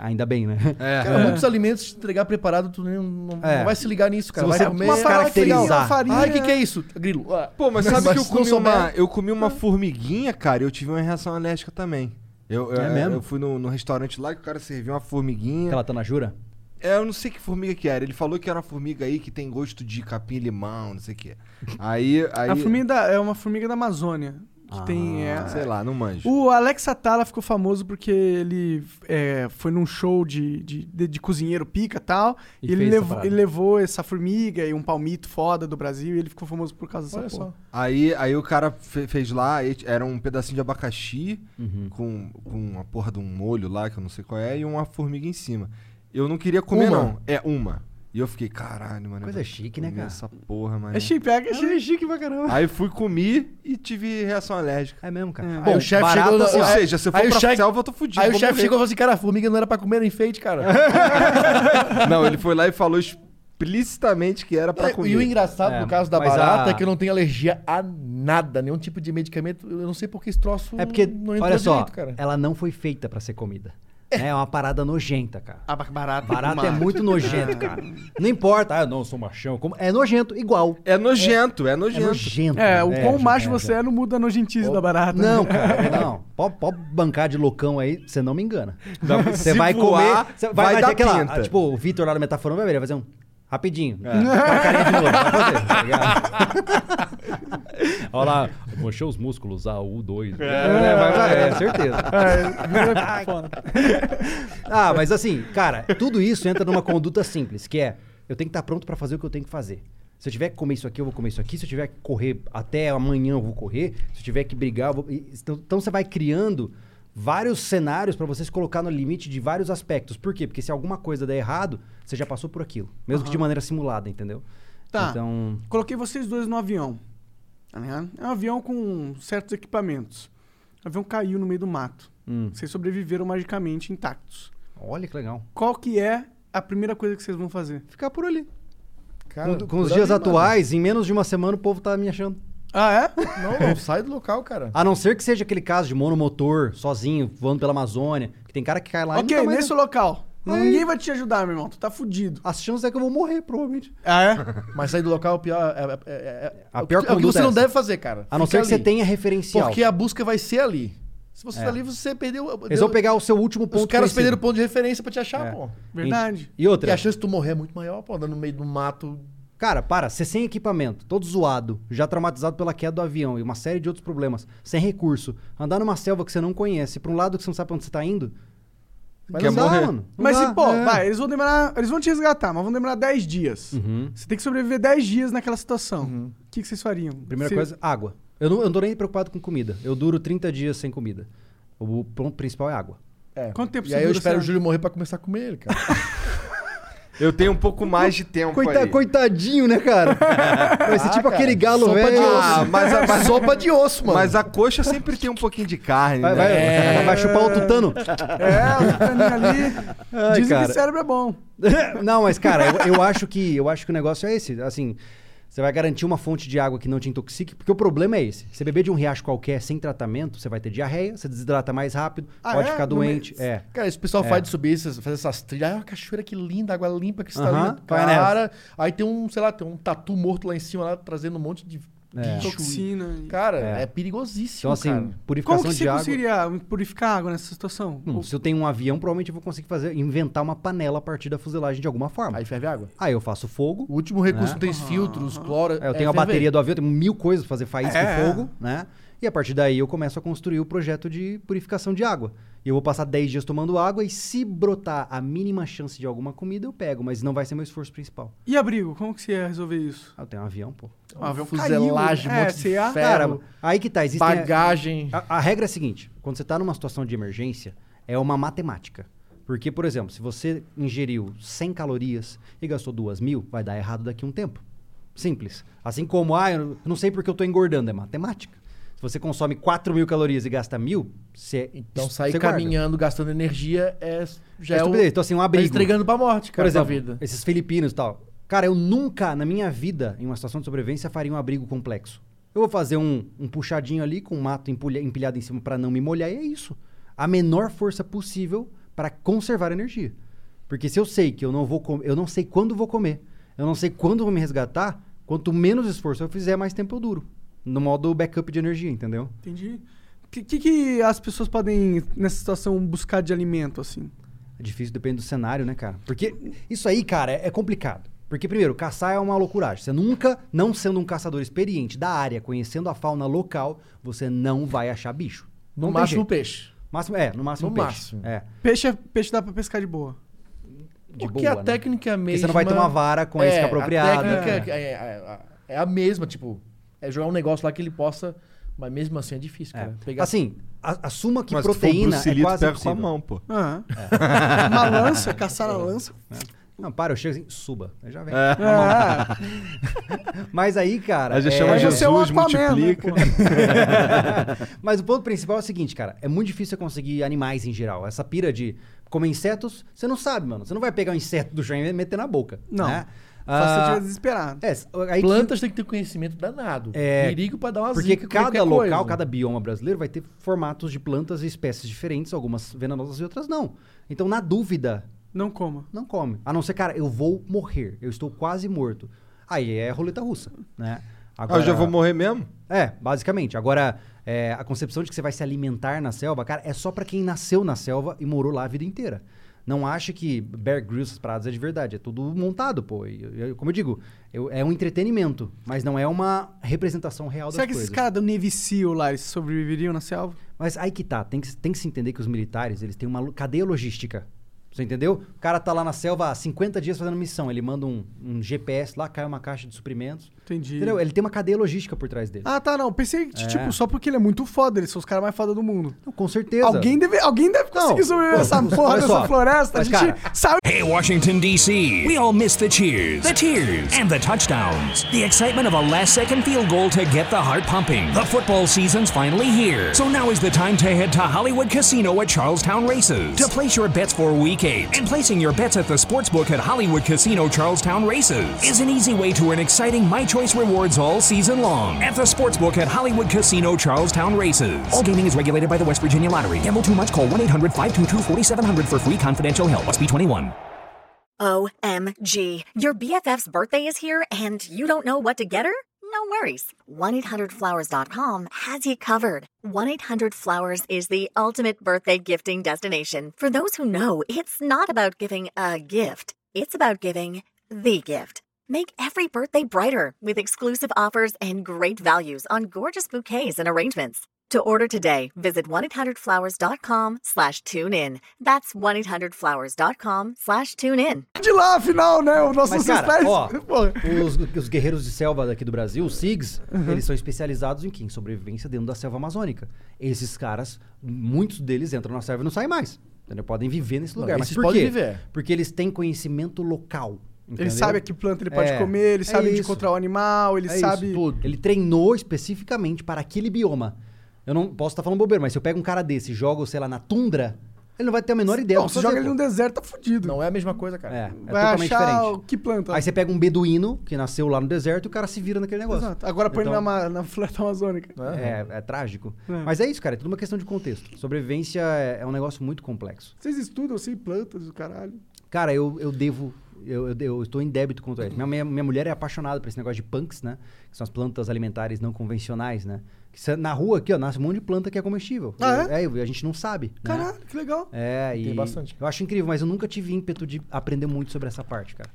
Ainda bem, né? (laughs) É. Cara, muitos alimentos te entregar preparado, tu nem- não, não É. vai se ligar nisso, cara. Se Vai você comer. é Uma farofa caracterizar. legal. uma farinha. Ai, o que, que é isso? Grilo. Ah, Pô, mas sabe que eu se não comi, souber- uma, eu comi uma formiguinha, cara, e eu tive uma reação alérgica também. Eu, eu- É mesmo? eu fui no, no restaurante lá que o cara serviu uma formiguinha. Ela tá na jura? É, eu não sei que formiga que era. Ele falou que era uma formiga aí que tem gosto de capim-limão, não sei o que. (laughs) Aí. aí A formiga da- é uma formiga da Amazônia. Que tem. é, Sei lá, não manjo. O Alex Atala ficou famoso porque ele é, foi num show de, de, de- de cozinheiro pica e tal, E e ele, fez essa levou, parada. ele levou essa formiga e um palmito foda do Brasil, e ele ficou famoso por causa dessa Olha porra. só. Aí, aí o cara fe- fez lá, aí t- era um pedacinho de abacaxi Uhum. com, com a porra de um molho lá, que eu não sei qual é, e uma formiga em cima. Eu não queria comer, Uma? não. É uma. E eu fiquei, caralho, mano. eu Coisa vou chique, né, comer cara? Essa porra, mano. É chique, é que é chique. chique pra caramba. Aí fui comer e tive reação alérgica. É mesmo, cara. Aí o chefe barato, chegou... assim, Ou ó. aí- seja, se eu for aí o pra chefe- selva, eu tô fudido. Aí o vou chefe morrer. chegou e falou assim, cara, a formiga não era pra comer, era enfeite, cara. É, (laughs) Não, ele foi lá e falou explicitamente que era pra comer. E o engraçado É, no caso da mas barata a- é que eu não tenho alergia a nada, nenhum tipo de medicamento. Eu não sei porque esse troço É porque, não olha só, direito, Tipo, cara. ela não foi feita pra ser comida. É, é uma parada nojenta, cara. Ah, barata. Barato é muito nojento, cara. Não importa, ah, não, eu sou machão. como- É nojento, igual. É nojento, é É nojento. nojento. É, o quão macho é, você é não muda a nojentice da barata. né? Não, cara, não. Pode, pode bancar de loucão aí, você não me engana. Dá- Você se vai voar, comer. Você vai, vai vai dar ter aquela. pinta. ah, Tipo, o Vitor lá no Metaforão vai ver, ele vai fazer um. Rapidinho. Com a carinha de novo. Vai fazer, tá ligado? Olha lá, mostrou os músculos, a U2. É, né? vai, vai, é certeza. É, foda. Ah, mas assim, cara, tudo isso entra numa conduta simples, que é eu tenho que estar pronto pra fazer o que eu tenho que fazer. Se eu tiver que comer isso aqui, eu vou comer isso aqui. Se eu tiver que correr até amanhã, eu vou correr. Se eu tiver que brigar, eu vou. e- Então, então você vai criando vários cenários pra você se colocar no limite de vários aspectos. Por quê? Porque se alguma coisa der errado, você já passou por aquilo. Mesmo que de maneira simulada, entendeu? Tá. Então. Coloquei vocês dois no avião. tá ligado? É um avião com certos equipamentos. O avião caiu no meio do mato. hum. Vocês sobreviveram magicamente intactos. Olha que legal. Qual que é a primeira coisa que vocês vão fazer? Ficar por ali. Cara, com, com os por dias ali, mano. atuais, em menos de uma semana, o povo tá me achando. Ah, é? Não, não, sai do local, cara. A não ser que seja aquele caso de monomotor, sozinho, voando pela Amazônia, que tem cara que cai lá e ok, nunca mais- nesse local. Aí. Ninguém vai te ajudar, meu irmão. Tu tá fudido. As chances é que eu vou morrer, provavelmente. Ah, é? Mas sair do local é o pior. É, é- é- é- A é o pior que- é o que conduta você é não essa. deve fazer, cara. A não Fica ser que você ali. tenha referencial. Porque a busca vai ser ali. Se você É. tá ali, você perdeu. Eles vão pegar o seu último ponto Os caras conhecido. perderam o ponto de referência pra te achar, É. pô. Verdade. E E outra, a chance de tu morrer é muito maior, pô, andando no meio do mato. cara, para, você sem equipamento, todo zoado, já traumatizado pela queda do avião e uma série de outros problemas, sem recurso, andar numa selva que você não conhece, pra um lado que você não sabe pra onde você tá indo, Quer não dá, morrer. mano. Não Mas dá. se, pô, É. vai, eles vão demorar. Eles vão te resgatar, mas vão demorar 10 dias. Uhum. Você tem que sobreviver 10 dias naquela situação. O que, que vocês fariam? Primeira Você- coisa, água. Eu não, eu não tô nem preocupado com comida. Eu duro 30 dias sem comida. O ponto principal é água. É. Quanto tempo E você aí eu dura espero sem- o Júlio morrer pra começar a comer ele, cara. (laughs) Eu tenho um pouco mais de tempo Coita- aí. coitadinho, (laughs) né, cara? Vai ser Ah, tipo cara, aquele galo sopa de velho. Ah, mas a, mas, (laughs) Sopa de osso, mano. mas a coxa sempre tem um pouquinho de carne, Vai, né? vai, vai chupar o tutano. É, o caninho ali. Ai, Dizem que cara. o cérebro é bom. (laughs) não, mas, cara, eu, eu acho que eu acho que o negócio é esse. Assim, você vai garantir uma fonte de água que não te intoxique, porque o problema é esse. Você beber de um riacho qualquer sem tratamento, você vai ter diarreia, você desidrata mais rápido, Ah, pode é? ficar No meio- doente. É. Cara, esse pessoal faz de subir, essas- fazer essas trilhas. Ai, uma cachoeira que linda, água limpa, Aham, cristalina. vai nessa. cara, aí tem um, sei lá, tem um tatu morto lá em cima, lá, trazendo um monte de É. bicho. Toxina. e- Cara, É. é, perigosíssimo, Então, assim, cara. purificação Como que de você água. conseguiria purificar água nessa situação? Hum, se eu tenho um avião, provavelmente eu vou conseguir fazer, inventar uma panela a partir da fuselagem de alguma forma. Aí Aí, ferve água. eu faço fogo. O último recurso tem os filtros, cloro. É, eu Né? é tenho a ferver. bateria do avião, tenho mil coisas pra fazer faísca É. e fogo, né? E a partir daí eu começo a construir o projeto de purificação de água. E eu vou passar 10 dias tomando água e se brotar a mínima chance de alguma comida, eu pego, mas não vai ser meu esforço principal. E abrigo? Como que você ia resolver isso? Ah, eu tenho um avião, pô. Um avião fuselagem, caiu, um é, monte de você ia- ferro, Cara, aí que é, tá, existem... bagagem. A, a regra é a seguinte: quando você está numa situação de emergência, é uma matemática. Porque, por exemplo, se você ingeriu 100 calorias e gastou 2 mil, vai dar errado daqui a um tempo. Simples. Assim como, ah, eu não sei porque eu estou engordando, é matemática. Se você consome 4 mil calorias e gasta mil, você. Então sair você guarda. caminhando, gastando energia é já É é, o- estupidez. Então, assim, um tá abrigo. entregando pra morte, cara, Por exemplo, tua vida. esses filipinos e tal. Cara, eu nunca, na minha vida, em uma situação de sobrevivência, faria um abrigo complexo. Eu vou fazer um, um puxadinho ali com um mato empulha- empilhado em cima pra não me molhar e é isso. A menor força possível pra conservar energia. Porque se eu sei que eu não vou comer, eu não sei quando vou comer, eu não sei quando vou me resgatar, quanto menos esforço eu fizer, mais tempo eu duro. No modo backup de energia, entendeu? Entendi. O que, que, que as pessoas podem, nessa situação, buscar de alimento, assim? É difícil, depende do cenário, né, cara? Porque isso aí, cara, é é complicado. Porque, primeiro, caçar é uma loucuragem. Você nunca, não sendo um caçador experiente da área, conhecendo a fauna local, você não vai achar bicho. No não tem máximo jeito. peixe. máximo. É, no máximo No peixe. máximo. É, Peixe, é- peixe dá pra pescar de boa. de Porque boa, a né? técnica é a mesma. Porque você não vai ter uma vara com a isca É, apropriada. né? A técnica é, é- é a mesma, tipo, é jogar um negócio lá que ele possa, mas mesmo assim é difícil, É. cara. Pegar Assim, a- assuma que Mas se for assim, proteína Bruce Lee, é tu quase pega com impossível. a mão, pô. Aham. Uma lança, caçar a lança. Não, para, eu chego assim, suba. Aí já vem. Ah, Mas aí, cara. É. Aí já é- chama aí você é o Jesus, Aquaman, né, multiplica. pô? (laughs) Mas o ponto principal é o seguinte, cara. É muito difícil você conseguir animais em geral. Essa pira de comer insetos, você não sabe, mano. Você não vai pegar um inseto do chão e meter na boca. Não. Né? Só se você Ah, estiver desesperado. é, aí que- Plantas tem que ter conhecimento danado. É, Perigo pra dar uma Porque zica com cada qualquer local, coisa. cada bioma brasileiro vai ter formatos de plantas e espécies diferentes, algumas venenosas e outras não. Então, na dúvida, Não coma. não come. A não ser, cara, eu vou morrer, eu estou quase morto. Aí é roleta russa, né? Ah, eu já vou morrer mesmo? É, basicamente. Agora, é, a concepção de que você vai se alimentar na selva, cara, é só pra quem nasceu na selva e morou lá a vida inteira. Não acha que Bear Grylls, essas paradas é de verdade. É tudo montado, pô. E, e, como eu digo, eu- é um entretenimento, mas não é uma representação real das Será que coisas. esses caras do Navy Seal lá, eles sobreviveriam na selva? Mas aí que tá, tem que, tem que se entender que os militares, eles têm uma lo- cadeia logística. Você entendeu? O cara tá lá na selva há 50 dias fazendo missão. Ele manda um, um GPS lá, cai uma caixa de suprimentos. Entendi. Entendeu? Ele tem uma cadeia logística por trás dele. Ah, tá, não. Pensei que, tipo, só porque ele é muito foda, eles são os caras mais foda do mundo. Não, Então, com certeza. Alguém deve, alguém deve conseguir Não, sobreviver pô, essa mas porra olha dessa só. floresta. A Mas, gente cara, sabe. Hey, Washington, D.C. We all miss the cheers, the tears, and the touchdowns. The excitement of a last second field goal to get the heart pumping. The football season's finally here. So now is the time to head to Hollywood Casino at Charlestown Races to place your bets for week eight. And placing your bets at the sportsbook at Hollywood Casino Charlestown Races is an easy way to earn exciting My Choice rewards all season long at the sportsbook at Hollywood Casino Charlestown Races. All gaming is regulated by the West Virginia Lottery. Gamble too much, call 1 800 522 4700 for free confidential help. Must be 21. OMG. Your BFF's birthday is here and you don't know what to get her? No worries. 1-800-Flowers.com has you covered. 1-800-Flowers is the ultimate birthday gifting destination. For those who know, it's not about giving a gift. It's about giving the gift. Make every birthday brighter with exclusive offers and great values on gorgeous bouquets and arrangements. To order today, visit 1-800-Flowers.com slash tune in. That's 1-800-Flowers.com slash tune in. de lá, afinal, né? O nosso Mas, cara, ancestrais- ó, (laughs) Porra. os, os guerreiros de selva daqui do Brasil, os SIGs, eles são especializados em quê? Em sobrevivência dentro da selva amazônica. Esses caras, muitos deles entram na selva e não saem mais. Entendeu? Podem viver nesse Não, lugar. Mas esses por podem quê? viver. Porque eles têm conhecimento local. Ele entendeu? sabe que planta ele pode É, comer, ele é sabe onde isso. encontrar o animal, ele É isso, sabe. tudo. Ele treinou especificamente para aquele bioma. Eu não posso estar falando bobeira, mas se eu pego um cara desse e jogo, sei lá, na tundra, ele não vai ter a menor ideia. Não, do se que fazer, joga ele pô. num deserto, tá fudido. Não é a mesma coisa, cara. É, é Vai totalmente achar diferente. o- que planta. Aí você pega um beduíno que nasceu lá no deserto e o cara se vira naquele negócio. Exato. Agora põe Então- ele na, ma- na floresta amazônica. É, é trágico. Mas é isso, cara. É tudo uma questão de contexto. Sobrevivência é, é um negócio muito complexo. Vocês estudam, assim, plantas do caralho. Cara, eu, eu devo. Eu, eu, eu estou em débito contra isso. Minha, minha, minha mulher é apaixonada por esse negócio de punks, né? Que são as plantas alimentares não convencionais, né? Que cê- na rua aqui, ó, nasce um monte de planta que é comestível. Ah, é? a gente não sabe. né? Caralho, que legal. É, e. Tem bastante. Eu acho incrível, mas eu nunca tive ímpeto de aprender muito sobre essa parte, cara.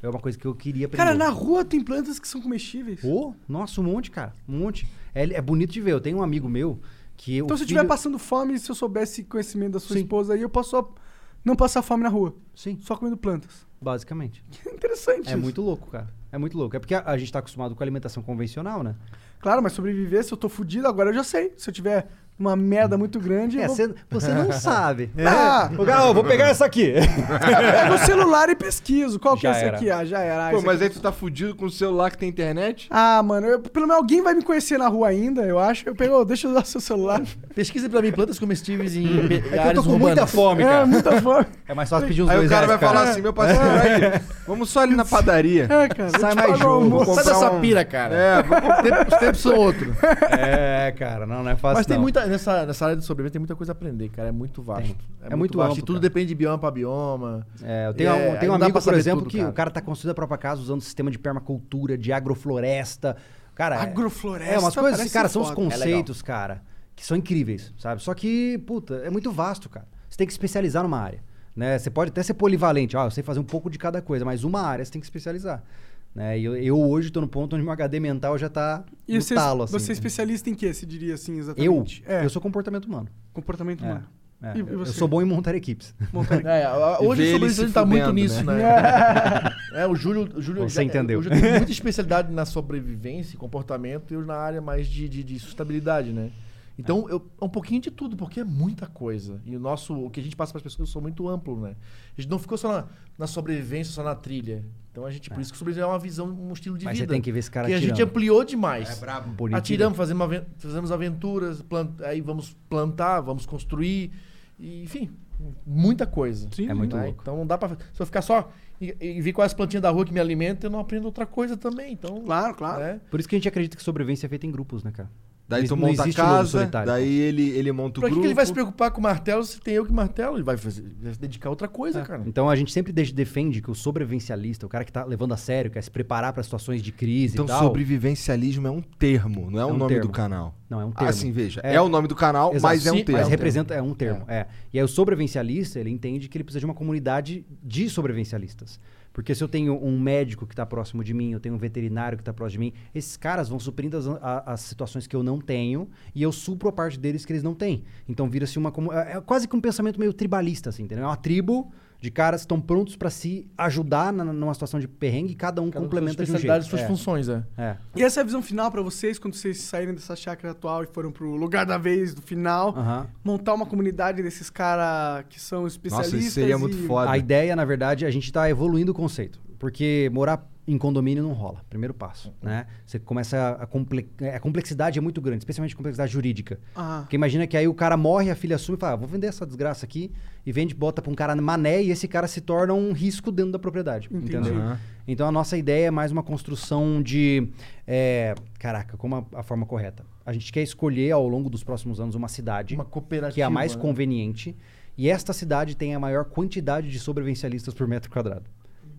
É uma coisa que eu queria aprender. Cara, na rua tem plantas que são comestíveis. Ô, nossa, um monte, cara. Um monte. É, é bonito de ver. Eu tenho um amigo meu que. Então, o se eu filho... estiver passando fome, se eu soubesse conhecimento da sua Sim. esposa aí, eu posso só não passar fome na rua. Sim, Só comendo plantas. (laughs) basicamente. Interessante É isso. muito louco, cara. É muito louco. É porque a, a gente tá acostumado com a alimentação convencional, né? Claro, mas sobreviver, se eu tô fudido, agora eu já sei. Se eu tiver uma merda muito grande, É, eu vou... (laughs) cê- você não sabe. Ah! O cara, ó, vou pegar essa aqui. pego o é celular e pesquiso. Qual que é Já esse era. aqui? Ah, já era. Ah, Pô, esse mas aqui- aí tu tá fudido com o celular que tem internet? Ah, mano, eu- pelo menos alguém vai me conhecer na rua ainda, eu acho. Eu pego, deixa eu usar seu celular. (laughs) Pesquisa pra mim plantas comestíveis em pe- É Eu tô áreas com muita urbanas. fome, É, cara. muita (laughs) fome. É mais fácil pedir uns Aí dois o cara vai reais, falar assim, meu parceiro, aí, vamos só ali na padaria. É, cara. eu Sai te mais pago o jogo, almoço. Vou Sai comprar dessa um- pira, cara. É, vamos Os tempos são outros. (laughs) É, cara, não, não é fácil. Mas tem não. muita. Nessa, nessa área de sobrevivência tem muita coisa a aprender, cara. É muito vasto. Tem. É muito vasto. amplo, e tudo cara. depende de bioma pra bioma. É, eu tenho, É, um, tenho um não dá amigo, pra por saber exemplo, tudo, que cara. o cara tá construindo a própria casa usando sistema de permacultura, de agrofloresta. Cara, é- Agrofloresta É, umas coisas que, parece cara, são os foda. É conceitos, cara, que são incríveis, sabe? Só que, puta, é muito vasto, cara. Você tem que especializar numa área, né? Você pode até ser polivalente, ah, eu sei fazer um pouco de cada coisa, mas uma área você tem que especializar. Né? E eu, eu hoje tô no ponto onde meu HD mental já tá E no você, talo, assim. você é especialista em quê, se diria assim, eu? exatamente? É, Eu sou comportamento humano. comportamento É, humano. é. E- e Eu- Eu você? tá sou bom em montar equipes. Montar (laughs) É, a- a- E hoje ver ele o se sobrevivente tá muito fudendo, nisso, né? né? (laughs) é, o Júlio. O Júlio Você entendeu. O Júlio tem muita especialidade na sobrevivência, e comportamento e eu na área mais de, de, de sustentabilidade, né? Então, eu- é um pouquinho de tudo, porque é muita coisa. E o nosso, o que a gente passa para as pessoas, eu sou muito amplo, né? A gente não ficou só na, na sobrevivência, só na trilha. Então, a gente, por isso que sobrevivência é uma visão, um estilo de Mas você vida. tem que ver esse cara Que a gente atirando. ampliou demais. É brabo. Bonito. Atiramos, fazemos, aven- fazemos aventuras, plant- aí vamos plantar, vamos construir, e, enfim, muita coisa. Sim, É muito louco. Então não dá pra. Se eu ficar só e, e ver quais plantinhas da rua que me alimentam, eu não aprendo outra coisa também. Então, Claro, claro. né? Por isso que a gente acredita que sobrevivência é feita em grupos, né, cara? Não Daí tu ex- não monta a existe lobo casa, solitário. daí ele, ele monta o Pra que, grupo. que ele vai se preocupar com martelo se tem eu que martelo? Ele vai, fazer- vai se dedicar a outra coisa, cara. Então a gente sempre de- defende que o sobrevivencialista, o cara que tá levando a sério, quer se preparar pra situações de crise Então, e tal. sobrevivencialismo é um termo, não é, o um nome do termo. canal. Não, é um termo. Assim, veja. É, É. o nome do canal, Exato. mas é um Sim, termo. Mas representa, é um termo, é. E aí o sobrevivencialista, ele entende que ele precisa de uma comunidade de sobrevivencialistas. Porque se eu tenho um médico que está próximo de mim, eu tenho um veterinário que está próximo de mim, esses caras vão suprindo as, a- as situações que eu não tenho e eu supro a parte deles que eles não têm. Então vira-se uma... comu- É é quase que um pensamento meio tribalista, assim, entendeu? É uma tribo de caras que estão prontos para se ajudar na- numa situação de perrengue e cada um complementa suas de um especialidades, jeito. suas é. funções, é. é. E essa é a visão final pra vocês, quando vocês saírem dessa chácara atual e foram pro lugar da vez, do final. Aham. Montar uma comunidade desses caras que são especialistas. Nossa, isso seria muito e- foda. A ideia, na verdade, é a gente está evoluindo o conceito. Porque morar em condomínio não rola. Primeiro passo, né? Você começa a... A, comple- a complexidade é muito grande, especialmente a complexidade jurídica. Ah, Porque imagina que aí o cara morre, a filha assume e fala, ah, vou vender essa desgraça aqui. E vende, bota pra um cara mané e esse cara se torna um risco dentro da propriedade. Entendi. Entendeu? Aham. Então a nossa ideia é mais uma construção de... é, Caraca, como a, a forma correta? A gente quer escolher ao longo dos próximos anos uma cidade Uma cooperativa. que é a mais né? conveniente. E esta cidade tem a maior quantidade de sobrevivencialistas por metro quadrado.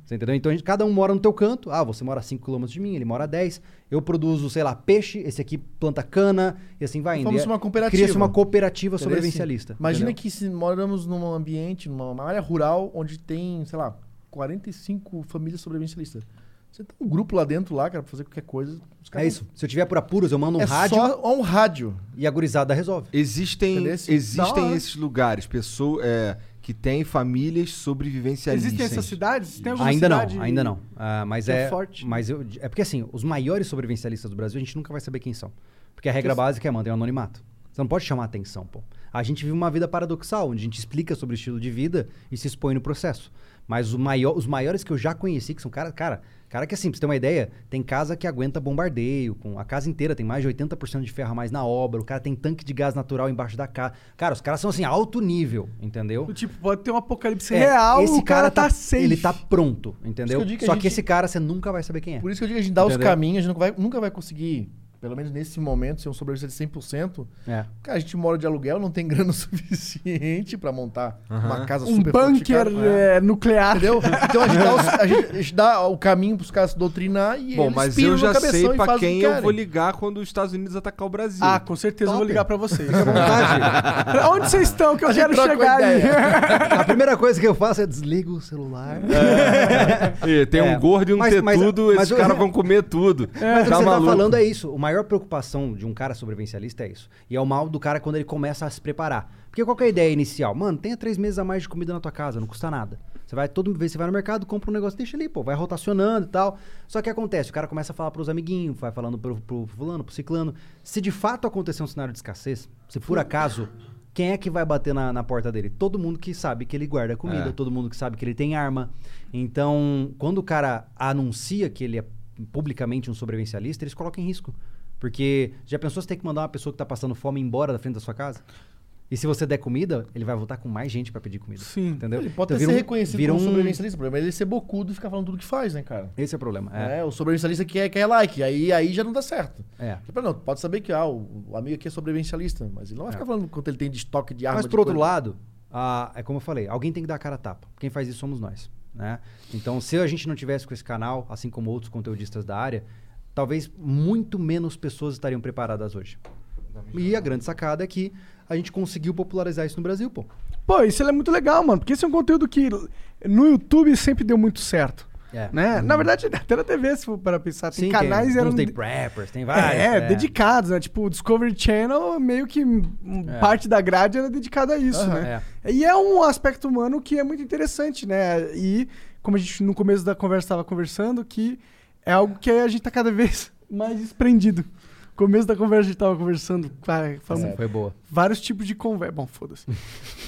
Você entendeu? Então a gente- cada um mora no teu canto. Ah, você mora a 5 km de mim, ele mora a 10. Eu produzo, sei lá, peixe, esse aqui planta cana e assim vai indo. Formamos E é- uma cooperativa. Cria-se uma cooperativa Entendeu? sobrevivencialista. Imagina entendeu? que se moramos num ambiente, numa área rural, onde tem, sei lá, 45 famílias sobrevivencialistas. Você tem um grupo lá dentro, lá, cara, pra fazer qualquer coisa. os É caras- isso. Se eu tiver por apuros, eu mando um é rádio só um rádio. e a gurizada resolve. Existem, Entendeu? Esse- da existem hora. esses lugares, pessoas é, que têm famílias sobrevivencialistas. existem essas cidades? Tem alguma Ainda cidade- não, ainda não. Ah, mas que é é, forte. Mas eu, é porque assim, os maiores sobrevivencialistas do Brasil, a gente nunca vai saber quem são. Porque a regra básica é manter o anonimato. Você não pode chamar atenção, pô. A gente vive uma vida paradoxal, onde a gente explica sobre o estilo de vida e se expõe no processo. Mas o maior- os maiores que eu já conheci, que são cara, cara, cara que assim, pra você ter uma ideia, tem casa que aguenta bombardeio, com a casa inteira tem mais de 80% de ferro a mais na obra, o cara tem tanque de gás natural embaixo da casa. Cara, os caras são assim, alto nível, entendeu? Do Tipo, pode ter um apocalipse É, real, o cara, tá, safe. Ele tá pronto, entendeu? eu digo que a Só gente- que esse cara você nunca vai saber quem é. Por isso que eu digo que a gente dá os Entendeu? caminhos, a gente nunca vai, nunca vai conseguir, pelo menos nesse momento, ser um sobrevivente de 100%. É. Cara, a gente mora de aluguel, não tem (laughs) grana o suficiente pra montar uma casa Um super bunker fortificada. É. né? é, nuclear. Entendeu? Então a gente, dá os- (laughs) a gente- a gente dá o caminho pros caras se doutrinar e Bom, eles mas piram eu no já cabeção sei e pra fazem o que quem eu querem. vou ligar quando os Estados Unidos atacar o Brasil. Ah, com certeza eu vou ligar pra (laughs) vocês. Vontade. pra onde vocês estão que eu quero troca uma chegar (laughs) aí? (laughs) a primeira coisa que eu faço é desligo o celular. É. E tem É. um gordo e um Mas- mas- tetudo, mas esses o- caras vão comer tudo. Mas o que você É. maluco. tá falando é isso. A maior preocupação de um cara sobrevivencialista é isso. E é o mal do cara quando ele começa a se preparar. Porque qual que é a ideia inicial? Mano, tenha três meses a mais de comida na tua casa, não custa nada. Você vai todo vez, você vai no mercado, compra um negócio, deixa ali, pô, vai rotacionando e tal. Só que acontece, o cara começa a falar pros amiguinhos, vai falando pro, pro fulano, pro ciclano. Se de fato acontecer um cenário de escassez, se por acaso, quem é que vai bater na, na porta dele? Todo mundo que sabe que ele guarda comida, É. todo mundo que sabe que ele tem arma. Então, quando o cara anuncia que ele é publicamente um sobrevivencialista, eles colocam em risco. Porque já pensou você ter que mandar uma pessoa que tá passando fome embora da frente da sua casa? E se você der comida, ele vai voltar com mais gente pra pedir comida. Sim. Entendeu? Ele pode Então até vira ser um- reconhecido vira como um- sobrevivencialista, o problema é ele ser bocudo e ficar falando tudo que faz, né, cara? Esse é o problema. É. É, o sobrevivencialista quer, quer like, aí, aí já não dá certo. É. Tipo, Não, pode saber que ah, o, o amigo aqui é sobrevivencialista, mas ele não vai ficar falando quanto ele tem de estoque de arma. É. Mas de por outro coisa. lado, ah, é como eu falei, alguém tem que dar a cara a tapa. Quem faz isso somos nós. Né? Então, se a gente não tivesse com esse canal, assim como outros conteudistas da área, talvez muito menos pessoas estariam preparadas hoje. E a grande sacada é que a gente conseguiu popularizar isso no Brasil, pô. Pô, isso é muito legal, mano, porque esse é um conteúdo que no YouTube sempre deu muito certo. É. Né? Na verdade, (laughs) até na TV, se for para pensar, tem Sim, canais tem eram uns day de- preppers, tem vários. (laughs) é, dedicados, né? Tipo, o Discovery Channel, meio que hum, parte da grade era dedicada a isso, Aham, né? E é um aspecto humano que é muito interessante, né? E, como a gente no (laughs) começo da conversa estava conversando, que é algo que a gente tá cada vez mais desprendido. começo da conversa a gente tava conversando, cara, falando Foi boa. vários tipos de conversa. Bom, foda-se. (laughs)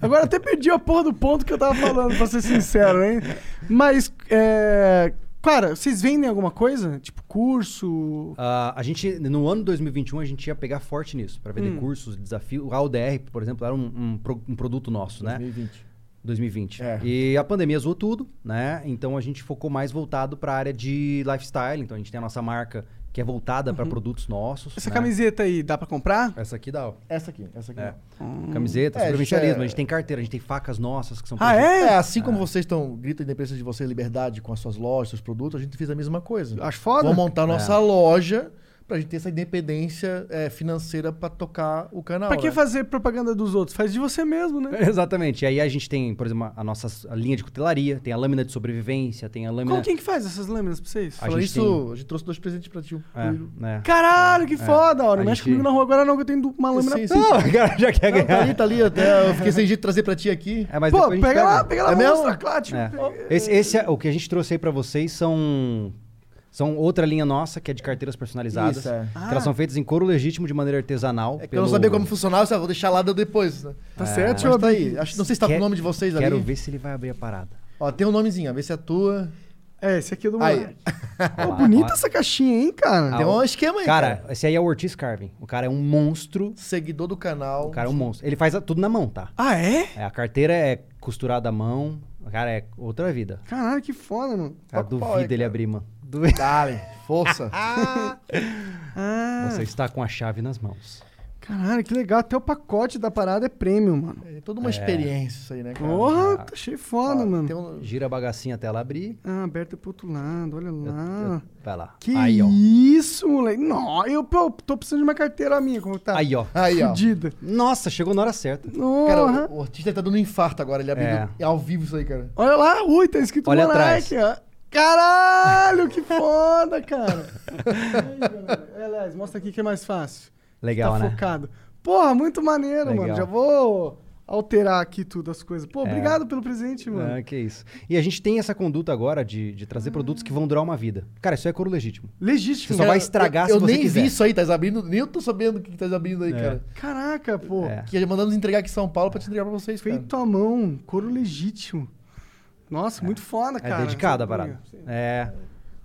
Agora até perdi a porra do ponto que eu tava falando, pra ser sincero, hein? Mas, é... Cara, vocês vendem alguma coisa? Tipo curso? Ah, a gente, no ano 2021, a gente ia pegar forte nisso, para vender cursos, desafio. A UDR, por exemplo, era um, um pro- um produto nosso, né? 2020. 2020. É. E a pandemia zoou tudo, né? Então a gente focou mais voltado para a área de lifestyle. Então a gente tem a nossa marca que é voltada para produtos nossos. Essa né? camiseta aí, dá pra comprar? Essa aqui dá, ó. Essa aqui, essa aqui. É. não. Camisetas, É, provincialismo. isso é- A gente tem carteira, a gente tem facas nossas que são Ah, é? É, assim como vocês estão gritam da empresa de vocês liberdade com as suas lojas, seus produtos, a gente fez a mesma coisa. Ah, Acho foda. Vamos montar É. nossa loja pra gente ter essa independência é, financeira pra tocar o canal. pra que né? fazer propaganda dos outros? Faz de você mesmo, né? (laughs) Exatamente. E aí a gente tem, por exemplo, a nossa linha de cutelaria, tem a lâmina de sobrevivência, tem a lâmina. Como quem que faz essas lâminas pra vocês? A Falando gente isso, a gente trouxe dois presentes pra ti. um. o É, Will. né? Caralho, que foda, hora. A Não mexe gente- comigo na rua agora não, que eu tenho du- uma lâmina. Sim, sim. Não, (laughs) o cara já quer Não, tá ganhar. ali, tá ali. Até eu fiquei sem jeito de trazer pra ti aqui. É, mas Pô, depois a pega, gente pega. lá, pega lá, É vamos mesmo? mostrar, claro, tipo, É. pega- Esse, esse é- o que a gente trouxe aí pra vocês são são outra linha nossa que é de carteiras personalizadas. Isso, é. Que elas são feitas em couro legítimo de maneira artesanal. É que eu não sabia como funcionava, eu disse, ah, vou deixar lá depois. Né? Tá certo, Mas eu tá aí. Acho, não sei se tá com o nome de vocês Quero ali. ver se ele vai abrir a parada. (laughs) Ó, tem um nomezinho, vê se é a tua. É, esse aqui é do Aí. Moleque. Ó lá, Bonita ó. essa caixinha, hein, cara? Tem um esquema aí. Cara, esse aí é o Ortiz Carving. O cara é um monstro. Seguidor do canal. O cara é um monstro. Ele faz a- tudo na mão, tá? Ah, é? É, a carteira é costurada à mão. O cara é outra vida. Caralho, que foda, mano. Cara, Qual que duvida pau é, ele cara? abrir, mano. Duvida. (laughs) Dale, (laughs) força. Ah, Você está com a chave nas mãos. caralho, que legal. Até o pacote da parada é premium, mano. É toda uma experiência isso aí, né, cara? Porra, tá cheio foda, mano. Tem um- Gira a bagacinha até ela abrir. Ah, aberta pro outro lado, olha lá. Vai lá. Ah, Que aí, ó. isso, moleque. Não, eu pô, tô precisando de uma carteira minha, como tá? Aí, ó. Aí, ó. Fudida. Nossa, chegou na hora certa. Cara, Porra. o, o artista tá dando um infarto agora. Ele abriu É. é ao vivo isso aí, cara. Olha lá, ui, tá escrito Olha Monark, ó. Caralho, que foda, cara. (laughs) Aí, galera. É, Aliás, mostra aqui que é mais fácil. Legal, tá né? focado. Porra, muito maneiro, Legal. É. mano. Já vou alterar aqui tudo, as coisas. Pô, obrigado pelo presente, mano. Ah, que isso. E a gente tem essa conduta agora de, de trazer produtos que vão durar uma vida. Cara, isso é couro legítimo. Legítimo. É. Você só vai estragar eu, se eu você nem quiser. vi isso aí, tá abrindo. Nem eu tô sabendo o que, que tá abrindo aí, cara. Caraca, pô. É. Que mandamos entregar aqui em São Paulo pra te entregar pra vocês, cara. Feito à mão, couro legítimo. Nossa, muito foda, É Ah, cara. dedicado a parada. É.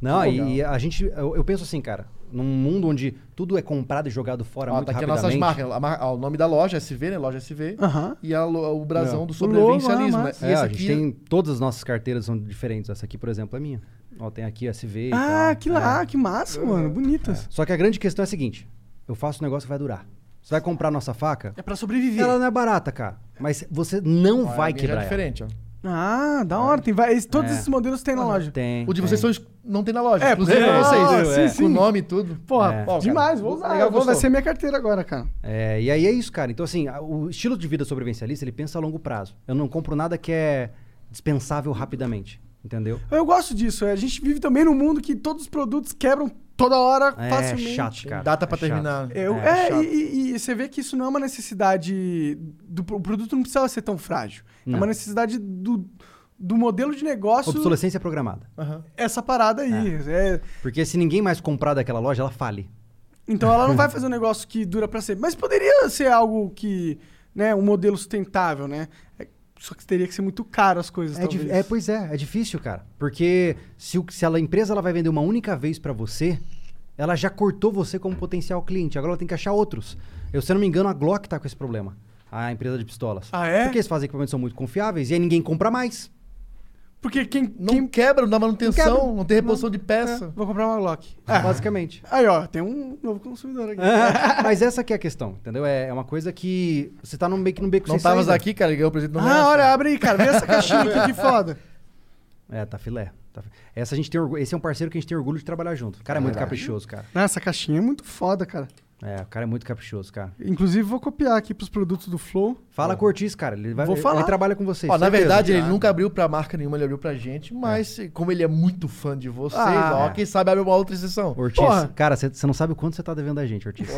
Não, e, e a gente... Eu, eu penso assim, cara. Num mundo onde tudo é comprado e jogado fora Ó, muito tá aqui as rapidamente... nossas marcas. A mar- ó, o nome da loja, SV, né? Loja SV. Aham. E a lo- o brasão É. do O sobrevivencialismo. logo, né? ah, E É, esse a gente aqui- tem... Todas as nossas carteiras são diferentes. Essa aqui, por exemplo, é minha. Ó, tem aqui SV e Ah, tal. É. que lá, que massa, mano. Bonitas. Só que a grande questão é a seguinte. Eu faço um negócio que vai durar. Você vai comprar a nossa faca... É, pra sobreviver. Ela não é barata, cara. Mas você não um Ó, a vai minha já quebrar é ela. diferente, ó. Ah, da hora. Tem vários, todos É. esses modelos tem na loja. Tem. O de tem. vocês são ex- não tem na loja. É, exclusivo é, pra é, vocês. sim, Com sim. o nome e tudo. Porra, É. Ó, cara, demais, vou usar. legal, eu vou, vai gostou. ser minha carteira agora, cara. É, e aí é isso, cara. Então, assim, a- o estilo de vida sobrevivencialista, ele pensa a longo prazo. Eu não compro nada que é dispensável rapidamente, entendeu? Eu gosto disso. é, A gente vive também num mundo que todos os produtos quebram toda hora, É facilmente. chato, cara. Data pra É chato. terminar. Eu, é, e- e, e você vê que isso não é uma necessidade. Do, pro- o produto não precisava ser tão frágil. É Não. uma necessidade do, do modelo de negócio. Obsolescência programada. Aham. Essa parada aí. é. Porque se ninguém mais comprar daquela loja, ela fale. então ela (laughs) não vai fazer um negócio que dura pra sempre. Mas poderia ser algo que. Né, um modelo sustentável, né? É, Só que teria que ser muito caro as coisas. É, talvez. di- é, pois é, é difícil, cara. Porque se, o- se ela- a empresa ela vai vender uma única vez pra você, ela já cortou você como potencial cliente. Agora ela tem que achar outros. Eu, se eu não me engano, a Glock tá com esse problema. A empresa de pistolas. Ah, é? Porque eles fazem equipamentos que são muito confiáveis e aí ninguém compra mais. Porque quem. Não quem... quebra, não dá manutenção, Não É. não, quebra. tem reposição de peça. Vou comprar uma Glock. Ah. Basicamente. (laughs) Aí, ó, tem um novo consumidor aqui. Mas essa que é a questão, entendeu? É, é uma coisa que você tá num meio que no beco Não sem saída. tavas aqui, cara, ele ganhou o presente no é. Ah, olha, abre aí, cara. Vê essa caixinha aqui, que foda. É, tá filé. tá fi- Essa a gente tem orgulho, esse é um parceiro que a gente tem orgulho de trabalhar junto. O cara é, muito caprichoso, cara. Não, essa caixinha é muito foda, cara. É, o cara é muito caprichoso, cara. Inclusive, vou copiar aqui pros produtos do Flow. Fala com o Ortiz, cara. Ele, vai, Vou falar. ele trabalha com vocês. Ó, na certeza. verdade, ele nunca abriu pra marca nenhuma, ele abriu pra gente, mas como ele é muito fã de vocês, Ah, ó, é. quem sabe abre uma outra exceção. Ortiz, Porra. cara, você não sabe o quanto você tá devendo a gente, Ortiz.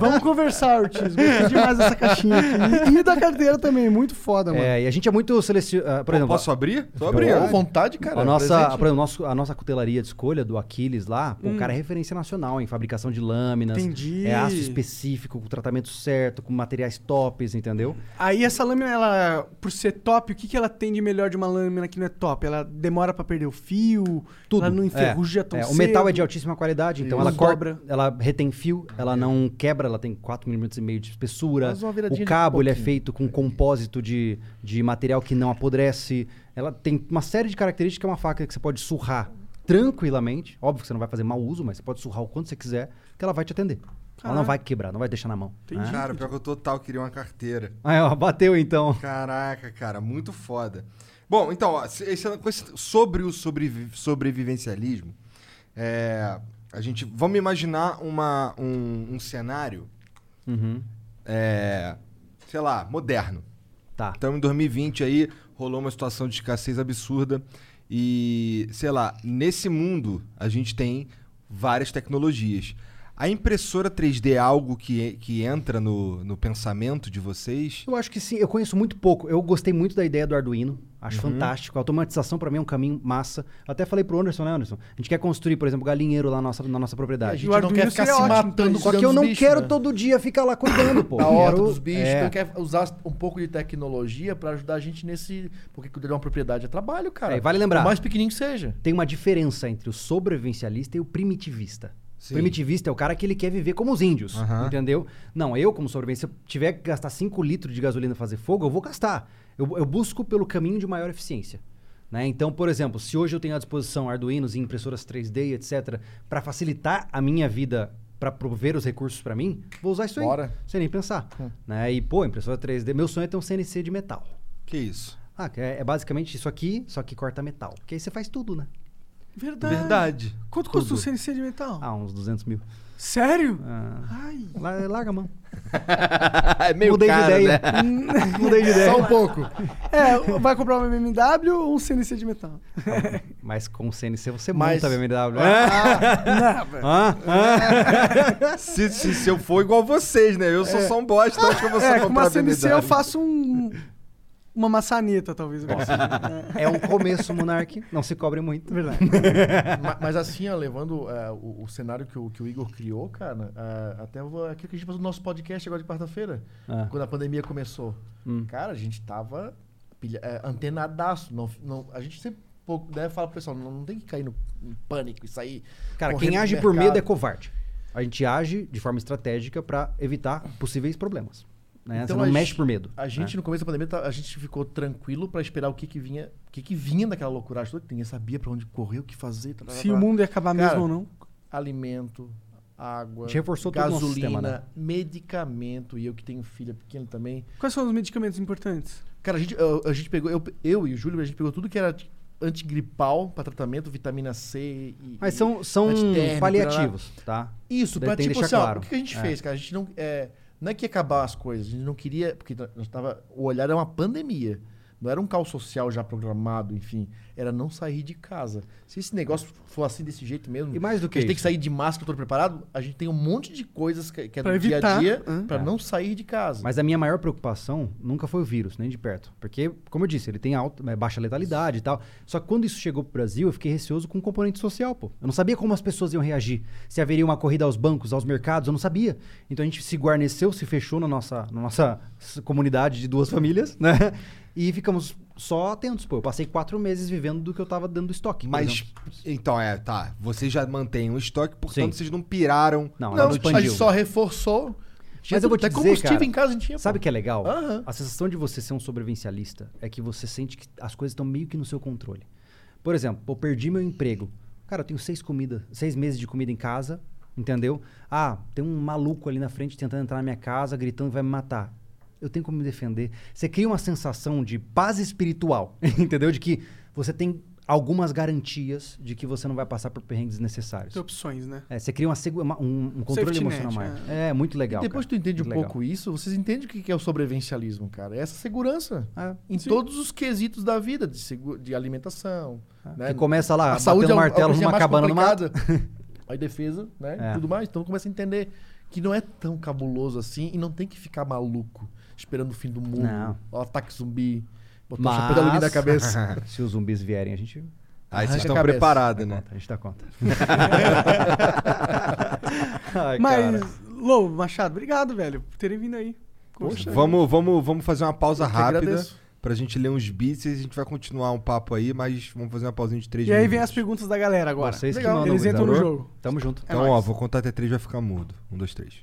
Vamos conversar, Ortiz. Gostei demais dessa caixinha aqui. E da carteira também, muito foda, mano. É, e a gente é muito selecionado. por Pô, exemplo, posso abrir? Tô Pô, abrindo. Tá vontade, cara. né? a, nossa, presente. por exemplo, nosso- a nossa cutelaria de escolha do Aquiles lá, pô, o cara é referência nacional em fabricação de lâminas. Entendi. É aço específico, com tratamento certo, com materiais tops, entendeu? Aí essa lâmina, ela, por ser top, o que, que ela tem de melhor de uma lâmina que não é top? Ela demora pra perder o fio? Tudo. Ela não enferruja tão é, Então, cedo? O metal é de altíssima qualidade, então Isso. ela corta, Dobra. ela retém fio, ela não quebra, ela tem 4 milímetros e meio de espessura. Faz É. uma viradinha O de cabo ele é pouquinho. feito com compósito de, de material que não apodrece. Ela tem uma série de características que é uma faca que você pode surrar tranquilamente. Óbvio que você não vai fazer mau uso, mas você pode surrar o quanto você quiser, que ela vai te atender. Ela não vai quebrar, não vai deixar na mão. né? Cara, pior que eu total queria uma carteira. Aí, ó, bateu então. Caraca, cara, muito foda. Bom, então, ó, se- esse- com esse- sobre o sobrevi- sobrevivencialismo, é, a gente. Vamos imaginar uma, um, um cenário. Uhum. é, sei lá, moderno. Tá. Então, em 2020 aí, rolou uma situação de escassez absurda. E, sei lá, nesse mundo a gente tem várias tecnologias. A impressora 3D é algo que, que entra no, no pensamento de vocês? Eu acho que sim, eu conheço muito pouco. Eu gostei muito da ideia do Arduino, acho Uhum. fantástico. A automatização pra mim é um caminho massa. Eu até falei pro Anderson, né, Anderson? A gente quer construir, por exemplo, galinheiro lá na nossa, na nossa É, A propriedade. gente o não Arduino quer ficar se seria ótimo pra matando isso. Só cuidando que eu dos não bichos, quero né? todo dia ficar lá cuidando, (laughs) pô. da Eu horta quero- dos bichos. é. Então quer usar um pouco de tecnologia pra ajudar a gente nesse. Porque cuidar de uma propriedade é trabalho, cara. É, e vale lembrar. Por mais pequenininho que seja. (laughs) Tem uma diferença entre o sobrevivencialista e o primitivista. Sim. O primitivista é o cara que ele quer viver como os índios, Aham. entendeu? Não, eu como sobrevivência, se eu tiver que gastar 5 litros de gasolina pra fazer fogo, eu vou gastar. Eu, eu busco pelo caminho de maior eficiência. né? Então, por exemplo, se hoje eu tenho à disposição arduinos e impressoras 3D, e etc., pra facilitar a minha vida, pra prover os recursos pra mim, vou usar isso aí, Bora. sem nem pensar. Hum. né? E, pô, impressora 3D, meu sonho é ter um CNC de metal. Que isso? Ah, que é, é basicamente isso aqui, só que corta metal. Porque aí você faz tudo, né? Verdade. Quanto custa um CNC de metal? Ah, uns 200 mil. Sério? Ah, Ai. la- larga a mão. (laughs) é meio Mudei caro, de ideia. né? (laughs) Mudei de ideia. Só um pouco. É, vai comprar uma BMW ou um CNC de metal? (laughs) Mas com o CNC você Mas- monta a BMW. Ah, ah. Se, se, se eu for igual vocês, né? Eu sou só um bosta, acho que eu vou só É, com comprar uma CNC BMW. eu faço um... Uma maçaneta, talvez. eu consiga. É um começo, Monark. Não se cobre muito. Verdade. Ma- Mas assim, ó, levando é, o, o cenário que o, que o Igor criou, cara, é, até vou, aquilo que a gente passou no nosso podcast agora de quarta-feira, (laughs) Ah. Hum. quando a pandemia começou. Cara, a gente tava pilha- é, antenadaço. Não, não- a gente sempre pouco, né, fala pro pessoal, não, não tem que cair no em pânico e sair. Cara, correndo quem pro age por medo é mercado. covarde. A gente age de forma estratégica pra evitar possíveis problemas. Né? você não Então a mexe gente- por medo. né? A gente, no começo da pandemia, tá- a gente ficou tranquilo pra esperar o que que vinha, o que que vinha daquela loucura toda. que Ninguém sabia pra onde correr, o que fazer. tá, tá, tá, Se tá. o mundo ia acabar Cara, mesmo ou não. alimento, água, A gente reforçou todo o gasolina, nosso sistema, né? medicamento. E eu que tenho filha pequena também. Quais são os medicamentos importantes? Cara, a gente, eu- a gente pegou, eu, eu e o Júlio, a gente pegou tudo que era antigripal pra tratamento, vitamina C e. Mas e são, são antitérmico, paliativos, tá? Isso, Daí pra tem que tipo assim, deixar ó, claro. o que que a gente É. fez, cara? A gente não. É, não é que ia acabar as coisas, a gente não queria. Porque nós tava, o olhar era uma pandemia. Não era um caos social já programado, enfim. Era não sair de casa. Se esse negócio for assim desse jeito mesmo. E mais do que a gente tem que isso. sair de máscara todo preparado, a gente tem um monte de coisas que, que é do Pra dia evitar, a dia hã? pra não sair de casa. É. Mas a minha maior preocupação nunca foi o vírus, nem de perto. Porque, como eu disse, ele tem alta, é, baixa letalidade e tal. Só que quando isso chegou pro Brasil, eu fiquei receoso com o componente social, pô. Eu não sabia como as pessoas iam reagir. Se haveria uma corrida aos bancos, aos mercados, eu não sabia. Então a gente se guarneceu, se fechou na nossa, na nossa s- comunidade de duas famílias, né? (laughs) E ficamos só atentos, pô. Eu passei quatro meses vivendo do que eu tava dando do estoque. por Mas, exemplo. então, é, tá. Vocês já mantêm o estoque, portanto, Sim. vocês não piraram. Não, não, não a expandiu. gente só é reforçou. Tinha Mas eu vou tudo, te até dizer, combustível cara, em casa a gente tinha. Sabe o pô. que é legal? Aham. A sensação de você ser um sobrevivencialista é que você sente que as coisas estão meio que no seu controle. Por exemplo, eu perdi meu emprego. Cara, eu tenho seis comidas, seis meses de comida em casa, entendeu? Ah, tem um maluco ali na frente tentando entrar na minha casa, gritando que vai me matar. Eu tenho (laughs) como me defender. Você cria uma sensação de paz espiritual, entendeu? De que você tem algumas garantias de que você não vai passar por perrengues desnecessários. Tem opções, né? É, você cria uma segu- uma- um, um controle Safety net, emocional maior. é. É. muito legal. Depois que tu cara. entende um Muito legal. pouco isso, vocês entendem o que que é o sobrevivencialismo, cara. É essa segurança. É, em todos os quesitos da vida, de, segu- de alimentação. né? Que começa lá, a saúde é Ah, batendo uma- martelo uma coisa numa mais cabana no mato. complicada. (laughs) Aí defesa, né? É. Tudo mais. Então começa a entender que não é tão cabuloso assim e não tem que ficar maluco esperando o fim do mundo. Não. O ataque zumbi. Botar o chapéu de alumínio na (laughs) cabeça. se os zumbis vierem, a gente (laughs) Aí Arranca vocês a estão cabeça. preparados, né? conta, a gente dá (laughs) conta. Ai, Mas, É, cara. Lou Machado, obrigado, velho, por terem vindo aí. Poxa. né? Vamos, vamos, vamos fazer uma pausa Eu que rápida agradeço. pra gente ler uns beats e a gente vai continuar um papo aí, mas vamos fazer uma pausinha de três E aí vem as minutos. perguntas da galera agora. Vocês que Legal. mandam, Eles entram no gurizada. jogo. Tamo junto. Então, É ó, nóis. vou contar até três e vai ficar mudo. Um, dois, três.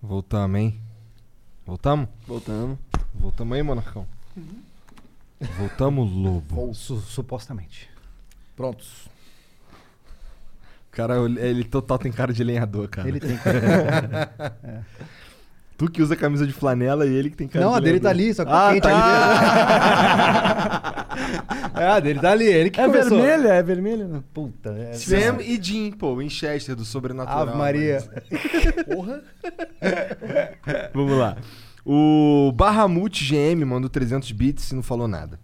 Voltamos, hein? Voltamos? Voltamos. Voltamos aí, Monarcão? Voltamos, lobo. Ou su- supostamente. Prontos. Cara, eu- ele total tem cara de lenhador, cara. Ele tem. (laughs) Tu que usa camisa de flanela e ele que tem cara Não, de a dele tá lenhador. ali, só que Ah, tá quente tá. ali dentro. (laughs) é, a dele tá ali, ele que É começou. vermelha? É vermelha? Não. Puta, é... Sam e Jim, pô, Winchester do Sobrenatural. Ave Maria. mas- Vamos lá. O Barramute GM mandou 300 bits e não falou nada.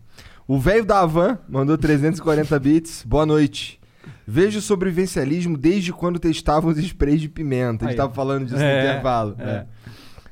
O velho da Havan mandou 340 bits. Boa noite. Vejo o sobrevivencialismo desde quando testavam os sprays de pimenta. A gente Aí. tava falando disso É, no intervalo. é. né?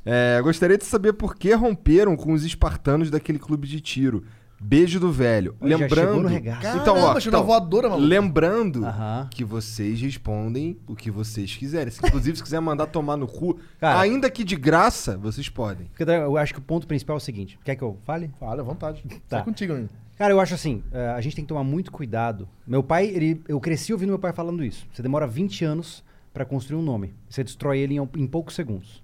É, gostaria de saber por que romperam com os espartanos daquele clube de tiro. Beijo do velho. Olha, já chegou lembrando. no regaço. então, ó, Caramba, chegou na tá voadora, maluco. lembrando Aham. que vocês respondem o que vocês quiserem. Se, inclusive, se quiser mandar tomar no cu, Cara. ainda que de graça, vocês podem. Porque eu acho que o ponto principal é o seguinte. Quer que eu fale? Fala, à vontade. Tá. Tá contigo, amigo. Cara, eu acho assim, eh, a gente tem que tomar muito cuidado. Meu pai, ele, eu cresci ouvindo meu pai falando isso. Você demora 20 anos pra construir um nome. Você destrói ele em, em poucos segundos.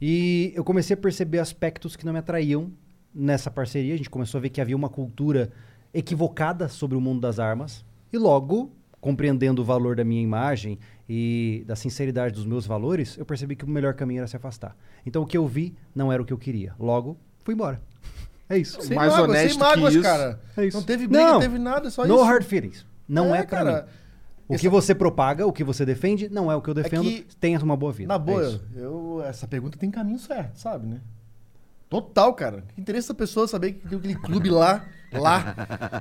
E eu comecei a perceber aspectos que não me atraíam nessa parceria. A gente começou a ver que havia uma cultura equivocada sobre o mundo das armas. E logo, compreendendo o valor da minha imagem e da sinceridade dos meus valores, eu percebi que o melhor caminho era se afastar. Então o que eu vi não era o que eu queria. Logo, fui embora. (laughs) É isso. Sem Mais mágoas, honesto sem mágoas, que isso. cara. É isso. Não teve briga, Não. não teve nada, só no isso. hard feelings. Não é, É, pra cara. mim. O que você propaga, o que você defende, não é o que eu defendo. que- Tenha uma boa vida. Na boa, É isso. eu, essa pergunta tem caminho certo, sabe, né? Total, cara. Que Interessa a pessoa saber que tem aquele clube lá, lá.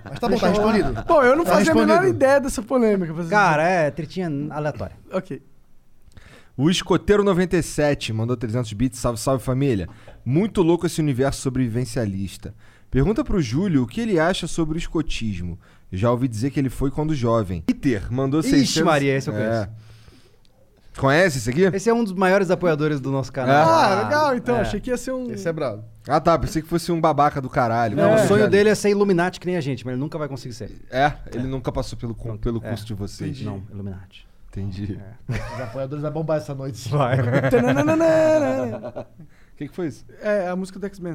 Mas tá bom, tá respondido. Bom, eu não Tá fazia a menor respondido. ideia dessa polêmica. pra vocês Cara, é tretinha aleatória. dizerem. Ok. O Escoteiro97 mandou 300 bits. Salve, salve família. Muito louco esse universo sobrevivencialista. Pergunta pro Júlio o que ele acha sobre o escotismo. Já ouvi dizer que ele foi quando jovem. Peter mandou Ixi, 600... Maria, esse eu É. Conhece esse aqui? Esse é um dos maiores apoiadores do nosso canal. Ah, legal, então. é. Achei que ia ser um. Esse é brabo. Ah, tá. Pensei que fosse um babaca do caralho. Não, É. o sonho Já- dele é ser Illuminati que nem a gente, mas ele nunca vai conseguir ser. É, ele nunca passou pelo, cu- pelo curso de vocês. É. Não, Illuminati. Entendi. Os apoiadores vão bombar essa noite. Tananana. O que, que foi isso? É, a música do X-Men.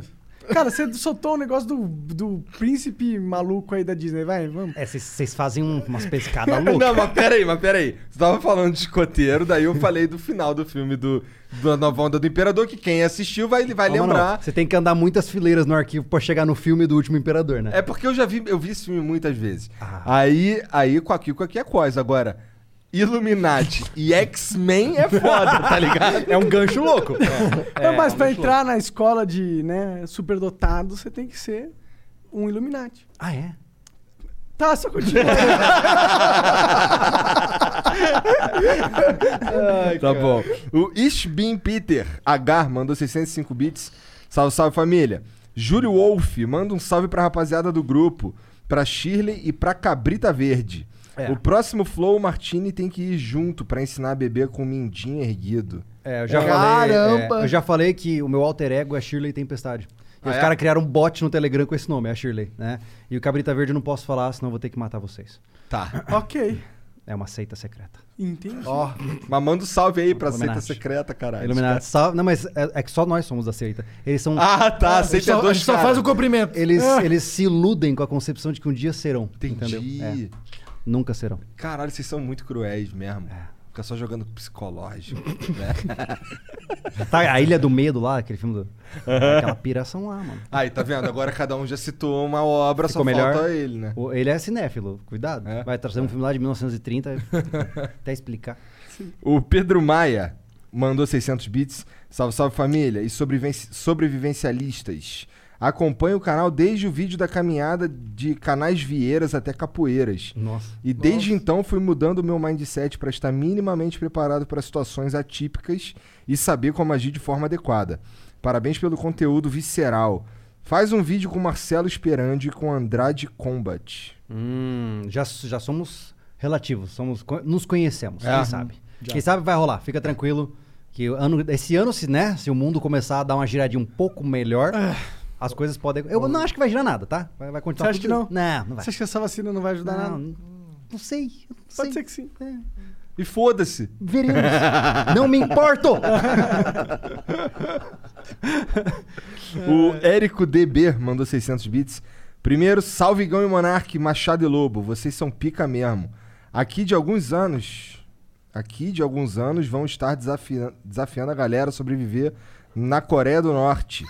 Cara, você soltou um negócio do, do príncipe maluco aí da Disney. Vai, vamos. É, vocês- vocês fazem um- umas pescadas loucas. (laughs) Não, mas peraí, mas peraí. Você tava falando de escoteiro, daí eu falei do final do filme do, da nova onda do Imperador, que quem assistiu vai, vai Calma, lembrar. não. Você tem que andar muitas fileiras no arquivo pra chegar no filme do último imperador, né? É porque eu já vi, eu vi esse filme muitas vezes. Ah. Aí, aí com aqui, com aqui é coisa. Agora, Illuminati e X-Men é foda, tá ligado? É um gancho louco. É, mas pra entrar na escola de né, superdotado, você tem que ser um Illuminati. Ah, é? Tá, só continua. tá bom. O Ishbin Peter H mandou 605 bits. Salve, salve família. Júlio Wolf manda um salve pra rapaziada do grupo, pra Shirley e pra Cabrita Verde. É. O próximo Flow, o Martini tem que ir junto pra ensinar a beber com o mindinho erguido. É, eu já falei. Caramba! é, eu já falei que o meu alter ego é Shirley Tempestade. E Ah, os é? caras criaram um bot no Telegram com esse nome, é a Shirley, né? E o Cabrita Verde eu não posso falar, senão eu vou ter que matar vocês. Tá. (laughs) ok. É uma seita secreta. Entendi. Mas manda um salve aí pra Illuminati. seita secreta, caralho. Iluminati. só- Não, mas é, é que só nós somos da seita. Eles são. Ah, tá. A gente Aceita só, a dois gente só caras. faz o cumprimento. Eles, eles se iludem com a concepção de que um dia serão. Entendeu? É, Entendi. nunca serão. Caralho, vocês são muito cruéis mesmo. É. Fica só jogando psicológico. né? Tá, a Ilha do Medo lá, aquele filme do. Aquela piração lá, mano. Aí, tá vendo? Agora cada um já citou uma obra, Ficou só melhor? falta ele, né? O- Ele é cinéfilo, cuidado. É? Vai trazer um filme lá de (laughs) 1930, até explicar. O Pedro Maia mandou 600 bits. Salve, salve família e sobreviven- sobrevivencialistas. Acompanho o canal desde o vídeo da caminhada de canais vieiras até capoeiras. Nossa. E desde então fui mudando o meu mindset para estar minimamente preparado para situações atípicas e saber como agir de forma adequada. Parabéns pelo conteúdo visceral. Faz um vídeo com Marcelo Esperandi e com Andrade Combat. Hum, já, já somos relativos, somos, co- nos conhecemos, É. quem sabe. Quem sabe vai rolar, fica tranquilo. Que o ano, esse ano, se, né, se o mundo começar a dar uma giradinha um pouco melhor, as coisas podem. Eu não acho que vai girar nada, tá? Vai, vai continuar. É. Você acha tudo- que Não, não vai. Você acha que essa vacina não vai ajudar não, nada? não, não sei. eu Não Pode sei. ser que sim. E foda-se! Veremos. (laughs) não me importo! (laughs) O Érico DB mandou 600 bits. Primeiro, salve Gão e Monark, Machado e Lobo. Vocês são pica mesmo. Aqui de alguns anos. Aqui de alguns anos vão estar desafia- desafiando a galera a sobreviver na Coreia do Norte.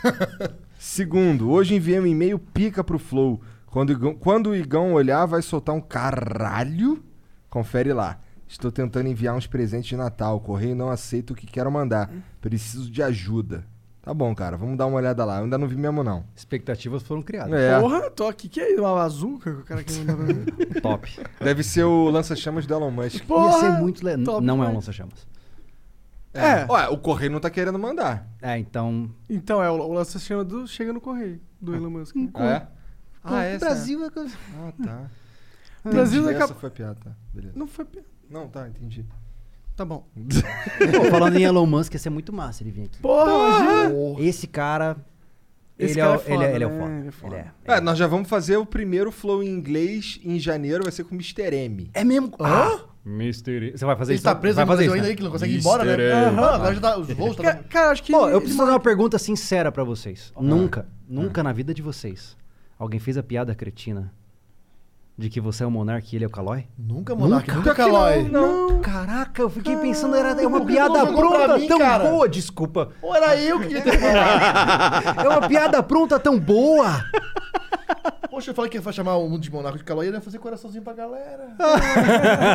Segundo, hoje enviei um e-mail pica pro Flow. Quando, o Igão- quando o Igão olhar, vai soltar um caralho? Confere lá. Estou tentando enviar uns presentes de Natal. Correio não aceita o que quero mandar. Preciso de ajuda. Tá bom, cara. Vamos dar uma olhada lá. Eu ainda não vi mesmo, não. Expectativas foram criadas. É. Porra, tô aqui. Que é uma bazuca que o cara quer mandar pra (laughs) mim? Top. Deve ser o lança-chamas do Elon Musk. Ia É. Porra, ser muito le... top, Não é um né? lança-chamas. É. Ué, o Correio não tá querendo mandar. É, então. Então, é, o, o lance chama do Chega no Correio, do Elon Musk. É? Ah, o essa é? Um Brasil é... co- Ah, tá. O (laughs) Brasil Entendi, daqui a... Essa foi piada, tá? Beleza. Não foi... pe- Não, tá, entendi. Tá bom. Pô, falando em Elon Musk, ia ser muito massa ele vir aqui. Porra, imagina. Esse cara. Esse ele, cara é é, o- ele, foda, é, ele é o né? foda. Ele é foda. Ele é. É, nós já vamos fazer o primeiro flow em inglês em janeiro, vai ser com o Mr. M. É mesmo? Hã? Mister... Você vai fazer Ele isso? está preso vai no fazer Brasil isso, ainda né? aí, que não consegue ir Mister embora, né? é. Aham, agora já tá, os voos tá... Ca- Cara, acho que... Pô, eu preciso fazer uma pergunta sincera pra vocês. Nunca, nunca na vida de vocês, alguém fez a piada cretina de que você é o monarca e ele é o Calói? Nunca, Monark, nunca, Pior que Calói. Não, não. Caraca, eu fiquei pensando, era é uma Por que tu não piada jogou pra pronta mim, tão cara? boa, desculpa. Ou era eu que devia ter falado? É uma piada pronta tão boa. Poxa, eu falei que ia chamar o mundo de Monaco de Calói, ele ia fazer coraçãozinho pra galera. (laughs)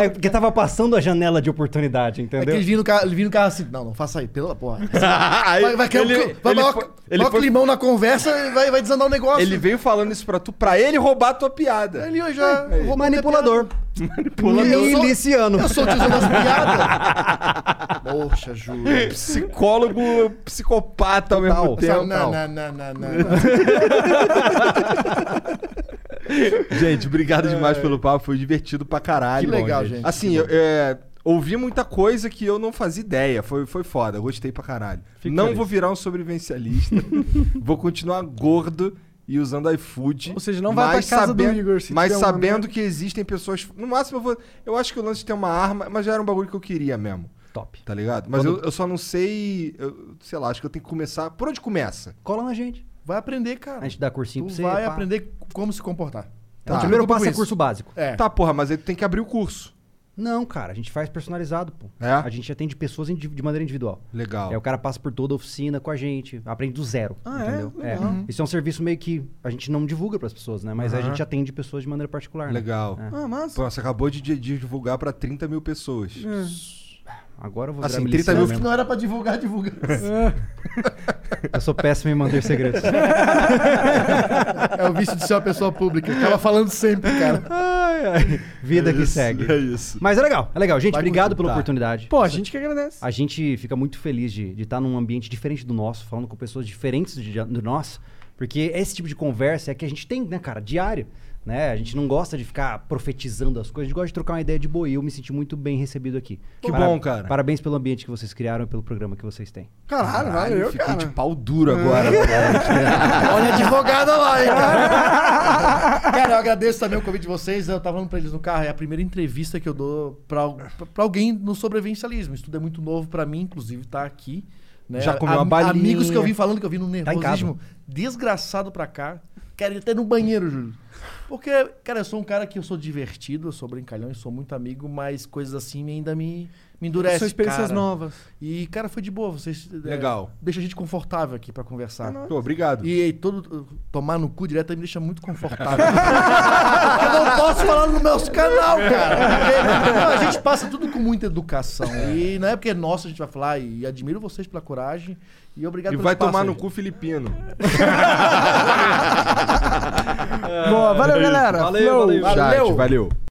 É porque tava passando a janela de oportunidade, É que entendeu? ele vinha no carro, ele vinha no carro assim, não, não faça aí, pela porra. Ah, Aí Vai, é vai cair ele- o, vai ele maior, foi- ele foi- limão na conversa e vai, vai desandar o negócio. Ele veio falando isso pra tu, pra ele roubar a tua piada. Ele hoje já roubou Manipulador. Eu sou- Miliciano. Eu sou o tiozão das piadas. Poxa, Júlio. Psicólogo, psicopata ao mesmo Essa- tempo. Não, não, não, não, não. Gente, obrigado É. demais pelo papo, foi divertido pra caralho. Que legal, gente. Assim, eu, é, ouvi muita coisa que eu não fazia ideia, foi, foi foda, gostei pra caralho. não vou virar (laughs) um sobrevivencialista, vou continuar gordo e usando iFood. Ou seja, não vai mas pra casa do sabendo, Igor se Mas tiver um uma sabendo merda. que existem pessoas... No máximo eu vou... Eu acho que o lance de ter uma arma, mas já era um bagulho que eu queria mesmo. Top. Tá ligado? Mas eu, eu só não sei... eu- sei lá, acho que eu tenho que começar... Por onde começa? Cola na gente. Vai aprender, cara. A gente dá cursinho Tá Tu É, pra você. vai pá. aprender como se comportar. O Tá. primeiro passo é isso. curso básico. É. Tá, porra, mas aí tu tem que abrir o curso. Não, cara, a gente faz personalizado, pô. É? A gente atende pessoas indi- de maneira individual. Legal. Aí o cara passa por toda a oficina com a gente, aprende do zero, Ah, é? entendeu? Legal. Uhum. Isso é um serviço meio que a gente não divulga pras pessoas, né? Mas a gente atende pessoas de maneira particular. né? Legal. Ah, massa. Pô, você acabou de di- de divulgar pra 30 mil pessoas. É. Agora eu vou Assim, virar 30 miliciano mil Que mesmo. não era pra divulgar, divulgar. É. Eu sou péssimo em manter (laughs) segredos. É o vício de ser uma pessoa pública. Acaba falando sempre, cara. Vida É que isso, segue. É isso. Mas é legal, é legal. Gente, Vai obrigado curtir, pela tá. oportunidade. Pô, a gente que agradece. A gente fica muito feliz de estar num ambiente diferente do nosso, falando com pessoas diferentes de, do nosso, porque esse tipo de conversa é que a gente tem, né, cara, diário. Né? A gente não gosta de ficar profetizando as coisas, a gente gosta de trocar uma ideia de boa e eu me senti muito bem recebido aqui. Que bom, cara. Parabéns pelo ambiente que vocês criaram e pelo programa que vocês têm. Caralho, valeu, fiquei tipo, cara. de pau duro agora. né? Olha a advogada lá, hein, cara. Cara, eu agradeço também o convite de vocês. Eu tava falando pra eles no carro. É a primeira entrevista que eu dou pra, pra- pra alguém no sobrevivencialismo. Isso tudo é muito novo pra mim, inclusive, tá aqui. né? Já comeu uma Am- balinha. Amigos que eu vim falando que eu vi no Tá em casa. nervosismo desgraçado pra cá. Quero ir até no banheiro, Júlio. Porque, cara, eu sou um cara que eu sou divertido, eu sou brincalhão, eu sou muito amigo, mas coisas assim ainda me, me endurecem. São experiências cara. novas. E, cara, foi de boa. Vocês, é, Legal. Deixa a gente confortável aqui pra conversar. Pô, obrigado. E, aí, todo tomar no cu direto aí me deixa muito confortável. (laughs) eu não posso falar no meus canal, cara. Porque, não, a gente passa tudo com muita educação. E não é porque é nosso a gente vai falar. E admiro vocês pela coragem. E obrigado E pelo vai espaço tomar aí. no cu filipino. Boa, valeu, galera. Valeu, Valeu. Chat, valeu.